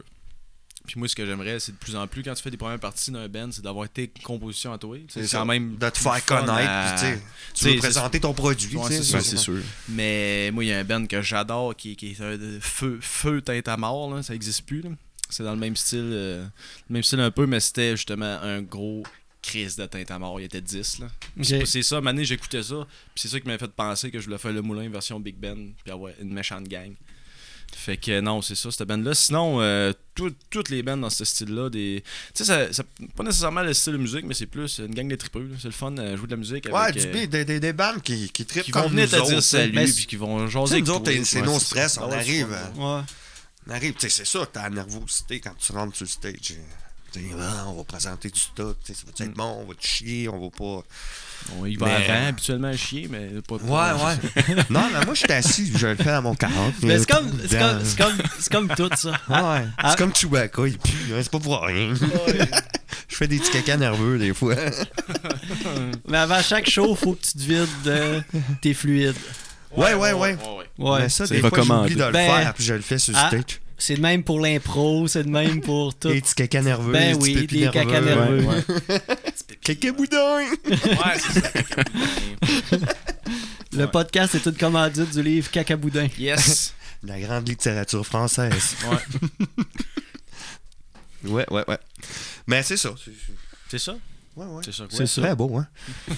Puis moi, ce que j'aimerais, c'est de plus en plus, quand tu fais des premières parties d'un band, c'est d'avoir tes compositions à toi. Tu sais,
C'est
C'est quand même.
De te
plus
faire
fun
connaître,
à-
puis, tu sais, tu
sais,
veux
c'est-
présenter ton produit.
Ouais,
tu sais.
c'est
Ouais, Ben, c'est sûr.
Mais moi, il y a un band que j'adore qui, qui est un de- feu, feu teinte à mort, là, ça n'existe plus. là. C'est dans le même style, euh, le même style un peu, mais c'était justement un gros crise de teinte à mort. Il était 10. Là. Puis
Ok.
c'est- C'est ça, Mané, j'écoutais ça. Puis c'est ça qui m'a fait penser que je voulais faire le moulin version Big Ben, puis avoir une méchante gang. Fait que non, c'est ça, cette band-là. Sinon, euh, tout- toutes les bands dans ce style-là, des. Tu sais, ça, ça- pas nécessairement le style de musique, mais c'est plus une gang de tripeux. là. C'est le fun, euh, jouer de la musique avec.
Ouais, du
euh,
beat, des, des, des bandes qui, qui trippent
qui
comme
vont venir
nous
te dire
autres,
salut,
Mais
puis qui vont jaser.
Tu sais,
avec
nous autres,
toi,
t'es- c'est
ouais,
nos
ça.
stress, on
Ah ouais,
arrive,
c'est
euh,
fun,
Ouais.
On arrive, tu sais, c'est sûr que t'as la nervosité quand tu rentres sur le stage. euh, Tu sais, Ah, on va présenter du stock, tu sais, ça va
Mm.
être bon, on va te chier, on va pas.
ouais. On y va
Mais-
avant, habituellement à chier, mais pas
ouais. non, mais moi, je suis assis, je le fais à mon carotte.
Mais Ben, c'est comme, c'est comme, c'est comme, c'est comme tout ça.
Ah ouais.
Ah.
C'est comme Chewbacca, il pue, hein, c'est pas pour rien. je fais des petits cacas nerveux des fois.
Mais avant chaque show, faut que tu te vides de tes fluides.
Ouais, ouais, ouais.
Ouais.
Mais ça,
C'est
des fois,
recommandé.
j'oublie de le
Ben,
faire, puis je le fais sur le
ah,
stage.
C'est de même pour l'impro, c'est de même pour tout.
Des petits cacas nerveux,
ben
des petits
oui,
pépis
des caca nerveux.
Caca boudin!
Ouais, c'est ça.
Le podcast est une commandite du livre Cacaboudin.
Yes.
La grande littérature française.
Ouais.
Ouais, ouais, ouais. Mais c'est ça. c'est-
C'est ça?
Ouais, ouais.
C'est ça.
C'est
C'est
ça.
très beau, hein?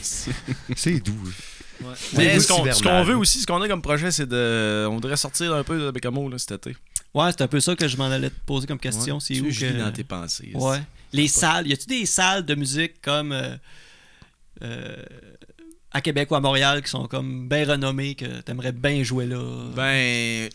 c'est doux.
Ouais.
Oui,
Mais
oui,
ce qu'on, ce
hivernal.
qu'on veut aussi, ce qu'on a comme projet, c'est de. On voudrait sortir un peu de Bécamo là, cet été.
Ouais, c'est un peu ça que je m'en allais te poser comme question.
Ouais.
C'est
Tu
où
vis
que...
dans tes pensées.
Ouais. Les salles, y a-tu des salles de musique comme euh, euh, à Québec ou à Montréal qui sont comme bien renommées que t'aimerais bien jouer là,
Ben.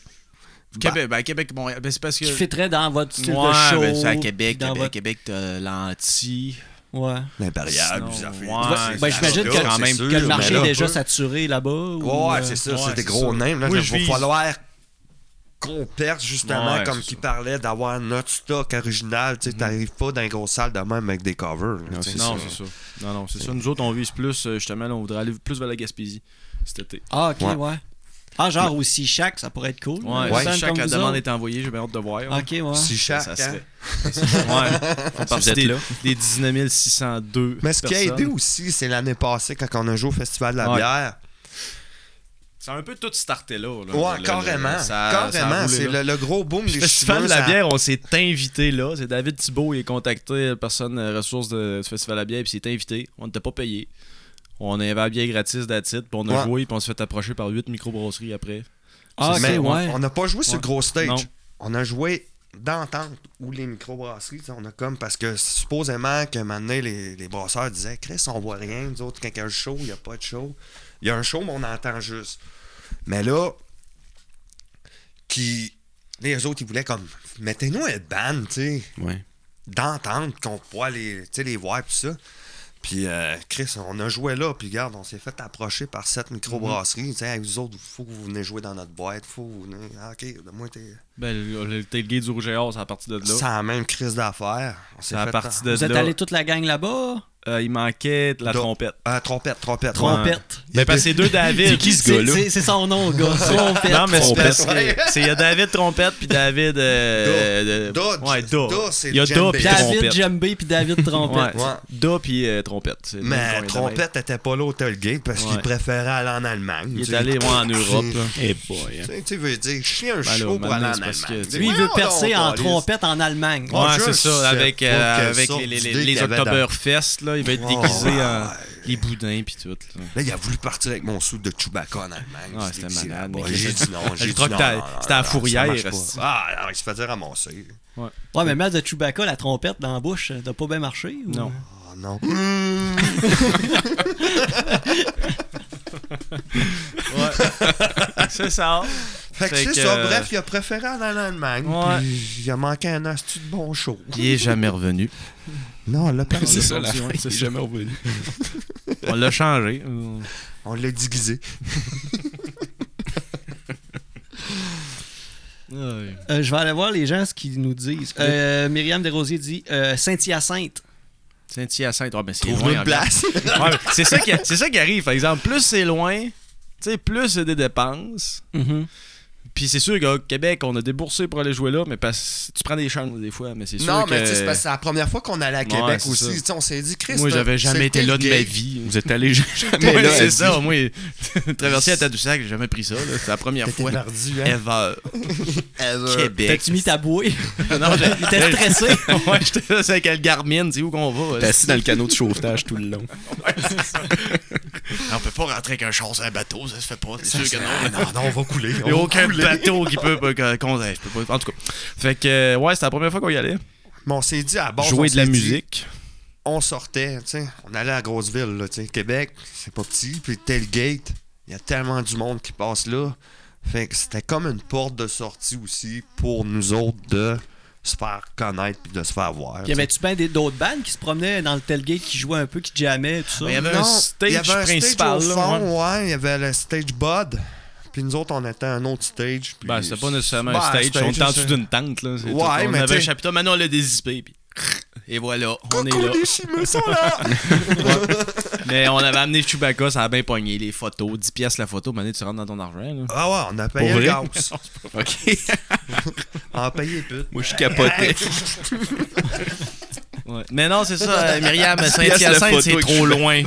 Québec, ben, Québec, Montréal. Ben, c'est parce que.
qui fitteraient dans votre style
Ouais,
de show
ben, c'est à
puis
Québec,
dans
Québec,
votre-
Québec, t'as l'anti.
Ouais.
L'impérial,
Sinon,
vous avez-
ouais,
Ouais,
ben,
c'est
j'imagine
ça,
que-
c'est
quand même
sûr,
que le
mais
marché
là,
est déjà
peu-
saturé là-bas. ou,
Ouais,
euh,
c'est ça,
ouais,
c'est des
c'est
gros
ça.
names. Là,
Moi,
il
je
va
vise-
falloir complexe, justement,
Ouais,
comme
c'est
qui
ça. Mm-hmm.
parlait d'avoir notre stock original. Tu sais, t'arrives pas dans une grosse salle de même avec des covers. là, tu sais.
Non, c'est ça. Non, non, c'est ça. Nous autres, on vise plus, euh, justement, là, on voudrait aller plus vers la Gaspésie cet été.
Ah, ok, ouais.
Ouais.
Ah, genre aussi chaque, ça pourrait être
Mm.
cool.
Ouais,
Une
si
scène
chaque
comme
la
vous
demande
autres.
est envoyée, j'ai bien hâte de voir. là.
Ok, ouais.
Si chaque,
Ça
Ah, hein.
serait. ouais. Faut
Si vous
partie
êtes
des,
là.
des 19 602.
Mais ce qui a
personnes.
aidé aussi, c'est l'année passée, quand on a joué au Festival de la
Ouais.
bière.
Ça a un peu tout starté là. là.
Ouais,
Le- le-
carrément.
ça- ça a
carrément.
roulé,
C'est
là.
le, le gros boom
Puis
des
Le festival de
cheveux,
la
ça-
bière, on s'est invité là. C'est David Thibault, il est contacté, personne euh, ressource de, du festival de la bière, puis il s'est invité. On n'était pas payé. On avait la bière gratis d'Atit, puis on a
Ouais.
joué, puis on se fait approcher par 8 microbrasseries après.
Ah,
Mais
ok,
on-
ouais.
on n'a pas joué sur
Ouais.
le gros stage.
Non.
On a joué d'entente ou les microbrasseries. tu sais, On a comme parce que supposément que maintenant les, les brasseurs disaient Chris, on voit rien, nous autres, quand il y a un show, il n'y a pas de show. Il y a un show, mais on entend juste. Mais là, qui. Les autres, ils voulaient comme mettez-nous un ban, tu sais
Ouais.
d'entendre qu'on pourra les, tu sais, les voir pis ça. Puis euh, Chris, on a joué là, puis regarde, on s'est fait approcher par cette microbrasserie. Tu sais, Hey, vous autres, faut que vous venez jouer dans notre boîte, faut que vous venez. Ah, ok, de moi t'es.
Ben, le, le tailgate du Rouge et Or, c'est à partir de là.
C'est la même crise d'affaires. On s'est
C'est à
fait-
partir de
Vous êtes
là.
allés toute la gang là-bas?
Euh, il manquait de la
Do-
trompette.
Ah, trompette, trompette.
Trompette.
Ben, parce que c'est deux David. C'est qui
C'est c'est- c'est son nom, le gars. Trompette.
Non, mais c'est
Trompette.
parce que. c'est- Il y a David Trompette, puis David. euh,
Da.
euh,
Da,
Ouais, Da.
Da, c'est
Il y a Da,
djembé.
puis
David
Trompette.
Jembé puis David Trompette.
Ouais.
Ouais.
Da, puis euh, Trompette. C'est le même qu'on
Mais
est allé.
trompette était pas là au tailgate parce qu'il
Ouais.
préférait aller en Allemagne.
Il
tu
est
sais.
allé, moi, en Europe. là.
Eh boy. hein.
Tu sais, Tu veux dire, chier un
là,
show pour aller
maintenant,
en
c'est parce que,
Allemagne.
tu sais,
Lui, il veut
Voyons
percer
donc,
en
Alice.
trompette en Allemagne.
Ouais,
Ouais,
Ah, je
c'est
sais
ça, avec,
pas
euh,
quelle
avec
sorte
les, les-
d'idée
les
qu'il y avait dans-
Oktoberfest, là, il va être
Oh,
déguisé en
ouais.
les boudins puis tout. là.
Là, il a voulu partir avec mon sou de Chewbacca en Allemagne.
Ouais,
Je
c'était
l'ai dit,
malade,
là-bas.
mais
J'ai
qu'est-ce
dit non, j'ai dit
crois
non,
que t'as-
non, non,
c'était à
non, ça
Fourrière,
marche pas.
reste.
Ah, non, il se faisait ramasser.
Ouais, mais même de Chewbacca, la trompette dans la bouche, euh, t'as pas bien marché? ou-
Non.
Oh non.
c'est ça.
Fait que
Fait
c'est
que,
ça.
euh,
Bref, il a préféré aller en Allemagne.
Ouais.
Puis il a manqué un astuce de bon show.
Il est jamais revenu.
Non, on l'a perdu.
C'est ça, la
Ouais,
fin.
c'est
C'est
ça.
jamais revenu.
On l'a changé. Euh,
On l'a déguisé.
Euh, je vais aller voir les gens ce qu'ils nous disent. Euh, Myriam Desrosiers dit euh, Saint-Hyacinthe.
Saint-Hyacinthe, ah, ben c'est
Trouve-nous
loin.
une
encore.
place.
Ouais, mais c'est ça, qui- c'est ça qui arrive, par exemple. Plus c'est loin, tu sais, plus c'est des dépenses. Puis c'est sûr qu'au Québec, on a déboursé pour aller jouer là, mais parce tu prends des chances des fois, mais c'est sûr
non,
que...
mais tu sais, c'est parce que c'est la première fois qu'on allait à Québec
Ouais, c'est
aussi.
ça.
Tu sais, on s'est dit, Christ.
Moi, j'avais jamais été là de ma
vie.
vie.
Vous êtes allé jamais
Ouais,
là.
c'est ça, moi. Traverser à Tadoussac, j'ai jamais pris ça. là. C'est la première
T'étais
fois.
mardi, hein?
Ever. Québec.
T'as-tu mis ta bouée
Non, j'ai-
Il était stressé.
ouais, j'étais là c'est avec le Garmin, c'est où qu'on va.
T'es assis dans le canot de chaufferage tout le long.
On peut pas rentrer avec un char sur un bateau, ça se fait pas. C'est sûr que non.
Ah, non, non, on va couler.
Il n'y a
On va
aucun
couler.
bateau qui peut pas- qu'on- qu'on- je peux pas- En tout cas. Fait que, euh, ouais, c'était la première fois qu'on y allait.
Mais on s'est dit à bord. on
Jouer de la
s'est dit,
musique.
on sortait, tu sais, on allait à la grosse ville, là, tu sais, Québec, c'est pas petit, puis Tailgate, il y a tellement du monde qui passe là. Fait que c'était comme une porte de sortie aussi pour nous autres de se faire connaître puis de se faire voir.
Il y avait-tu bien des- d'autres bandes qui se promenaient dans le tailgate, qui jouaient un peu, qui jammaient, tout ça?
Mais il y avait-
Non,
un stage
il y avait un
principal,
stage au
là,
fond, ouais. il y avait le stage Bud, puis nous autres on était à un autre stage. puis-
Ben, c'était pas nécessairement
Ben,
un stage, on était en
c'est-
dessous d'une tente. Là, c'est
Ouais,
tout. on avait
mais
un
t'sais-
chapiteau, maintenant on l'a dézippé. Puis... Et voilà, on
Coucou,
est là.
les chimeux sont là!
Mais on avait amené Chewbacca, ça a bien pogné les photos, 10 pièces la photo, maintenant tu rentres dans ton argent. Là.
ah ouais, on a payé
Pour
le
vrai?
gaz.
OK.
On a payé pute.
Moi, je capotais.
Ouais. Mais non, c'est ça, euh, Myriam,
la photo
Saint-Hyacinthe, c'est
avec
trop loin.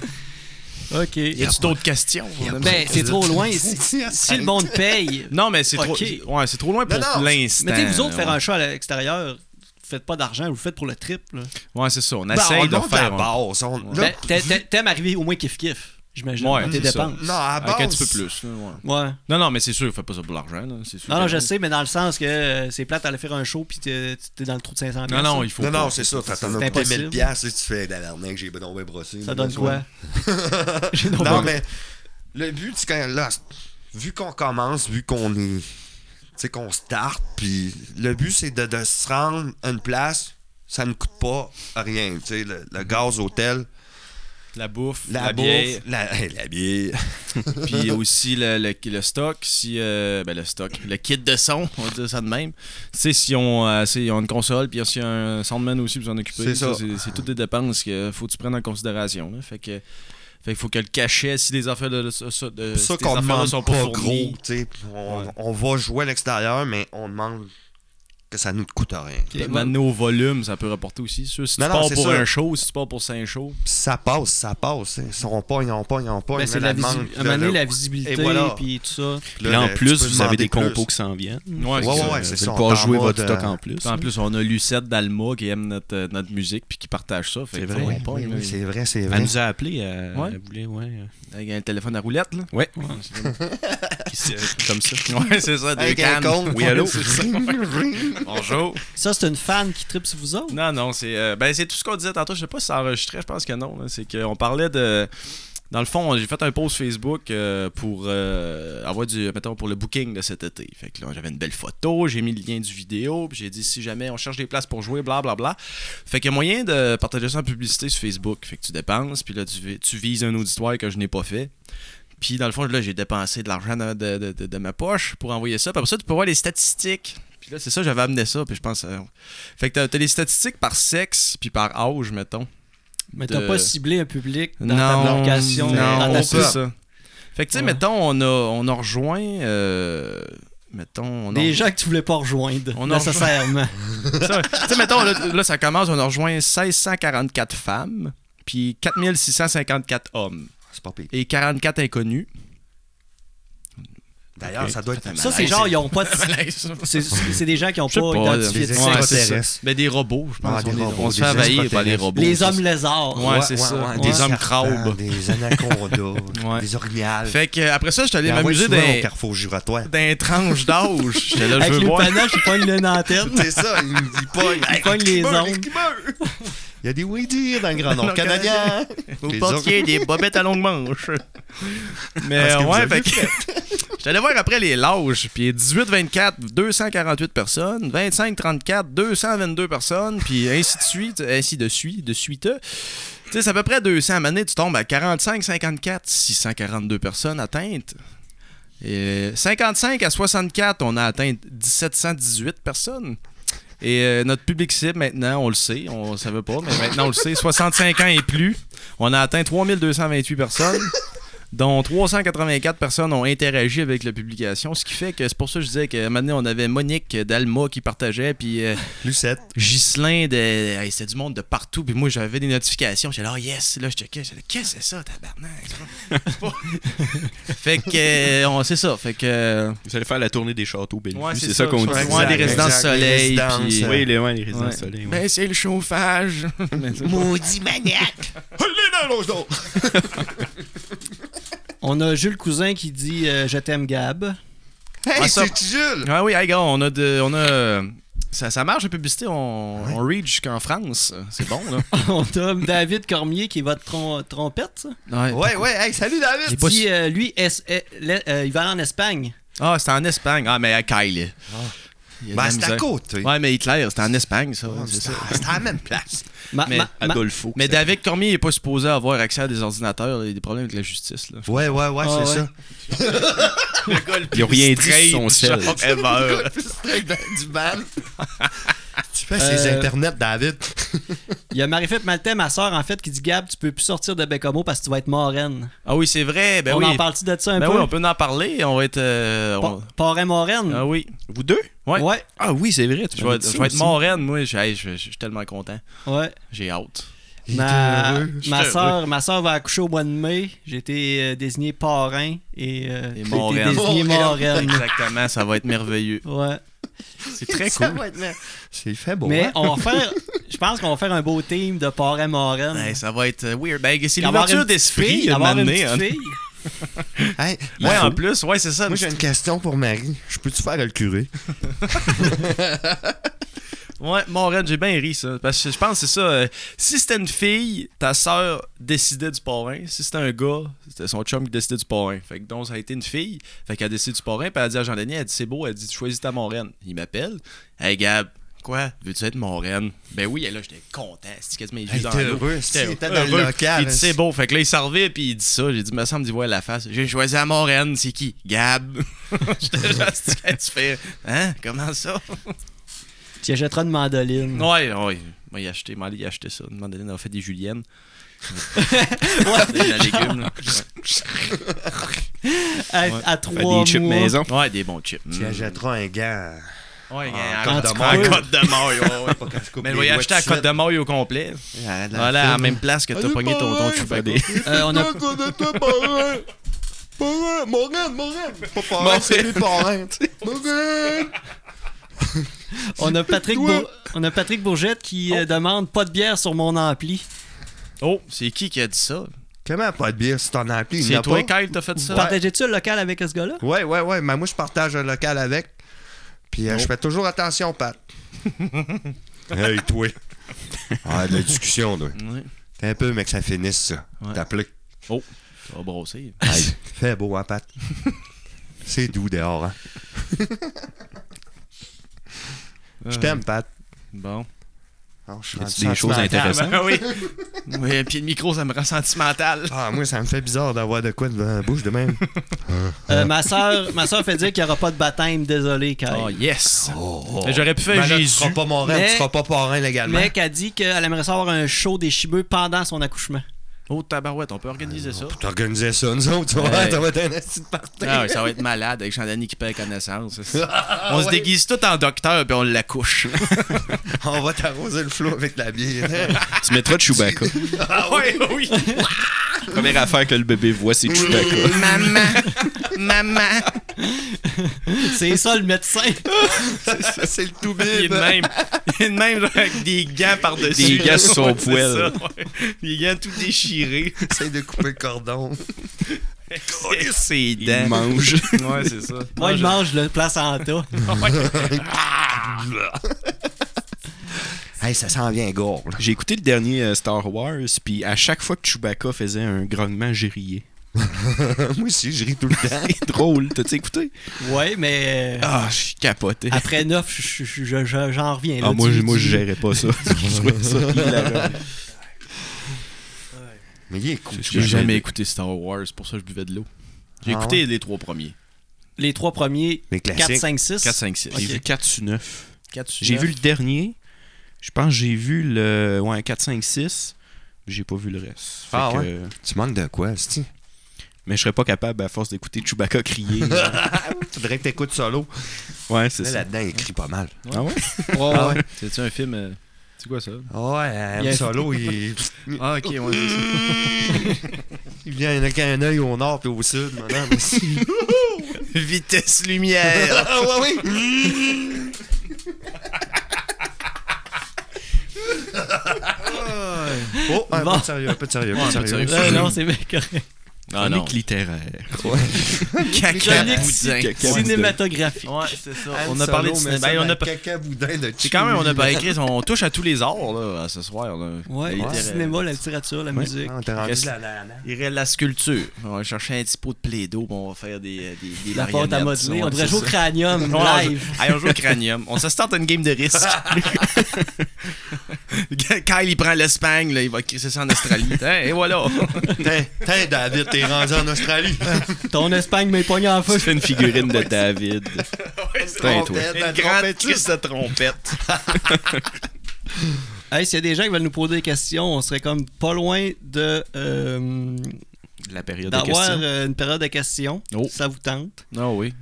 OK.
Y a-tu d'autres questions? madame?
Ben, c'est trop loin. Si, si le monde paye.
Non, mais c'est
Ok.
trop. Ouais, c'est trop loin pour
Non, non.
l'instant.
Mettez vous autres faire
ouais.
un show à l'extérieur. Vous faites pas d'argent, vous le faites pour le trip. là.
Ouais, c'est ça. On
Ben, on
essaye de
monte la
faire. un-
base. on- là,
Ben, t'a- t'a- T'aimes arriver au moins kiff-kiff, j'imagine,
Ouais,
dans tes
c'est ça.
dépenses.
non, à base.
Avec un petit peu plus. là, ouais.
Ouais.
Non, non, mais c'est sûr, fais pas ça pour l'argent. là, c'est sûr.
Non, non, je sais, mais dans le sens que euh, c'est plate, t'allais faire un show, puis t'es t'es dans le trou de 500
Non, non, il faut.
Non,
pas.
non, c'est ça. T'as
C'est
t'as coûté
impossible.
1000 piastres, tu fais que j'ai bien brossé.
Ça donne quoi? Ben, J'ai
Non,
pas-
mais le but, c'est quand là, vu qu'on commence, vu qu'on est, tu sais, qu'on start, puis le but, c'est de, de se rendre à une place, ça ne coûte pas rien, tu sais, le, le gaz hôtel.
la bouffe,
La,
la,
bouffe,
bière, Euh,
la, hey, la bière.
puis aussi le, le- le stock, si euh, ben le stock, le kit de son, on va dire ça de même. Tu sais, si on, euh, si on a une console, puis si un soundman aussi pour s'en occuper,
C'est ça.
c'est, c'est toutes des dépenses qu'il faut que tu prennes en considération. là. Fait que fait qu'il faut que le cachet, si les affaires de, de- de- de-
C'est ça
si tes
qu'on
affaires-là
demande
sont
pas,
pas,
gros.
fournies,
tu sais. On,
Ouais.
on va jouer à l'extérieur, mais on demande que ça nous coûte rien.
Puis Maintenant, au volume, ça peut rapporter aussi. c'est sûr. Si
Non,
tu
non,
pars
c'est
pour
sûr.
un show, si tu pars pour cinq shows,
Puis Ça passe, ça passe. hein. On pogne, on pogne, on pogne.
Ben,
là,
c'est de la,
demande,
visi-
puis
à un
là,
moment donné,
là,
la visibilité
Et voilà.
puis tout ça.
puis
Puis
là, ben,
là, en
tu
plus,
peux
vous avez
demander
des compos
plus.
qui s'en viennent.
Ouais,
Mm. ouais,
Euh,
ouais, c'est
vous pouvez
ça, on
pas
est en
jouer
mode,
votre
euh,
stock en plus.
en plus, on a Lucette d'Alma qui aime notre, euh, notre musique puis qui partage ça. Fait
C'est
que,
vrai.
on
Oui,
pogne,
oui,
là.
oui, c'est vrai, c'est vrai.
Elle nous a appelé. euh,
Ouais.
Elle voulait, ouais.
Avec un téléphone à roulette, là.
Ouais. Qui se- Comme ça.
Ouais, c'est ça, deux
Avec un
cannes.
con.
Oui, allô?
C'est ça, ouais.
Bonjour.
Ça, c'est une fan qui tripe sur vous autres.
Non, non, c'est euh, ben, c'est tout ce qu'on disait tantôt. Je sais pas si ça enregistrait, je pense que non. là. C'est qu'on parlait de. Dans le fond, j'ai fait un post Facebook euh, pour euh, avoir du, mettons, pour le booking de cet été. Fait que là, j'avais une belle photo, j'ai mis le lien du vidéo, puis j'ai dit si jamais on cherche des places pour jouer, bla bla bla. Fait qu'il y a moyen de partager ça en publicité sur Facebook. Fait que tu dépenses, puis là, tu, vi- tu vises un auditoire que je n'ai pas fait. Puis dans le fond, là, j'ai dépensé de l'argent de, de- de- de- de ma poche pour envoyer ça. Puis après ça, tu peux voir les statistiques. Puis là, c'est ça, j'avais amené ça, puis je pense... euh, Fait que t'as- t'as les statistiques par sexe, puis par âge, mettons.
Mais t'as
de-
pas ciblé un public dans ta marcation.
non,
dans ta
c'est
pub.
ça. Fait que tu sais,
Ouais.
mettons, on a, on a rejoint... euh, mettons, on a
Des gens que tu voulais pas rejoindre,
On en
nécessairement.
Ça, tu sais, mettons, là, là, ça commence, on a rejoint 1644 femmes, puis 4654 hommes,
C'est pas pire.
et 44 inconnus.
D'ailleurs,
Ok.
ça doit être
ça, c'est genre, ils ont pas de... C'est c'est des gens qui ont
Je sais
pas
pas,
identifié de
des
Ouais,
sexe.
c'est
extraterrestres.
Mais des robots, je pense.
Ah, des
on, est-
robots,
on se
des
fait envahir par
extraterrestres.
les robots.
Les
ça,
hommes
c'est-
lézards.
Ouais, c'est ça.
ouais,
des
des
hommes
serpents,
crabes.
Des anacondas,
Ouais.
des orignales.
Fait que, euh, après ça, j'étais allé
Ils envoient
m'amuser
souvent au
d'un,
carrefour giratoire.
d'un tranche d'âge. J'étais là, je
Avec
veux
les
voir.
panaches, ils pognent le nez en tête.
C'est ça, ils il pognent.
Ils pognent les ondes.
Il y a des oui-dire dans le Grand Nord
Non,
canadien.
Vous
Les
portiez des bobettes à longue manche. Mais
Parce que vous
ouais, fait
avez
que. J'allais voir après les lâches, puis 18-24, 248 personnes, 25-34, 222 personnes, puis ainsi de suite, ainsi de suite, de suite. Tu sais, c'est à peu près 200 à manée, tu tombes à 45-54, 642 personnes atteintes. Et 55 à 64, on a atteint 1718 personnes. Et euh, notre public cible maintenant, on le sait, on ne savait pas, mais maintenant on le sait, 65 ans et plus. On a atteint 3228 personnes, dont 384 personnes ont interagi avec la publication. Ce qui fait que c'est pour ça que je disais que maintenant on avait Monique d'Alma qui partageait, puis euh,
Lucette.
Ghislain, de... hey, c'était du monde de partout. Puis moi j'avais des notifications, j'étais là, oh yes, là je checkais, j'étais là, qu'est-ce que c'est ça, tabarnak? C'est pas- fait que, euh, on c'est ça, fait que. euh,
Vous allez faire la tournée des châteaux Bellevue.
Ouais, c'est
c'est ça
ça,
qu'on
sur
dit.
un
Exact,
coin des
exact,
résidences
les
soleil,
résidences,
puis-
euh,
Oui, les, ouais, les résidents
ouais.
soleil. ouais.
Ben, c'est le chauffage! Mais c'est pas-
Maudit maniaque. Allez, non, non,
On a Jules Cousin qui dit euh, Je t'aime, Gab.
Hey,
Ah, ça-
c'est Jules.
Ah oui, hey, gars, on a de. On a... Ça, ça marche la publicité, on, on reach jusqu'en France. C'est bon, là.
On a David Cormier qui est votre trom- trompette, ça.
Ouais, ouais, hey, salut
Il
David.
pas
dit euh, Lui, es- eh, le- euh, il va aller en Espagne.
Ah, c'était en Espagne. Ah, mais à Kyle. Il y a de la
Ben, c'est à
misère.
côté.
Ouais, mais Hitler, c'était en Espagne, ça.
Ah,
c'est ça.
C'est à c'est à la même place.
Ma-
Mais-
ma- ma-
Adolfo.
Mais
ça-
David Cormier n'est pas supposé avoir accès à des ordinateurs. Il y a des problèmes avec la justice, là.
Ouais, ouais, ouais,
Ah,
c'est
ouais.
ça.
Ils n'ont rien dit sur son
Straight,
sel.
genre, ever.
Le plus strict de- du ban. Tu fais ces
Euh,
internets, David.
Il y a Marie-Philippe Maltais, ma soeur, en fait, qui dit Gab, tu peux plus sortir de Bécamo parce que tu vas être moraine.
Ah oui, c'est vrai. Ben
on
oui.
en parle-tu de ça un
Ben
peu
oui, on peut en parler. On va être. euh,
Pa-
on-
Parrain moraine.
Ah oui.
Vous deux
ouais.
Ouais,
Ah oui, c'est vrai. tu
Je
m'as
vais
dit ça
je vais être
aussi.
moraine, moi. Je hey, je- je- je suis tellement content.
ouais.
J'ai hâte.
Il
Ma,
est heureux.
ma,
J'étais
soeur, ma soeur va accoucher au mois de mai. J'ai été euh, désigné parrain et euh,
Et
j'ai été
moraine.
Oh,
désigné moraine.
Oh, Exactement, ça va être merveilleux.
Ouais.
C'est très
Ça
cool.
va être net. C'est fait beau.
Mais
hein?
on va faire. Je pense qu'on va faire un beau team de parrain moraine.
Ouais, ça va être euh, weird. Ben, c'est
Avoir une
l'ouverture
petite
d'esprit
fille,
une
avoir une
année,
petite
hein.
fille.
Hey,
Ouais,
moi,
en plus, ouais, c'est ça.
moi, j'ai une question pour Marie. Je peux-tu faire le curé?
Ouais, Montréal, j'ai bien ri ça. Parce que je pense que c'est ça. euh, si c'était une fille, ta sœur décidait du parrain. Si c'était un gars, c'était son chum qui décidait du parrain. Fait que donc, ça a été une fille. Fait qu'elle décide du parrain. Puis elle a dit à Jean Denis, elle dit c'est beau, elle dit choisis ta Montréal. Il m'appelle. Hey Gab, quoi Veux-tu être mon reine Ben oui, et là, j'étais content. C'était quasiment les yeux
Hey,
dans
t'es
l'eau.
heureux, si,
J'étais
t'étais dans le local,
Il dit
hein.
c'est beau. Fait que là, il s'en revient, puis il dit ça. J'ai dit, me semble, il voit la face. J'ai choisi à mon reine, c'est qui Gab. J'étais genre, c'est quoi tu fais Hein Comment ça
Tu achèteras une mandoline.
Ouais, ouais. Moi, il a acheté, moi, il a acheté ça. Une mandoline, on a fait des juliennes. des légumes, là. Ouais.
à, à
Faire
trois
des chips
mois.
maison.
Ouais, des bons chips.
Tu
Mm.
achèteras un gant.
Ouais,
Ah,
en
Côte
Côte de
de Maille.
Maille. Côte de Maille, oh. ouais, ouais.
Ah Pas quand je coupe
Mais
les
le voyage
doigts
acheté à
tout de
Côte de Maille au complet.
suite. Arrête de Ah, la Ah,
Voilà, à la
filmer.
même place que t'as pogné ton ton Chewbacca.
Euh, on a-
Mon reine, mon reine! Pas
Mon
parrain, c'est lui parrain. Mon reine!
On a Patrick,
Toi.
Bour- on a Patrick Bourgette qui euh, demande pas de bière sur mon ampli.
Oh, c'est qui qui a dit ça?
Comment pas de bière si t'en as appelé? Il n'y
C'est
a
toi,
pas.
Kyle, t'as fait ça?
Partagez-tu le local avec ce gars-là?
Ouais, ouais, ouais. Mais moi, je partage un local avec. Puis euh, je fais toujours attention, Pat. hey, toi. Ah, de la discussion, toi.
Ouais.
T'es un peu, mec, que ça finisse, ça.
Ouais.
T'appeler.
Oh, t'as brossé.
Hey, fait beau, hein, Pat? C'est doux dehors, hein? Je t'aime, Pat.
Bon.
Oh, je suis
Y'a-tu
rendu
des choses
sentimental.
intéressantes?
Ah, ben oui. oui, puis le micro, ça me rend sentimental.
Ah, moi, ça me fait bizarre d'avoir de quoi dans la bouche de même.
Euh, ma soeur ma soeur fait dire qu'il n'y aura pas de baptême, désolé Kyle.
Oh, yes. Mais J'aurais pu faire
Mais Ben là, tu
Ben, Jésus.
seras pas mon reine,
Mais-
tu seras pas parrain légalement.
Mec a dit qu'elle aimerait savoir un show des chibeux pendant son accouchement.
Oh, tabarouette, on peut organiser ça.
Tu organisais ça, nous autres, tu vois,
Ouais.
ça va être un esti de party.
Ah, ouais, ça va être malade avec Chandani qui perd connaissance.
Ah,
on se
ouais.
déguise tout en docteur puis on l'accouche.
On va t'arroser le flot avec la bière.
Tu mettras Chewbacca.
Ah ouais, oui.
Première affaire que le bébé voit, c'est Chewbacca.
Maman, maman.
C'est ça le médecin.
c'est le tout
Il est
bib.
de même. Il est de même genre, avec des gants par-dessus.
Des gants sur son
Ouais, c'est
poil.
ça, ouais. Des gants tout déchirés.
Essaye de couper le cordon.
C'est ses
Il
dents.
mange.
Ouais, c'est ça.
Moi, il mange le placenta.
Hey, ça sent bien gore. là.
J'ai écouté le dernier euh, Star Wars, puis à chaque fois que Chewbacca faisait un grognement, j'ai rié.
Moi aussi, je ris tout le temps.
C'est drôle, t'as-tu écouté?
Ouais, mais euh,
Ah, je suis capoté.
après neuf, je- je- je- je- j'en reviens. là.
Ah, moi,
Tu-
je- moi,
tu-
je gérais pas ça. Je trouvais ça hilarant.
Mais il est cool.
Je-
J'ai jamais écouté Star Wars, c'est pour ça que je buvais de l'eau. J'ai
Ah
écouté les trois premiers.
Les trois premiers,
Les
4,
classiques.
5, 6.
4, 5, 6.
J'ai vu 4 sur 9.
4
J'ai vu le dernier. Je pense que j'ai vu le ouais, 4, 5, 6. J'ai pas vu le reste. Fait
Ah,
que-
Tu manques de quoi, Sti?
Mais je serais pas capable, à force d'écouter Chewbacca crier. euh,
Faudrait que t'écoutes solo.
ouais, c'est
Là,
ça.
là-dedans, il crie pas mal.
Ah ouais?
Ah ouais.
C'est-tu un film. euh, C'est quoi ça?
Ouais, euh,
Il y a-
solo, il...
Ah, ok, ouais, c'est ça.
il vient avec un œil au nord et au sud, madame.
Vitesse lumière.
ah, ouais, oui. Oh, un
Bon.
peu de sérieux, un peu de sérieux, un
Ouais,
peu de
un peu de
sérieux.
sérieux.
Euh, non, c'est bien correct.
Ah non.
Chronique littéraire.
Caca
Chronique
boudin.
caca-
Cinématographique.
Ouais, c'est ça.
Han
On a parlé de
Solo,
cinéma.
mais ça,
Ben, on
dans
a
le
pas-
caca boudin de
C'est quand même, on a
Chewie.
pas écrit, on touche à tous les arts, là, à ce soir. Là.
Ouais,
Ouais.
le cinéma, la littérature, la musique.
Ah, on t'a rendu
Qu'est-ce-
la- la- la-
Il reste la sculpture. On va chercher un petit pot de plaido, on va faire des, des, des
La porte à
marionnettes,
modeler.
ouais,
On devrait
c'est
jouer au
ça.
cranium
Ouais,
live.
on joue- Hey, on joue au cranium. On se start une game de risque. Kyle, il prend l'Espagne, là, il va crisser ça en Australie. Hein, et voilà.
Tiens, tiens, David, t'es rendu en Australie.
Ton Espagne m'est pogné en feu.
Tu fais une figurine de David. Putain, toi.
Trompette, la
Une grande
trompette.
crise de trompette.
Hey, s'il y a des gens qui veulent nous poser des questions, on serait comme pas loin de euh,
La période de
d'avoir
questions.
euh, une période de questions.
Oh.
Ça vous tente.
Non, oui.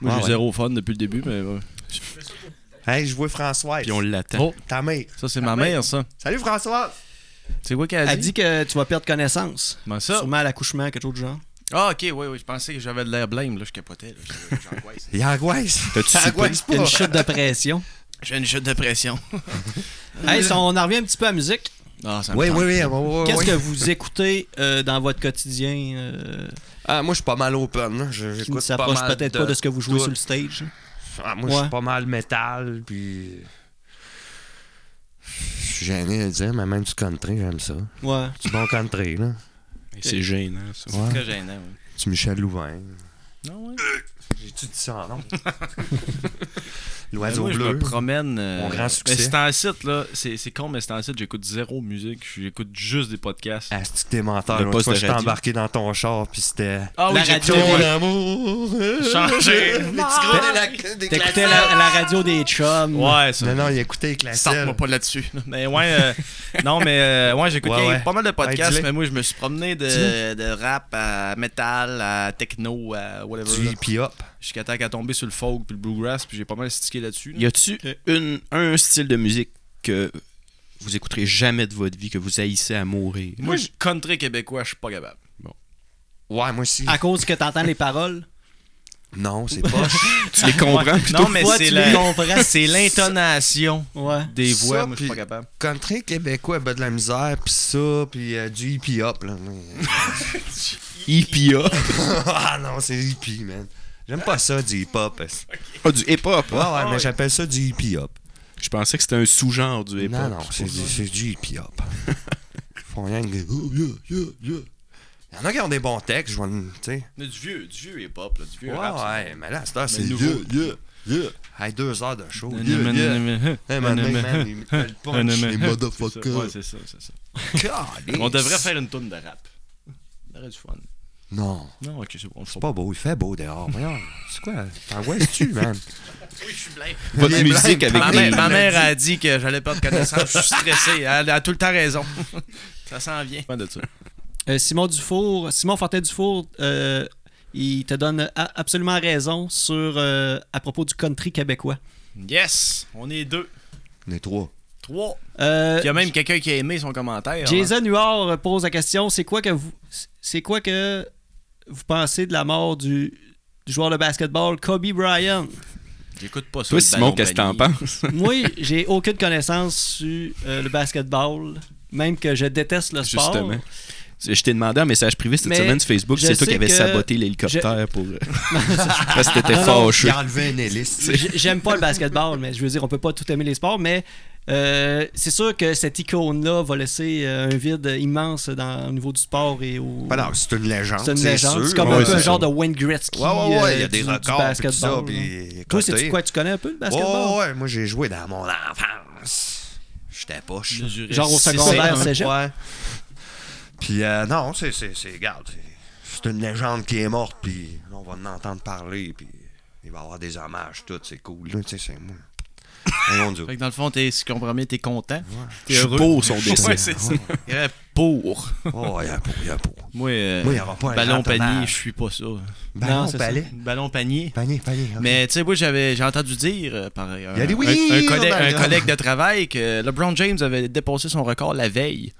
Moi,
Ah,
j'ai
ouais.
zéro fun depuis le début, mais. euh, ouais.
Hey, je vois Françoise.
Puis on l'attend.
Oh,
Ta mère.
ça, c'est ma mère, ça.
Salut Françoise.
C'est quoi qu'elle
Elle
a
a
dit?
dit que tu vas perdre connaissance.
Comment ça?
Sûrement à l'accouchement, quelque chose de genre.
Ah, ok, oui, oui. Je pensais que j'avais de l'air blême, là. Je capotais, là. J'angoisse.
Il angoisse.
T'as-tu
Il angoisse pas.
Une chute de pression.
J'ai une chute de pression.
hey, si on en revient un petit peu à la musique,
Ah, ça me
Oui,
tente.
oui, oui. oui,
qu'est-ce
oui.
que vous écoutez euh, dans votre quotidien euh,
Ah, moi, je suis pas mal open. là. Je-
qui ne
J'écoute pas
s'approche
mal
peut-être pas de ce que vous jouez sur le stage? hein?
Ah, moi, je suis
Ouais.
pas mal métal, puis... Je suis gêné de le dire, mais même du country, j'aime ça.
Ouais.
Du bon country, là.
C'est gênant, ça.
Ouais.
Très gênant, oui.
Du Michel Louvain.
Non, ouais.
J'ai-tu dit ça en nom? l'oiseau
Ben, Moi, Je me
bleu.
promène. euh,
Mon grand succès.
mais C'est un site, là. C'est c'est con, mais c'est un site. J'écoute zéro musique. J'écoute juste des podcasts.
Ah, c'est que t'es menteur.
Le
L'autre
poste
fois,
de
j'étais
radio.
embarqué dans ton char, puis c'était.
Ah
La
j'écoutais-
radio,
ouais.
amour.
Changer.
T'écoutais la, la radio des chums.
Ouais, ça.
Non, non, il écoutait les classiques.
Sors-moi pas là-dessus. Mais ouais, euh, non, mais euh, ouais, j'écoutais
Ouais, ouais.
pas mal de podcasts,
Ouais, dis-le.
mais moi, je me suis promené de, de rap à metal à techno à whatever. là.
Du hip hop.
Jusqu'à temps qu'à tomber sur le folk puis le bluegrass, puis j'ai pas mal stické là-dessus. là.
Y a-tu une- un style de musique que vous écouterez jamais de votre vie, que vous haïssez à mourir
Moi, je country québécois, je suis pas capable.
Ouais, moi aussi.
Ah.
À cause que t'entends les paroles.
Non, c'est pas.
Tu les comprends
Non, mais
Toi,
c'est
tu
la-
les comprends.
c'est l'intonation
Ouais.
des
Ça,
voix, moi, je suis
puis-
pas capable.
Country québécois, ben de la misère, pis ça, pis euh, du hippie hop, là.
hippie hop.
ah non, c'est hippie, man. J'aime pas ça, du hip hop. Ouais,
Ah, du hip hop.
ouais, mais j'appelle ça du hippie hop.
Je pensais que c'était un sous-genre du hip hop.
Non, non, c'est du, c'est du hippie hop. Ils font rien de. Oh, yeah, yeah, yeah. Il y en a qui ont des bons textes, je vois, tu sais.
Du vieux, du vieux hip-hop, là, du vieux
Ouais,
rap. ça.
ouais, mais là, à cette heure, c'est.
nouveau.
Yeah, yeah, yeah. Hey, deux heures de show.
Un
Yeah,
humain,
yeah.
un humain,
Hey,
un
man, hey,
humain,
man, il me fait le
un
punch,
humain.
les
C'est ça,
motherfuckers.
ouais, c'est ça, c'est ça.
Calisse.
On devrait faire une tourne de rap. Ça aurait du fun.
Non,
Non, ok, c'est bon.
c'est pas beau, il fait beau dehors. Voyons, c'est quoi T'angoisses-tu, man
Oui, je suis blême.
Votre
Les
musique
blagues,
avec
Ma,
les-
des...
mère, ma mère a dit que j'allais perdre connaissance. Je suis stressé. Elle a tout le temps raison. Ça s'en vient. Pas de ça.
Euh, Simon Dufour, Simon Fortin Dufour, euh, il te donne a- absolument raison sur euh, à propos du country québécois.
Yes! On est deux.
On est trois.
Trois.
Euh,
Puis Il y a hein? même quelqu'un qui a aimé son commentaire.
Jason Huard pose la question c'est quoi que vous c'est quoi que vous pensez de la mort du, du joueur de basketball Kobe Bryant
Hein. J'écoute pas ça.
Toi,
le
Simon,
ballon
qu'est-ce que t'en
banni.
penses
Moi, j'ai aucune connaissance sur euh, le basketball, même que je déteste le sport.
Justement. Je t'ai demandé un message privé cette
Mais
semaine sur Facebook,
je
c'est toi
sais
qui avais
que
saboté l'hélicoptère pour. euh, Parce que t'étais fâché.
Il a enlevé un hélice.
J'ai- J'aime pas le basketball, mais je veux dire, on peut pas tout aimer les sports, mais euh, c'est sûr que cette icône-là va laisser euh, un vide immense dans, au niveau du sport et au.
Ben non, c'est une légende.
c'est une légende.
sûr.
C'est comme
Ouais,
un peu
c'est
un
sûr.
genre de Wayne Gretzky.
Ouais, ouais, ouais, il y
euh,
a des
du- du
records. Puis tout ça,
basketball, là.
puis.
Toi,
côté.
sais-tu quoi Tu connais un peu le
Ouais,
basketball
ouais, moi j'ai joué dans mon enfance. J'étais poche.
Mesurer
Genre au
six,
secondaire,
sept,
cégep.
Ouais. Puis euh, non, c'est. c'est, c'est regarde, c'est, c'est une légende qui est morte, puis on va en entendre parler, puis il va y avoir des hommages, tout, c'est cool. Là, tu sais, c'est moi. Mais mon Dieu.
Fait que dans le fond, t'es, si tu comprends bien, t'es content.
Je suis pour son décès.
Ouais, c'est ça. Il y aurait pour.
Oh, il y a pour, il y a pour.
Moi, euh,
Moi, il y aura pas un
ballon
grand
panier,
hommage.
je suis pas ça.
Non,
Ballon,
c'est ça.
Ben palais.
Ballon panier.
Panier, panier. ok.
Mais tu sais, moi, j'avais, j'ai entendu dire euh, par un,
Il y a des oui,
un- un collègue,
Ronaldo.
un collègue de travail que LeBron James avait dépassé son record la veille.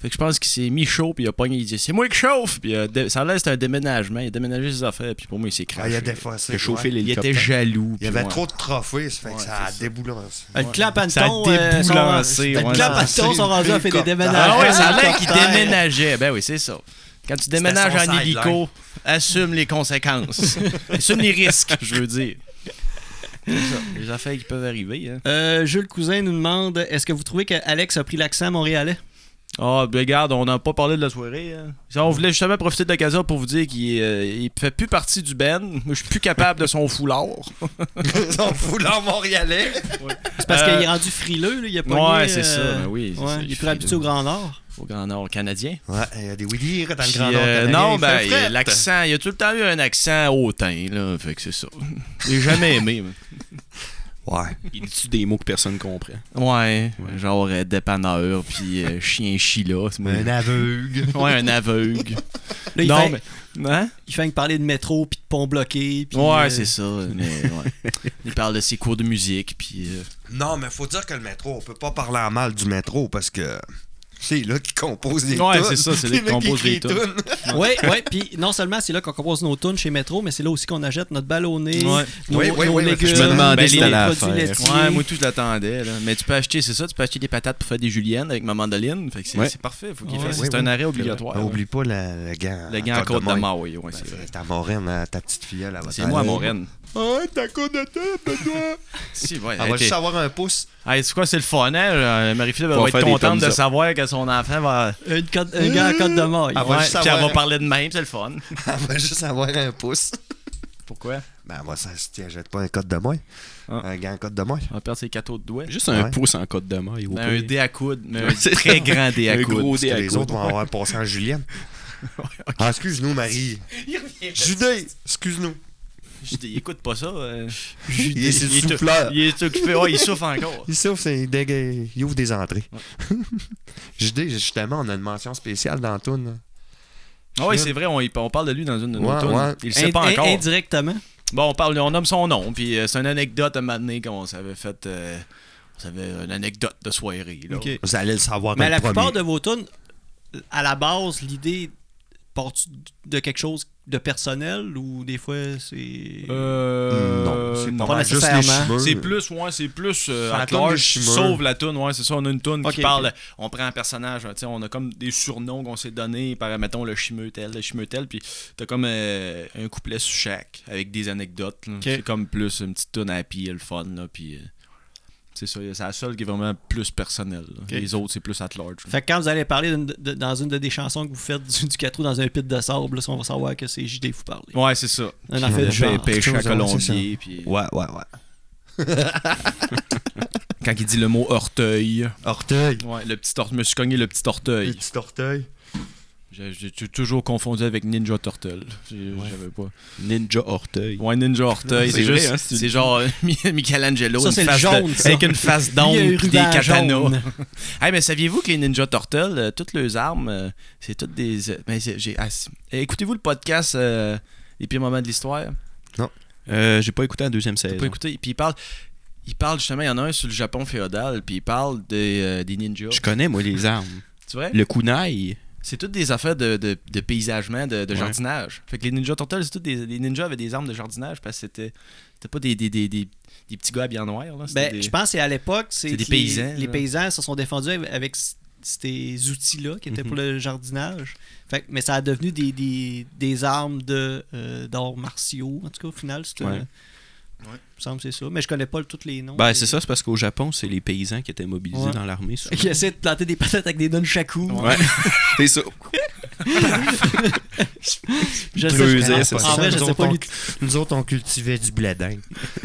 Fait que je pense qu'il s'est mis chaud, puis il a pogné, il dit C'est moi qui chauffe Puis euh, dé- ça là, c'était un déménagement. Il a déménagé ses affaires, puis pour moi, il s'est
Ah,
craché.
il a défoncé.
T'as chauffé
ouais.
Il était
l'hélicoptère.
jaloux.
Il y avait trop de trophées, ça fait que ça a déboulencé.
Le clan
Ça a
Panton. euh, sont-
déboulencé,
Le
ouais.
clan Panton sont rendus à faire des déménagements.
Ah ouais, ça a l'air qu'il
Hélicoptère.
déménageait. Ben oui, c'est ça. Quand tu déménages
son
en
sideline.
hélico, assume les conséquences. assume les risques, je veux dire. C'est ça. Les affaires qui peuvent arriver. Hein.
Euh, Jules Cousin nous demande est-ce que vous trouvez que Alex a pris l'accent montréalais
Ah, ben regarde, on n'a pas parlé de la soirée. hein. Ça, On voulait justement profiter de l'occasion pour vous dire qu'il euh, il fait plus partie du Ben. Moi, je suis plus capable de son foulard.
Ils sont foulard montréalais.
C'est parce
Euh,
qu'il est rendu frileux, là, il a pas
ouais, c'est ça, ben oui, c'est
euh, ouais,
ça,
il
je
est
suis
plus habitué au Grand Nord.
Au Grand Nord canadien.
Ouais, il y a des Willy dans le
Puis,
Grand Nord.
euh,
canadien,
non,
il
ben,
fait frette.
il- l'accent, il a tout le temps eu un accent hautain, là. Fait que c'est ça. J'ai jamais aimé. moi.
Ouais.
Il dit des mots que personne comprend.
Ouais, genre euh, dépanneur, puis euh, chien chila. c'est moi.
Un aveugle.
Ouais, un aveugle.
Là, il,
non,
fait,
mais. Hein?
il fait que parler de métro puis de pont bloqué. puis,
ouais,
euh,
c'est ça. Mais, ouais. Il parle de ses cours de musique, puis. euh,
Non, mais faut dire que le métro, on peut pas parler en mal du métro parce que c'est là qui compose les
Ouais,
tunes.
c'est ça, c'est là qu'ils
là
composent
qu'ils
les
écrivent
tunes.
Ouais, ouais, puis non seulement c'est là qu'on compose nos tunes chez Métro, mais c'est là aussi qu'on achète notre ballonné,
Ouais.
nos,
Oui, oui,
nos
oui,
légumes,
je
me demandais
Ben,
nos
si t'allais la
produits
faire.
laitiers.
Ouais, moi tout je l'attendais. là. Mais tu peux acheter, c'est ça, tu peux acheter des patates pour faire des juliennes avec ma mandoline. Fait que c'est
Ouais.
c'est parfait, faut qu'il
Ouais.
fasse.
Oui,
C'est
oui.
un arrêt obligatoire.
Ah, Oublie pas le, le gant. Ben,
Le
Ah,
gars en côte de Maui, ouais, c'est vrai.
C'est à Moraine, hein, ta petite fille, là.
C'est moi, mon reine.
Ah, ta côte de tête, Benoît.
Si, ouais.
Ah,
Elle va
arrêtez.
juste avoir un pouce.
Hey, c'est quoi, c'est le fun, hein? Euh, Marie-Philippe elle
Faut
va
faire
être
des
contente
thumbs
de
up.
savoir que son enfant va.
Une côte- un gars en côte de maille.
Ah,
Ouais,
juste
puis elle
savoir-
va parler de même, c'est le fun.
Elle va juste avoir un pouce.
Pourquoi
Ben, moi, ça, si tu achètes pas un code de moins,
Ah.
un grand code de moins.
On va perdre ses cadeaux de doigts.
Juste un
Ouais.
pouce en code de maille. au
Ben,
pire.
un dé à coude, mais un
Ouais, c'est
très
ça.
grand dé à
Un
coude.
gros
Parce
dé
que
à
les
coude.
autres vont avoir passé en Julienne. Ah, excuse-nous, Marie. Judée, excuse-nous.
Je dis, écoute pas ça. euh,
Il est sur le
il est tout-
souffleur.
il est occupé. Oh, il souffle encore.
Il souffle, c'est dégueu. Il ouvre des entrées. Judée, justement, on a une mention spéciale dans Toon.
Ah oui, c'est vrai, on, y- on parle de lui dans une de nos
Ouais,
tunes.
ouais.
Il le sait pas
In- in-
encore.
Indirectement.
Bon, on parle, on nomme son nom, puis euh, c'est une anecdote à m'amener qu'on s'avait fait. euh, on s'avait une anecdote de soirée. Là.
Ok.
Vous allez le savoir
Mais
dans
la
Ah, ben, le
plupart
premier.
de vos tunes, à la base, l'idée part de quelque chose de personnel ou des fois c'est.
Euh,
Non, c'est pas,
pas
mal, juste les
nécessairement.
cheveux.
C'est plus, ouais, c'est plus euh,
Sur la
at
toune des
large,
chimeux.
Sauve la toune, ouais, c'est ça. On a une toune
Ok,
qui
ok.
parle. On prend un personnage, hein, tu sais, on a comme des surnoms qu'on s'est donnés par, mettons, le chimeux tel, le chimeux tel, puis t'as comme euh, un couplet sur chaque avec des anecdotes. là. C'est comme plus une petite toune happy et le fun, là, puis. euh, c'est ça, c'est la seule qui est vraiment plus personnelle. là. Les autres, c'est plus at large. là.
Fait que quand vous allez parler d'une- de- dans une de- des chansons que vous faites du, du 4 roues dans un pit de sable, là, ça, on va savoir que c'est JD que vous parlez.
Ouais, c'est ça.
Un
On
affaire
a
du
fait
genre.
pêcher à
chose, ouais, c'est ça.
Colombier, puis euh,
Ouais, ouais, ouais.
quand il dit le mot orteil,
Orteil.
ouais, le petit orteil, je me suis cogné le petit
Le
orteil.
petit orteil.
J'ai j'ai toujours confondu avec Ninja Turtle. J'ai- J'avais pas.
Ninja Orteil.
Ouais, Ninja Orteil,
C'est
c'est
vrai,
juste.
hein, c'est
c'est
une-
genre euh, Mi- Michelangelo
Ça,
une
c'est le
face de-
jaune, ça.
avec une face
Il y a un
d'onde pis des
ruban
katanas.
jaune.
Hey, mais saviez-vous que les Ninja Turtles, euh, toutes leurs armes, euh, c'est toutes des. euh, mais c'est- j'ai- ah, c'est- eh, Écoutez-vous le podcast euh, Les pires moments de l'histoire
Eh,
Euh, J'ai pas écouté la deuxième saison.
T'as pas écouté Puis il parle. Il parle justement, il y en a un sur le Japon féodal, puis il parle des, euh, des ninjas.
Je connais, moi, les armes.
Tu vois?
Le kunai.
C'est toutes des affaires de, de, de paysagement, de, de
Ouais.
jardinage. Fait que les Ninja Turtles, c'est toutes des, les ninjas avaient des armes de jardinage parce que c'était, c'était pas des, des, des, des, des petits gars habillés en noir. Là. Ah, C'était
Ben,
des-
je pense que c'est à l'époque, c'est
C'est des
que les-
paysans,
Les
là.
paysans se sont défendus avec- avec c- ces outils-là qui étaient pour le jardinage. Fait, que- mais ça a devenu des, des, des armes de euh, d'arts martiaux. En tout cas, au final, c'est.
Ouais.
euh, Il me semble que c'est ça. Mais je connais pas le- tous les noms.
Ben,
des-
c'est ça, c'est parce qu'au Japon, c'est les paysans qui étaient mobilisés
Ouais.
dans l'armée. souvent.
Qui essaient de planter des patates avec des nunchakus.
Ouais. c'est ça.
Je sais-
Creuser,
en-
c'est
en
ça.
vrai, je
nous,
sais
autres,
pas.
on, nous autres, on cultivait du blé d'Inde.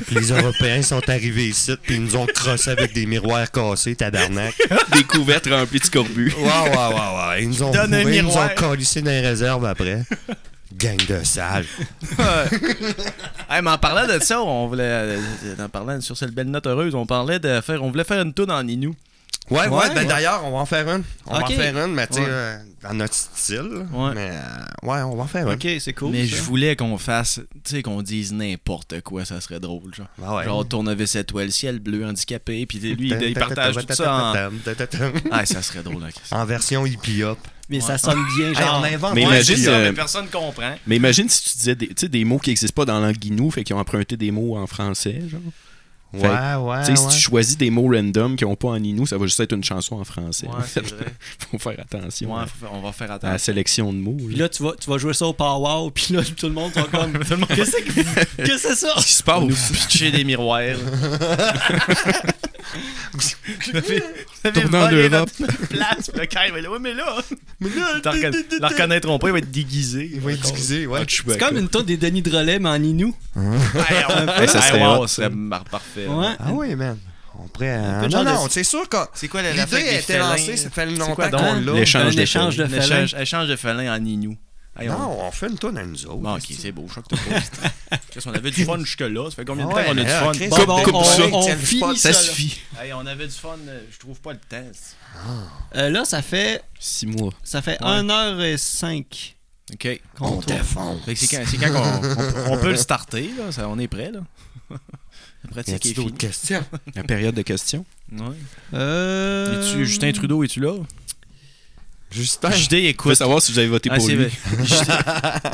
Puis les Européens sont arrivés ici, puis ils nous ont crossé avec des miroirs cassés, tabarnak.
Des couvertes remplies de scorbut.
Ouais, ouais, ouais, ouais. Ils nous ont
Donne un
bourrés, ils nous ont
miroir.
calissé dans les réserves après. Gang de sales.
Hey, mais en parlant de ça, on voulait. euh, En parlant sur cette belle note heureuse, on parlait de faire. On voulait faire une toune en Inou.
Ouais, ouais,
Ouais,
ben
ouais.
d'ailleurs, on va en faire une. On
Ok.
va en faire une, mais tu sais,
Ouais.
euh, dans notre style.
Ouais.
Mais euh, ouais, on va en faire une.
Ok, c'est cool.
mais
ça.
je voulais qu'on fasse. Tu sais, qu'on dise n'importe quoi, ça serait drôle. Genre,
Ah ouais.
genre tournevis étoile, ciel bleu, handicapé, puis lui, il, il partage tout ça en. Ah, ça serait drôle, ok.
En version hippie hop.
Mais ça sonne bien,
Hey,
genre.
on invente
Mais
pas
imagine,
un
euh,
hippie-hop.
Mais personne comprend.
Mais imagine si tu disais des, tu sais, des mots qui n'existent pas dans la langue guinou, fait qu'ils ont emprunté des mots en français. Genre.
Ouais,
fait-
Ah,
ouais,
Tu sais,
ouais.
Si tu choisis des mots random qui n'ont pas en inou, ça va juste être une chanson en français.
Ouais, c'est vrai.
Faut faire attention
Ouais,
à-
faut faire- on va faire
à la
attention.
sélection de mots. là.
Puis là, tu vas, tu vas jouer ça au powwow, puis là, tout le monde va comme.
Tout le monde
Qu'est-ce que qu'est-ce que c'est ça?
Qu'est-ce qui se
On nous
passe?
pitcher des miroirs. Vous avez- vous avez
Tournant
volé
d'Europe.
notre place, le Kyle, mais là, ouais, mais là, ils te reconna- ils le reconnaîtront pas, il va être déguisé.
Il va excuser, ouais.
Ah, Chewbacca.
C'est comme une tonne des Denis Drolet, mais en Inou.
Hey, on-
Hey, ça
hey,
serait
wow,
hot,
ça serait mar- parfait.
Ouais.
Ah oui, man. On pourrait.
peu
euh,
de
Non,
genre de-
non, c'est sûr que
C'est quoi la
l'idée a été lancée, ça fait
quoi
longtemps
donc?
qu'on l'a.
L'échange
Un
de
échange de félins.
Échange, échange de félin en Inou. Hey, on-
Non, on fait une tonne à nous autres.
Bon, ok, c'est beau, choc de Qu'est-ce qu'on avait du fun jusque-là? Ça fait combien de temps
Ouais,
qu'on Ah a du
mais,
fun?
Chris,
Bon,
coupe-
bon,
coupe
on,
ça,
on
tiens le spot,
finit ça.
Ça
là.
suffit.
Hey, on avait du fun, euh, je trouve pas le temps.
Euh, là, ça fait,
Six mois.
ça fait
Ouais.
1h05
Ok.
qu'on tourne.
défonce.
Fait que c'est quand, c'est quand qu'on- on, on peut le starter, là, ça- on est prêt, là. Après,
Y
c'est
a-t-il
qui est fini.
d'autres questions?
La période de questions.
Ouais.
Euh...
Es-tu- Justin Trudeau, es-tu là?
Justin.
JD
Je veux
écoute.
savoir si vous avez voté
Ah,
pour
c'est
lui.
vrai. JD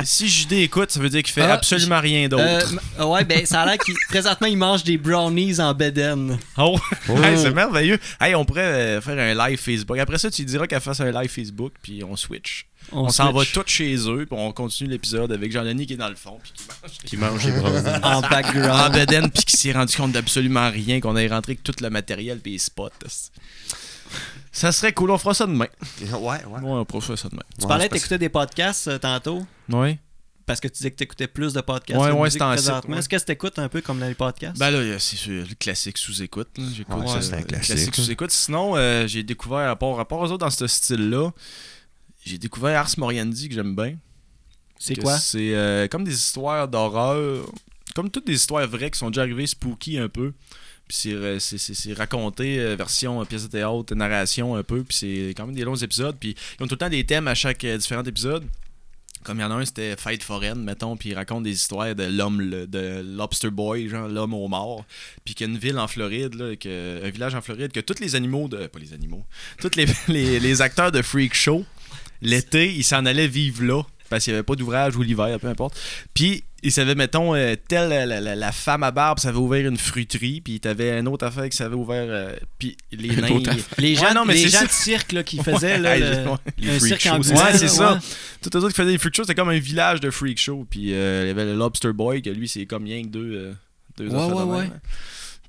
si JD écoute, ça veut dire qu'il fait
Ah,
absolument rien d'autre.
Euh, m- ouais, ben ça a l'air qu'il. Présentement, il mange des brownies en beden.
Oh, Hey, c'est merveilleux. Hey, on pourrait euh, faire un live Facebook. Après ça, tu diras qu'elle fasse un live Facebook, puis on switch. On, s'en va
switch
tous chez eux, puis on continue l'épisode avec Jean-Denis qui est dans le fond, puis qui mange.
Qui mange les brownies.
en
Ah,
background.
Beden, puis qui s'est rendu compte d'absolument rien, qu'on ait rentré avec tout le matériel, puis les spots. Ça serait cool, on fera ça demain.
Ouais, ouais.
Ouais, on fera ça demain.
tu parlais, t'écoutais des podcasts euh, tantôt.
Ouais.
parce que tu disais que tu écoutais plus de podcasts
Ouais,
que de
ouais,
musique
c'est en
présentement.
site, ouais.
Est-ce que tu écoutes un peu comme dans les podcasts?
Ben là, il y a- c'est sûr, le classique sous-écoute. là. J'écoute
Ouais, ça, c'est un
euh,
classique, là.
sous-écoute. Sinon, euh, j'ai découvert, à part, à part eux autres dans ce style-là, j'ai découvert Ars Moriandi que j'aime bien.
c'est
Que
quoi?
C'est euh, comme des histoires d'horreur, comme toutes des histoires vraies qui sont déjà arrivées, spooky un peu. Puis c'est, euh, c'est, c'est- c'est raconté euh, version euh, pièce de théâtre, narration un peu. Puis c'est quand même des longs épisodes. Puis ils ont tout le temps des thèmes à chaque euh, différent épisode. Comme il y en a un, c'était Fête foraine, mettons, puis il raconte des histoires de l'homme, le- de Lobster Boy, genre l'homme au mort, puis qu'il y a une ville en Floride, là, que, un village en Floride, que tous les animaux, de, pas les animaux, tous les, les, les acteurs de Freak Show, l'été, ils s'en allaient vivre là, parce qu'il n'y avait pas d'ouvrage ou l'hiver, peu importe. Puis ils savaient, mettons, euh, telle la, la- la femme à barbe savait ouvrir une fruiterie, puis t'avais une autre affaire qui savait ouvert, euh, puis les nains.
autre
ils-
affaire.
Les gens,
Ouais, non, mais
les
c'est
gens
ça.
de cirque là, qui faisaient là,
Ouais,
le-
ouais.
Les
un cirque
freak shows,
ambulant,
Ouais, c'est
là,
ça.
ouais.
Tout les autres qui faisaient des freak shows, c'était comme un village de freak show. Puis euh, il y avait le Lobster Boy, que lui, c'est comme rien que deux. euh, deux
Ouais,
affaires
ouais,
de même,
ouais.
hein.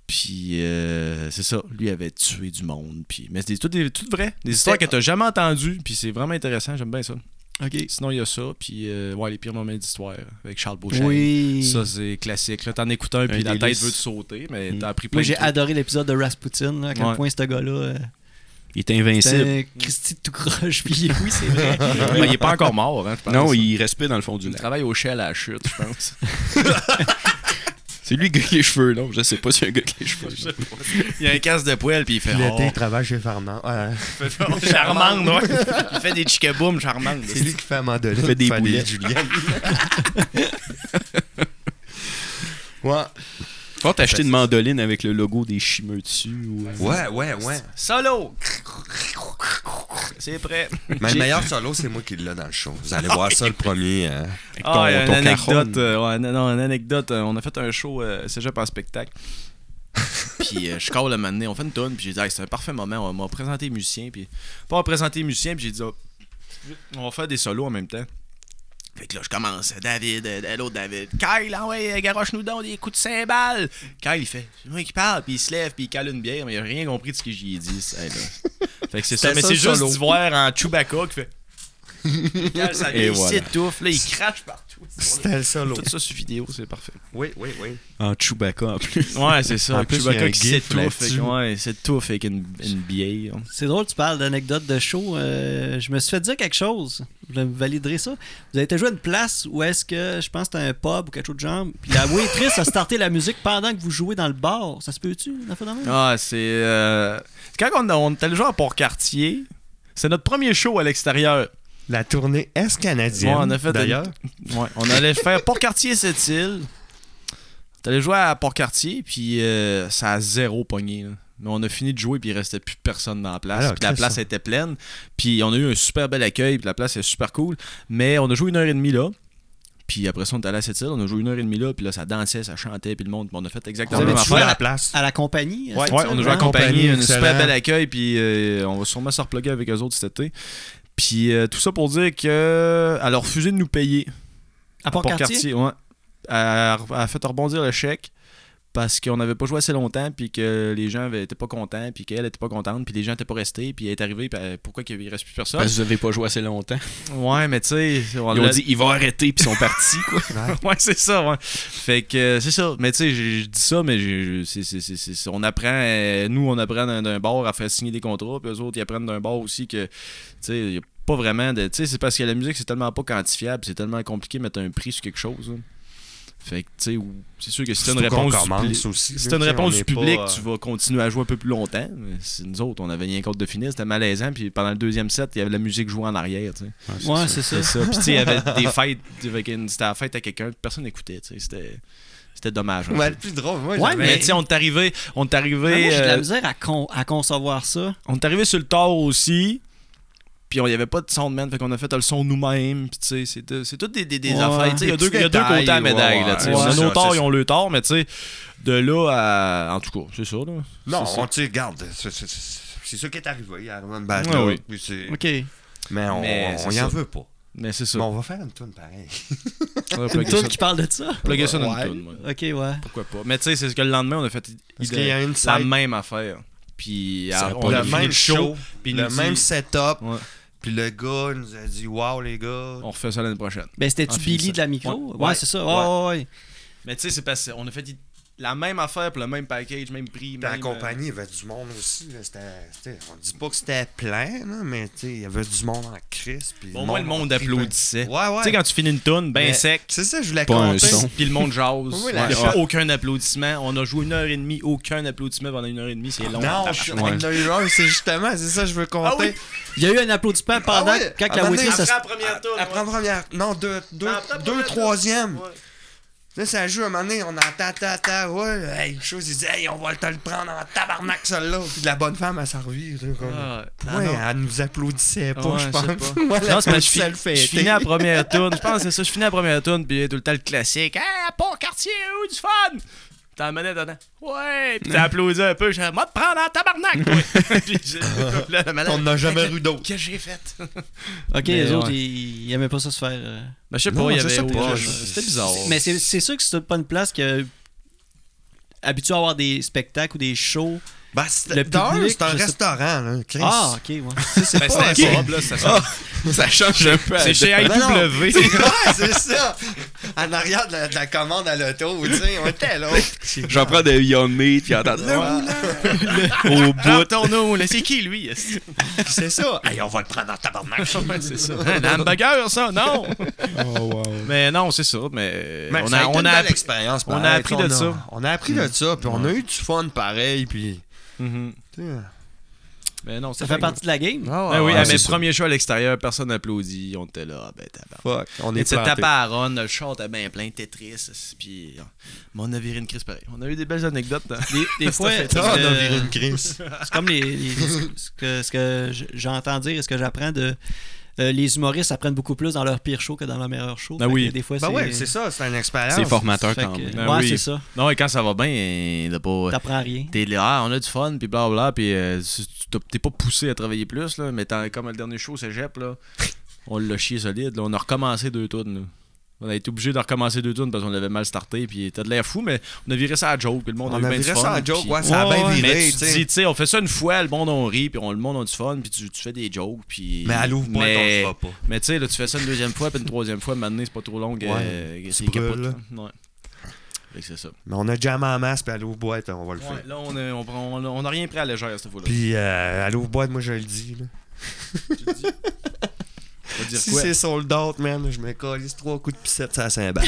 Puis euh, c'est ça, lui avait tué du monde. Puis, mais c'est des- tout, des- tout vrai, des histoires que t'as jamais entendues. Puis c'est vraiment intéressant, j'aime bien ça.
Ok.
Sinon, il y a ça. Puis euh, ouais, les pires moments d'histoire avec Charles Beauchamp.
Oui.
Ça, c'est classique. Là, t'en écoutes un, puis la tête
délice.
veut te sauter. Mais
Mm.
t'as appris plein
Moi,
de
j'ai
trucs.
adoré l'épisode de Rasputin, là, à quel
Ouais.
point ce gars-là, euh,
Il est invincible.
c'était un Christy de tout croche, puis oui, c'est vrai.
Mais Ah, il est pas encore mort, hein, je pense.
Non, il respire dans le fond du
Il
lac.
travaille au Shell à la chute, je pense.
C'est lui qui a les cheveux, non? Je sais pas si c'est un gars qui a les cheveux.
il a un casque de poêle, puis il fait.
L'été,
oh,
il travaille chez Fernand. Ouais.
Charmande, ouais. Il fait des chicaboum charmande.
C'est lui qui fait Amandolin.
Fait des
qui les
boulettes.
Julien. ouais.
Quand t'as acheté une mandoline avec le logo des chimeux dessus ou. euh,
Ouais, ouais, ouais.
Solo! C'est prêt.
Mais le meilleur solo, c'est moi qui l'ai dans le show. Vous allez voir ça le premier. hein.
avec
Ah, il y a une
caron.
anecdote. euh, ouais, non, non, une anecdote. euh, on a fait un show euh, Cégep en spectacle. puis euh, je colle le moment donné, on fait une tonne, puis j'ai dit, Hey, c'est un parfait moment. On m'a présenté les musiciens, puis. Pas on m'a présenté les musiciens, puis j'ai dit, Ah, on va faire des solos en même temps. Fait que là, je commence. David, euh, l'autre David. Kyle, ah ouais, garoche-nous donc des coups de cymbales. Kyle, il fait, c'est moi qui parle, puis il se lève, puis il cale une bière, mais il a rien compris de ce que j'y ai dit. ça, là. Fait que c'est ça,
C'était
mais
ça,
c'est
le
juste
solo.
d'y voir en Chewbacca qui fait. Il cale sa bière, il
voilà.
s'étouffe, là, il crache partout.
C'était le solo.
Tout ça sur vidéo, c'est parfait.
Oui, oui, oui.
En Chewbacca en plus.
Ouais, c'est
En
ça.
plus, il y a un
Chewbacca qui
gif
s'étouffe.
là-dessus.
avec- Ouais, il s'étouffe avec une, une bière.
C'est drôle, tu parles d'anecdotes de show. Euh, je me suis fait dire quelque chose. Je me validerai ça. Vous avez été joué à une place où est-ce que, je pense, c'était un pub ou quelque chose de genre. Puis la waitress a starté la musique pendant que vous jouez dans le bar. Ça se peut-tu, la fois de même?
Ah, c'est. euh, Quand on, on était le jour à Port-Cartier, c'est notre premier show à l'extérieur.
La tournée est canadienne.
Ouais, on a fait
d'ailleurs.
Ouais, on allait faire Port-Cartier, cette île. T'allais jouer à Port-Cartier, puis euh, ça a zéro pogné. là. Mais on a fini de jouer, puis il restait plus personne dans la place.
Alors,
puis la
Chris,
place
ça.
était pleine. Puis on a eu un super bel accueil, puis la place est super cool. Mais on a joué une heure et demie là. Puis après ça, on est allé à cette île, on a joué une heure et demie là, puis là, ça dansait, ça chantait, puis le monde, puis on a fait exactement la
On
avez
même
a
joué
joué à
affaire.
la place.
À la compagnie? euh,
Ouais,
c'est
ouais,
ça,
on a joué en
vraiment?
compagnie, un
Excellent.
super bel accueil, puis euh, on va sûrement se reploguer avec eux autres cet été. Puis euh, tout ça pour dire que. Elle a refusé de nous payer.
À
Pour
Port-Cartier?
quartier, ouais. Elle a elle a fait rebondir le chèque parce qu'on n'avait pas joué assez longtemps, puis que les gens n'étaient pas contents, puis qu'elle était pas contente, puis les gens n'étaient pas restés, puis elle est arrivée, puis elle- pourquoi qu'il ne reste plus personne?
Parce que vous avez pas joué assez longtemps.
Ouais, mais tu sais, on
Ils ont
l'a-
dit, il va arrêter, puis ils sont partis, quoi.
ouais, c'est ça, ouais. Fait que euh, c'est ça. Mais tu sais, je je dis ça, mais je- je- c'est- c'est- c'est- c'est- c'est- on apprend, euh, nous, on apprend d'un, d'un bar à faire signer des contrats, puis eux autres, ils apprennent d'un bar aussi que, tu sais, y a pas vraiment de. Tu sais, c'est parce que la musique, c'est tellement pas quantifiable, c'est tellement compliqué de mettre un prix sur quelque chose. là. Fait que, tu sais, ou- c'est sûr que si t'as une
Surtout qu'on
réponse. du
commence
public-
aussi,
si
là,
t'as une
tu sais, on
réponse
est
du
pas,
public,
euh,
tu vas continuer à jouer un peu plus longtemps. Mais c'est nous autres, on avait rien contre de finir, c'était malaisant. Puis pendant le deuxième set, il y avait la musique jouée en arrière. tu sais.
Ouais, c'est ça.
C'est ça. Puis, tu sais, il y avait des fêtes. avec une- C'était la fête à quelqu'un. Personne n'écoutait. tu sais, C'était c'était dommage. un
Ouais,
peu.
le plus drôle, moi,
Ouais,
j'avais-
Mais, tu sais, on est arrivé. On est
Ah,
arrivé.
moi, j'ai de la
euh,
misère à, con- à concevoir ça.
on est arrivé sur le tard aussi. Puis, on n'y avait pas de soundman. Fait qu'on a fait le son nous-mêmes. Puis, tu sais, c'est de- c'est toutes des, des, des
Ouais.
affaires. tu sais, Il y a
Des
deux,
petits
il y a deux côtés à la
détails,
médaille.
ouais,
là, tu sais.
ouais.
On a
C'est
nos
ça,
torts,
c'est
ils ont le tort. Mais, tu sais, de là à. En tout cas, c'est ça. Là.
Non,
C'est ça.
on tu sais, regarde, c'est- c'est- c'est c'est ça qui est arrivé à Iron Battle.
Ouais, oui.
puis c'est-
OK.
Mais on,
Mais
on
c'est
y en
ça.
veut pas.
Mais c'est ça.
Mais on va faire une tune pareil.
On va
Une
plugger ça-
toune qui parle de ça?
plugger ça dans
Ouais.
une toune, ouais.
OK, ouais.
Pourquoi pas. Mais, tu sais, c'est ce que le lendemain, on a fait.
Parce qu'il y a une
la
salle,
même affaire. Puis
Ça a
alors,
pas
on
de
a
le
fini
fait
même
le show,
show,
puis il
le
nous
même
dit-
setup.
Ouais.
Puis le gars nous a dit Waouh, les gars.
On refait ça l'année prochaine.
Ben, c'était-tu
En
Billy
finissant.
de la micro?
Ah, Ouais.
Ouais, c'est ça. Ouais, ouais, ouais.
Mais tu sais, c'est parce qu'on a fait la même affaire pour le même package, même prix.
Puis la
même, euh,
compagnie, il y avait du monde aussi. là, c'était- c'était- on dit pas que c'était plein, là, mais tu sais, il y avait du monde en crise. puis
euh, Au moins, le monde
on tripait.
applaudissait.
Ouais, ouais.
Tu sais, quand tu finis une toune, ben
Mais
sec.
C'est ça, je voulais
Pas un
compter.
son.
Puis le monde jase.
Oui, la
Il y aura
shot.
aucun applaudissement. On a joué une heure et demie, aucun applaudissement pendant une heure et demie, c'est long.
Non, je suis
Ouais.
en a eu un, c'est justement, c'est ça, que je veux compter.
Ah oui,
Il y a eu un applaudissement
Ah
pendant
Ah ouais,
quand
à
la
un moment donné,
waitress a-
Après la première toune.
Après la première. Non, deux, deux,
Non, après la
deux
première
troisième.
toune, ouais.
Là, ça joue, à un moment donné, on entend, ta, ta, ouais. Hey, le chose, il dit, hey, on va te le prendre en tabarnak, celle-là. Puis la bonne femme, elle s'en revient. là, comme,
Ah,
ouais, hein.
non, non.
elle nous applaudissait pas,
Ouais,
je
je
pense.
sais pas.
Moi, la
Non, c'est parce
petite,
que je,
elle
fi-
fêtait.
je finis la première tourne. Je pense que c'est ça. Je finis la première tourne, puis il y a tout le temps le classique. Ah, pas quartier ou du fun! T'as la manette dedans. Ouais! Puis t'as applaudi un peu. Je vais te prendre en tabarnak! toi. Puis j'ai-
Ah.
là, la manette,
On n'a jamais eu d'autres.
Qu'est-ce que j'ai fait?
Ok,
Mais
les autres,
ouais.
ils ils aimaient pas ça se faire. euh.
Ben, je sais
Non,
pas, il y
je
avait.
sais pas,
autre-
je-
C'était bizarre.
Mais c'est c'est sûr que c'est pas une place qui a- habituée à avoir des spectacles ou des shows.
Ben, c'est
Le
d'un,
public,
c'est un
je sais-
restaurant, là. Chris.
Ah, ok, ouais.
c'est
Ben,
pas un
c'était un
bar.
pub, là, ça sent-
Ça change un peu. à
C'est chez
Ben non.
IW.
Ouais, c'est ça. En arrière de la, de la commande à l'auto, tu sais, on était là.
J'en prends de Beyond Meat, puis entends
Ouais.
au bout.
Retournons, là. C'est qui, lui? est-ce?
Puis c'est ça. Hey, on va le prendre en tabarnak.
Ouais, c'est ça. Hein, le hamburger, ça? Non! Mais non, c'est ça. Mais,
Mais
on
ça
a,
été
on
une
a
belle
appris.
expérience.
on a
pareil,
appris
tu sais,
de
on a-
ça.
On a appris de ça, Mm. puis on a eu du fun pareil, puis.
Mhm.
tu sais.
Mais non, c'est
Ça fait partie de la game.
Ah ouais,
Ben oui,
ouais,
à
c'est
mes
ça.
premiers shows à l'extérieur, personne n'applaudit. On était là, ah ben tabarnak.
Fuck, on
Et
est
tu sais,
planté.
tapé à Aaron, le char était bien plein, t'es triste. Puis, euh, mais on a viré une crise pareille. On a eu des belles anecdotes. hein.
Des, des fois,
fait
Ah, on a
euh,
viré une crise.
c'est comme les, les- ce que, ce que j- j'entends dire et ce que j'apprends de. euh, les humoristes apprennent beaucoup plus dans leur pire show que dans leur meilleur show.
Ben
Fait que
oui.
Des fois,
Ben ouais,
c'est
c'est ça, c'est une
Ah,
expérience.
C'est formateur
Fait
quand
que-
même.
Ben
ouais,
oui.
c'est ça.
Non, et quand ça va bien, t'as pas.
T'apprends rien.
T'es là, ah, on a du fun, puis blablabla, puis euh, tu- tu- t'as- t'es pas poussé à travailler plus, là, mais t'as- comme le dernier show au cégep, là, on l'a chié solide, là, on a recommencé deux tonnes. On a été obligé de recommencer deux tonnes parce qu'on l'avait mal starté, puis t'as de l'air fou, mais on a viré ça à joke, puis le monde a
On
eu
a
bien du
viré
fun,
ça en joke,
puis-
ouais, ça a
Ouais,
bien
ouais,
viré,
Mais
tu
tu te
sais.
dis, tu sais, on fait ça une fois, le monde on rit, puis on, le monde on a du fun, puis tu, tu fais des jokes, puis.
Mais à l'ouvre-point, on le
mais-
fera pas.
Mais tu sais, là, tu fais ça une deuxième fois, puis une troisième fois, maintenant, c'est pas trop long, euh, c'est
brûles,
capote,
là.
là. Ouais. Fait que c'est ça.
Mais on a jamais en masse, puis à l'ouvre-boîte, on va le faire.
Ouais, là, on n'a on, prend- on, a- on a rien pris à la légère cette fois-là.
Puis euh, à l'ouvre-boîte, moi je le dis. Là.
On va dire
Si
quoi?
c'est sold out, man, je me colle trois coups de pissette ça la balles.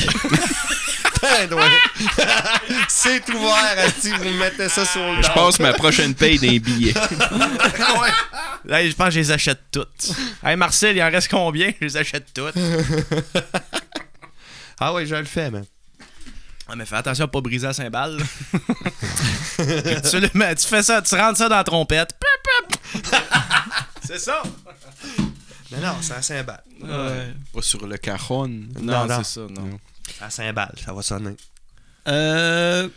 Ben ouais. c'est ouvert, si vous mettez ça sur le
Je passe ma prochaine paye d'un billet.
Là, je pense que je les achète toutes. hey, Marcel, il en reste combien? Je les achète toutes.
Ah ouais, je le fais, man.
Ah, mais fais attention à pas briser à cymbale. tu, le mets- tu fais ça, tu rentres ça dans la trompette. Pip, pip. C'est ça?
Non, non, c'est à Saint-Bal.
Ouais.
Pas sur le cajon.
Non,
Non,
non.
c'est ça, non.
Non.
À Saint-Bal, ça va sonner.
Euh,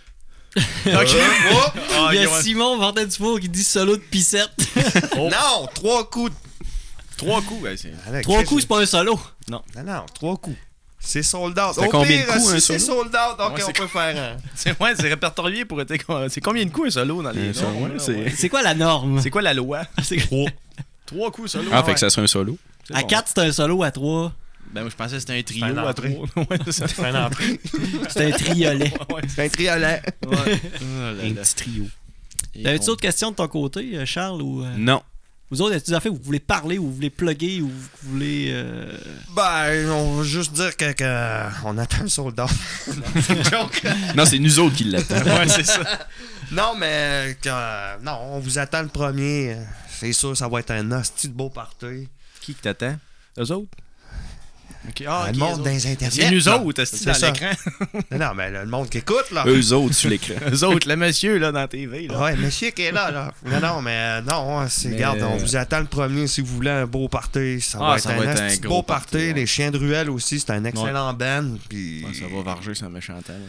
Euh,
Ok. Ah,
il y
ils
a
ont-
Simon Vardet Dufour qui dit solo de pissette.
Non, trois coups. de-
Trois coups, ouais, c'est-
Allez,
Trois
Ah, Chris,
coups, c'est pas un solo.
Non, non, trois coups. C'est sold out.
C'était
Au
combien de
pire,
coups,
si
un
c'est sold out, ok,
Ouais,
on
c'est
peut faire un.
c'est ouais, c'est répertorié pour être. C'est combien de coups un solo dans les.
Un solo,
normes,
ouais,
là,
c'est-
ouais.
C'est quoi la norme?
C'est quoi la loi?
C'est-
Trois. Trois coups solo.
Ah, fait que ça serait un solo.
C'est
À
bon.
4, c'est un solo. À 3,
Ben, moi, je pensais que c'était un trio
C'est un
à trois.
entrée.
Ouais, c'est ça.
C'est un entrée.
c'est un triolet.
Ouais.
C'est un triolet.
Ouais. Oh là là.
trio.
T'avais-tu d'autres questions de ton côté, euh, Charles? Ou, euh,
Non.
Vous autres, avez-tu des affaires que vous voulez parler ou vous voulez plugger ou vous voulez. euh,
Ben, on va juste dire que, que on attend le sold out.
Non, c'est nous autres qui l'attendent.
Ouais, c'est ça.
Non, mais que- non, on vous attend le premier. C'est sûr, ça va être un hostie de beau party.
Qui qui t'attend Eux autres Ok, ah,
Ah,
ok,
le
eux
monde
autres.
des internets.
C'est nous
là.
autres, est-ce
C'est
dans
ça.
l'écran
Non, mais le, le monde qui écoute, là.
Eux autres sur l'écran.
Eux autres, le monsieur, là, dans la TV, là.
Ouais, monsieur qui est là, là. Non, non, mais euh, non, hein, c'est.
Mais- euh,
Regarde, on vous attend le premier si vous voulez un beau party. Ça
Ah,
va être
ça
un,
va être un
hostie de
gros
beau party.
party, ouais.
Les chiens de ruelle aussi, c'est un excellent band. Puis...
Ouais, ça va varger, c'est un méchant temps. là.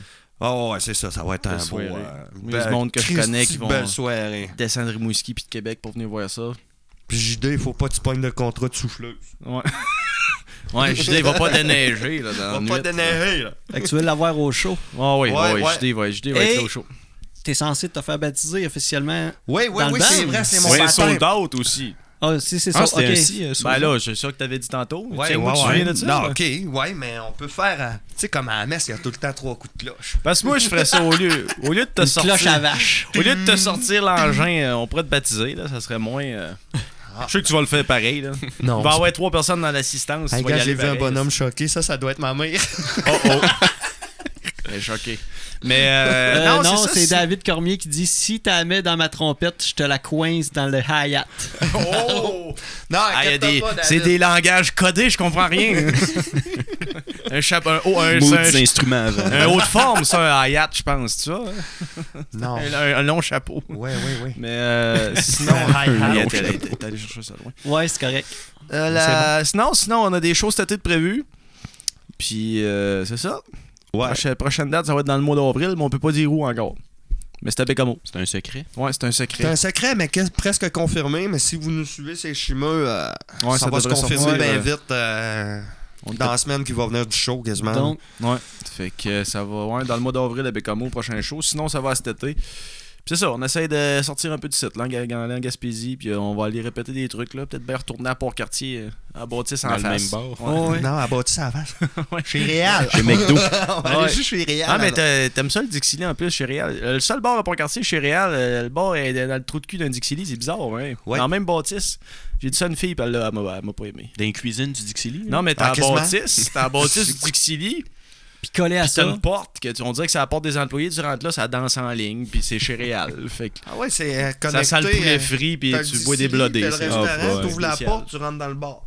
Oh, ouais, c'est ça, ça va être un
Belle
beau.
soirée.
euh,
Oui,
belle-
du monde que je
Christy
connais qui
de
vont-
Belle soirée.
Descendre Rimouski puis de Québec pour venir voir ça.
Puis JD, il faut pas que tu pognes de contrat de souffleuse.
Ouais. ouais, je dis, il va pas déneiger, là, dans la
On
nuit.
va pas déneiger, là.
Fait que tu veux l'avoir au show.
Ah oui,
Ouais,
ouais,
ouais.
je dis, ouais, je dis, ouais,
Et-
c'est au show.
T'es censé te faire baptiser officiellement.
Oui, oui,
Dans le
oui,
band.
c'est vrai, c'est mon
Ouais,
baptême.
sold out aussi.
Ah, si, c'est
Ah,
ça.
c'était
ok.
aussi, euh, ça,
Ben
ça?
là, c'est ça que t'avais dit tantôt.
Ouais,
Tiens,
ouais,
moi, tu te
ouais.
souviens de ça,
Non,
là?
ok, ouais, mais on peut faire. euh, Tu sais, comme à la messe, il y a tout le temps trois coups de cloche.
Parce que moi, je ferais ça au lieu, au lieu de te
Une
sortir.
cloche à vache.
Au lieu de te sortir l'engin, euh, on pourrait te baptiser, là, ça serait moins. euh, Je sais que tu vas le faire pareil. Là. Il
Non.
va y avoir trois personnes dans l'assistance. tu vas y
gars,
aller
j'ai vu un
pareil.
bonhomme choqué, ça, ça doit être ma mère.
Oh oh. Elle est choquée. Ben, Mais euh,
Euh, non,
ça,
c'est David Cormier qui dit si t'as mets dans ma trompette, je te la coince dans le hi-hat.
Oh! Ah, il y
Non,
a
inquiète-toi
des-
pas, David.
c'est des langages codés, je comprends rien. un chapeau, un haut, un,
Maudits
c'est
instruments avant.
un- un haut de forme, ça, un hi-hat, je pense, tu vois.
Non.
Un, un- un long chapeau.
Ouais, ouais, ouais.
Mais euh, sinon,
hi-hat.
Il est allé- il est allé chercher ça loin.
Ouais, c'est correct.
Euh, la- Sinon, sinon, on a des choses cet été de prévues. Puis, euh, c'est ça.
Ouais.
Prochaine, prochaine date, ça va être dans le mois d'avril, mais on peut pas dire où encore. Mais c'est à Bécamo.
C'est un secret.
Ouais, c'est un
C'est
secret.
un secret, mais que- presque confirmé. Mais si vous nous suivez, c'est Chimeux, euh,
Ouais,
ça, va se
devrait
confirmer
sortir,
bien
euh,
vite euh,
on
dans la semaine qui va venir du show quasiment.
Donc,
Ouais. Fait que ça va ouais, dans le mois d'avril à Bécamo, prochain show. Sinon, ça va cet été. Puis c'est ça, on essaye de sortir un peu du site, là, en Ga- en- en Gaspésie. Puis euh, on va aller répéter des trucs, là. Peut-être bien retourner à Port-Cartier, euh, à Bâtisse en
Dans le
face.
même bar.
Ouais.
Non, à bâti ça avance.
Ouais.
Chez Réal.
Chez McDo.
On va aller
Ouais.
juste chez Réal.
Ah, mais
alors.
t'a- t'aimes ça le Dixili en plus chez Réal. Euh, Le seul bar à Port-Cartier chez Réal, euh, le bar est dans le trou de cul d'un Dixili, c'est bizarre, ouais.
Ouais.
Dans la même bâtisse. J'ai dit ça à une fille, puis elle, l'a- elle m'a elle m'a pas aimé.
Dans les cuisines du Dixili. là.
Non, mais t'as
Ah,
la
quasiment.
bâtisse, t'as la bâtisse du Dixili,
puis coller à
puis t'as
ça.
une porte, que tu- on dirait que c'est la porte des employés, tu rentres là, ça danse en ligne, puis c'est chez Réal. Fait que
Ah ouais, c'est euh,
ça
connecté.
sent le poulet
euh,
frit, puis
t'as
tu
le
bois des
distillerie,
blodés.
t'as le
c'est- ah,
restaurant,
ouais,
t'ouvres la
spécial.
porte, tu rentres dans le bar.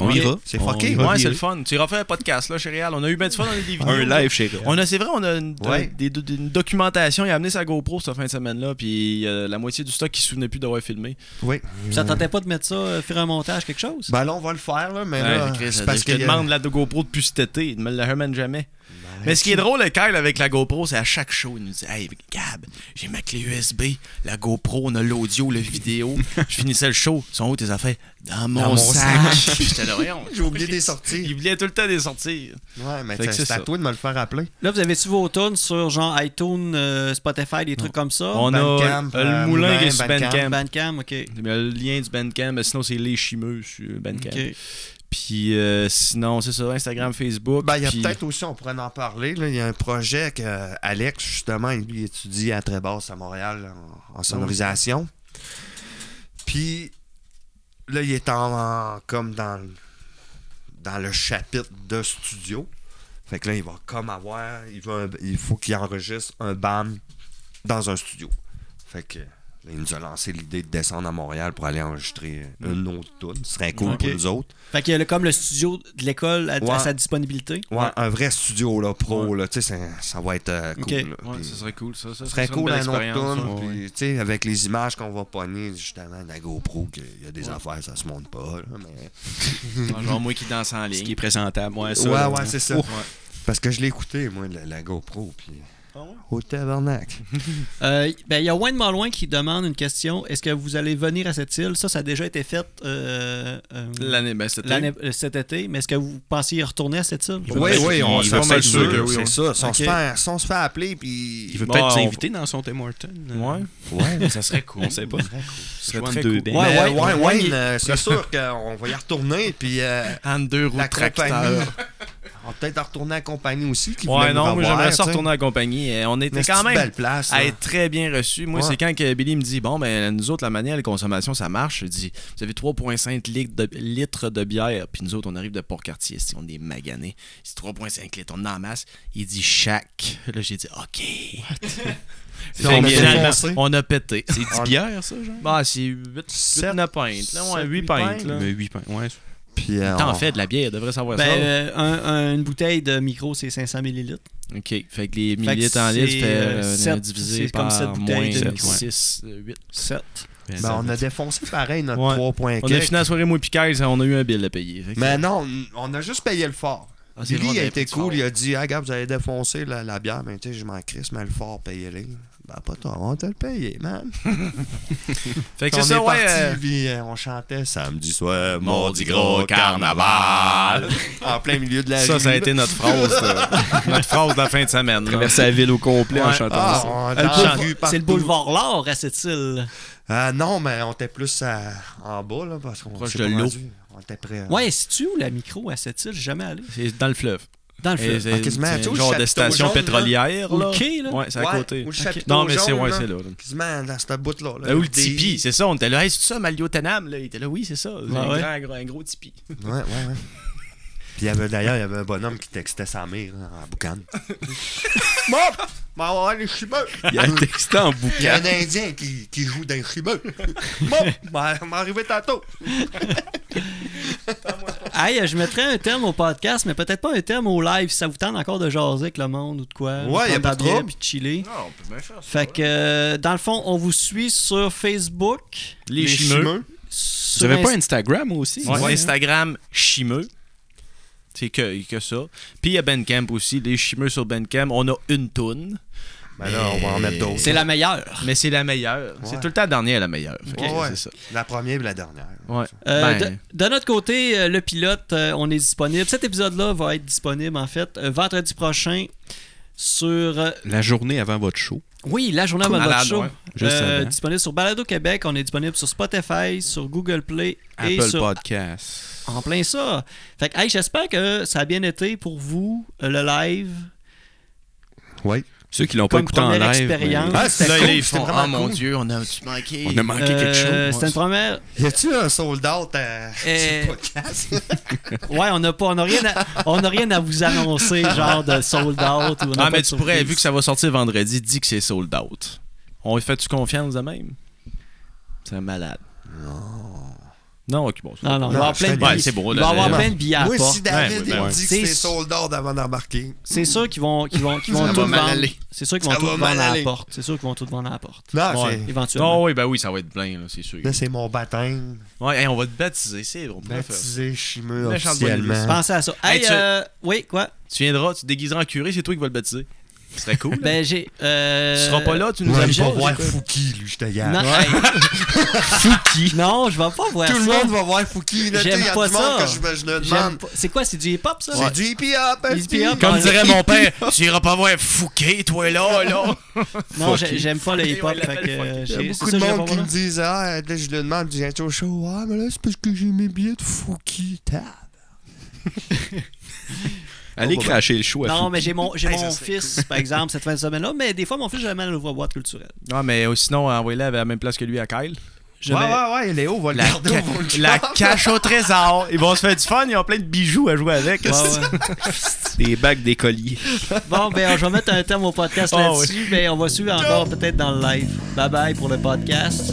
On
Ouais.
ira.
C'est
On-
fucké.
on va
Ouais, c'est
virer.
le fun. Tu refais un podcast, là, chez Réal. On a eu bien du fun, on a eu des vidéos.
Un live chez
On a, c'est vrai, on a une,
Ouais.
des- des- une documentation. Il a amené sa GoPro cette fin de semaine-là, puis euh, la moitié du stock qui se souvenait plus d'avoir filmé.
Oui.
Puis ça tentait pas de mettre ça, euh, faire un montage, quelque chose?
Ben là, on va le faire, là, mais
Ouais,
là,
Chris,
c'est
je
parce
te
que. euh,
demande la de GoPro depuis cet été. Il ne me la ramène jamais. Mais ce qui est drôle avec Kyle avec la GoPro, c'est à chaque show, il nous dit Hey, Gab, j'ai ma clé USB, la GoPro, on a l'audio, la vidéo. je finissais le show. Ils sont où tes affaires Dans mon,
mon
sac. Puis J'étais là, voyons.
J'ai oublié des
Il
sorties.
oubliait tout le temps des sorties.
Ouais, mais
Fait que
t'as-
c'est
c'est à
ça.
toi de me le faire appeler.
Là, vous avez-tu vos tunes sur genre iTunes, euh, Spotify, des trucs comme ça? Hein?
On
Bandcamp,
a
euh,
le moulin
Moulin,
qui est sur Bandcamp.
Bandcamp.
Bandcamp, ok.
Il y a le lien du Bandcamp, mais sinon c'est les chimeux sur Bandcamp.
Ok.
Puis euh, sinon, c'est ça, Instagram, Facebook.
Ben, il y a
puis-
peut-être aussi, on pourrait en parler. là, Il y a un projet que euh, Alex, justement, lui étudie à très basse à Montréal en, en sonorisation. Puis là, il est en, en- comme dans, le- dans le chapitre de studio. Fait que là, il va comme avoir. Il, veut un- il faut qu'il enregistre un BAM dans un studio. Fait que. là, Il nous a lancé l'idée de descendre à Montréal pour aller enregistrer
Mm.
euh, une autre tune. Ce serait cool
Ok.
pour nous autres.
Fait qu'il y a le- comme le studio de l'école à, à
Ouais.
sa disponibilité.
Ouais, un vrai studio là, pro, là, tu sais, ça, ça va être euh, cool.
Ok.
là.
Ouais,
Puis,
ça serait cool, ça. ça
ça serait
une
cool
belle
un autre
expérience,
tourne,
ça.
puis, tu sais, avec les images qu'on va pogner, justement, de la GoPro, qu'il y a des affaires, ça se monte pas, là, mais...
Ouais, Genre moi qui danse en
Ce qui
ligne.
est présentable. Ouais, ça,
ouais,
là.
ouais, c'est ça.
Oh.
Parce que je l'ai écouté, moi, la, la GoPro, puis...
ouais?
Au tabernacle.
Euh, ben, il y a Wayne Malouin qui demande une question. Est-ce que vous allez venir à cette île? Ça, ça a déjà été fait euh, euh,
L'année, ben c'était.
l'année- euh, cet été, mais est-ce que vous pensiez y retourner à cette île?
veut Ouais, mettre- ouais, on il
se
veut
fait
mettre sûr que oui,
c'est
on-
ça. Si on, se
Ok.
fait, si on se fait appeler, puis...
Il veut
Bon,
peut-être
on-
s'inviter dans son Tim Hortons. euh.
Ouais.
Ouais, mais
Ça serait cool.
On sait pas.
serait
Joindre
très
deux
cool.
bands.
Ouais,
ouais,
ouais,
ouais,
ouais, il-
euh, c'est sûr qu'on va y retourner, puis... euh,
En deux roues
la compagnie...
tracteur.
On va peut-être en retourner à la compagnie aussi, qui voulait
Ouais,
nous
non, moi
revoir,
j'aimerais ça
tu sais.
retourner à la compagnie. Et On était
Mais c'est
quand
une
même
belle place.
à
là.
être très bien reçus. Moi,
Ouais.
c'est quand que Billy me dit Bon, ben, nous autres, la manière de consommation, ça marche. Il dit Vous avez 3,5 litres de, litres de bière. Puis nous autres, on arrive de Port-Cartier. si On est maganés. C'est 3,5 litres. On en masse. Il dit Chaque. Là, j'ai dit OK. Fait
on
que
a
finalement,
défoncé.
on a pété.
C'est 10 bières, ça, genre
Ah,
Bah, c'est 8,
Sept-
pintes. Là, ouais, 8
sept, huit
pintes. là.
Mais 8 pains. Ouais.
Puis, euh,
T'en
on-
fais de la bière, devrait savoir
Ah. Ben, euh, un- un- une bouteille de micro, c'est 500 ml.
ça. OK. Fait que les
euh, Fait que
millilitres en litre,
c'est,
fait
euh,
euh,
sept-
divisé
c'est comme
par
sept
moins
bouteilles de
micro.
6, 8.
7.
Ben, on a défoncé pareil notre
Ouais.
3.4.
On a fini la soirée, moi et Piquet, on a eu un bill à payer. Fait que-
Mais non, on a juste payé le fort.
Ah, c'est
Billy
vrai, on
il a
avait
été
fait du
cool,
fort.
il a dit Ah, gars, vous allez défoncer la, la bière, mais tu sais, je m'en crisse, mais le fort, payez-les. ben pas toi, on va te le payer, man.
Fait que
on
c'est ça,
est
ouais.
parti,
euh,
puis euh, on chantait samedi soir, mardi gros carnaval. en plein milieu de la
Ça,
rue.
ça a
là.
été notre phrase. de- notre phrase de la fin de semaine. là.
Traverser la ville au complet en
Ouais.
chantant
Ah,
ça.
on-
Le
dans la rue,
boulevard-
partout.
C'est le boulevard Lord à cette île.
Euh, non, mais on était plus à- en bas, là, parce qu'on
Proche
s'est
de
pas
l'eau.
rendu. On était près.
Ouais, si tu où la micro à cette île? J'ai jamais allé.
C'est dans le fleuve.
Dans le
Et
fleuve.
C'est
Ah, quasiment,
c'est
tu sais,
un
au
genre de
chapiteau
station
jaune, là.
pétrolière.
Ou le
Là.
quai, là?
Ouais, c'est à
Ouais,
côté.
ou le chapiteau
Non, mais c'est
jaune,
ouais,
là.
c'est là. là.
Quasiment dans cette bout-là. là,
Euh, ou le
des-
tipi, c'est ça. On était là, hey, c'est ça, Maliotanam? Là, il était là, oui, c'est ça.
Ah
un,
ouais?
grand, gros- un gros tipi.
Ouais, ouais, ouais. Puis il y avait- d'ailleurs, il y avait un bonhomme qui textait sa mère là, en boucan. Bon, bon, ouais, les chibeux.
Il y a un texte en
Il y a
bouquin.
un Indien qui, qui joue dans les chibeux. Bon, ben, on va arriver tantôt.
Hey, je mettrais un thème au podcast, mais peut-être pas un thème au live si ça vous tente encore de jaser avec le monde ou de quoi.
Ouais, y a
Prendre
pas
la
de
bière
trouble.
puis de chiller.
Non, on peut bien faire
Fait que, euh, dans le fond, on vous suit sur Facebook.
Les, chimeux.
chimeux.
sur
J'avais pas
Inst-
Instagram aussi.
Ouais,
Ouais.
Instagram, chimeux. C'est que, que ça. Puis il y a Bandcamp aussi. Les chimeux sur Bandcamp. On a une toune,
Ben là, on va en mettre d'autres.
C'est la meilleure.
mais c'est la meilleure. C'est
Ouais.
tout le temps la dernière, la meilleure. Fait que
Ouais, ouais.
C'est ça.
La première et la dernière.
Ouais.
Euh,
Ben,
de, de notre côté, euh, le pilote, euh, on est disponible. Cet épisode-là va être disponible, en fait, euh, vendredi prochain sur... euh,
La journée avant votre show.
oui, la journée avant
Malade,
votre show.
ouais.
Juste
Euh,
avant.
disponible sur Balado Québec. On est disponible sur Spotify, sur Google Play et
Apple
sur...
Podcast.
En plein ça. Fait que, hey, j'espère que ça a bien été pour vous, euh, le live.
Oui.
Ceux qui l'ont pas
Comme
écouté en
première
live.
expérience.
mais-
Ah, c'est
là,
cool,
ils
c'était
font,
vraiment
oh mon
cool.
dieu, on a-tu manqué?
On a manqué quelque chose.
Euh,
ouais.
C'était une première...
Y a-tu un sold out à
Euh,
ce podcast?
Ouais, on n'a pas, on n'a rien, à- on n'a rien à vous annoncer, genre de sold out ou on n'a
Ah,
pas
mais
de
tu pourrais,
surprise.
vu que ça va sortir vendredi, dis que c'est sold out. On lui fait-tu confiance de même? C'est un malade. Non. Non, ok, bon. c'est-
Non, non, il va y avoir
je
plein de
t'ai
billets.
Ouais, c'est bon.
Il va y avoir
non.
plein de billets à
Moi,
part.
si David
Ouais,
il
ouais,
me
ouais.
dit que
C'est-
c'est sold out avant d'embarquer.
C'est sûr qu'ils vont, qu'ils vont, qu'ils
Ça
vont
va
tout
mal
vendre.
aller.
C'est sûr qu'ils vont
Ça
tout
va
vendre à
mal
la
aller.
porte. C'est sûr qu'ils vont tout vendre à la porte.
Non,
Ouais.
Éventuellement.
Non, oui, ben oui, ça va être plein, là, c'est sûr.
c'est. Là, c'est mon baptême.
Ouais, hey, on va te baptiser, c'est on pourrait faire.
Baptisé chimeux
Méchante bonne idée.
officiellement.
Pensez à ça.
Hey,
Hey,
tu-
euh, oui, quoi?
Tu viendras, tu te déguiseras en curé, c'est toi qui vas le baptiser. Ce serait cool. hein? là.
Ben, j'ai. euh,
tu seras pas là, tu nous
Ouais,
aimes
il
pas.
va voir Fouki, lui, je te
Non,
garde.
hey. Non, je vais pas voir
Tout le
ça.
monde va voir Fouki. là, tu sais,
J'aime
Il y a
pas
du monde
ça.
que je je le
J'aime
demande.
pas- C'est quoi, c'est du hip-hop, ça?
C'est du hippie hop, un
Hippie
petit.
hop. Comme dirait
mon père, tu iras pas voir Fouquet, toi là, là.
Non, j'ai- j'aime pas le hip-hop.
Ouais, il
fait que,
l'appelle
euh,
Il y
j'ai-
a beaucoup
c'est
de
ça que je vais
monde qui
voir.
me disent Ah, là, je le demande, j'ai un show. Ah, mais là, c'est parce que j'ai mes billets de Fouki. Tab.
Allez cracher le show à
Non,
Fou-
mais j'ai mon, j'ai
Hey, ça
mon
serait
fils, par exemple, cette fin de semaine-là. Mais des fois, mon fils, j'ai jamais le voir boîte culturelle.
Non, mais euh, sinon, envoyez-la à la même place que lui à Kyle.
Je mets-
ouais, ouais, Léo va le
La,
garder au volcan.
la cache au trésor. Ils vont se faire du fun, ils ont plein de bijoux à jouer avec.
Ouais, ouais.
Des bagues, des colliers.
Bon, ben, je vais mettre un terme au podcast
Ah
là-dessus, mais on va suivre encore peut-être dans le live. Bye bye pour le podcast.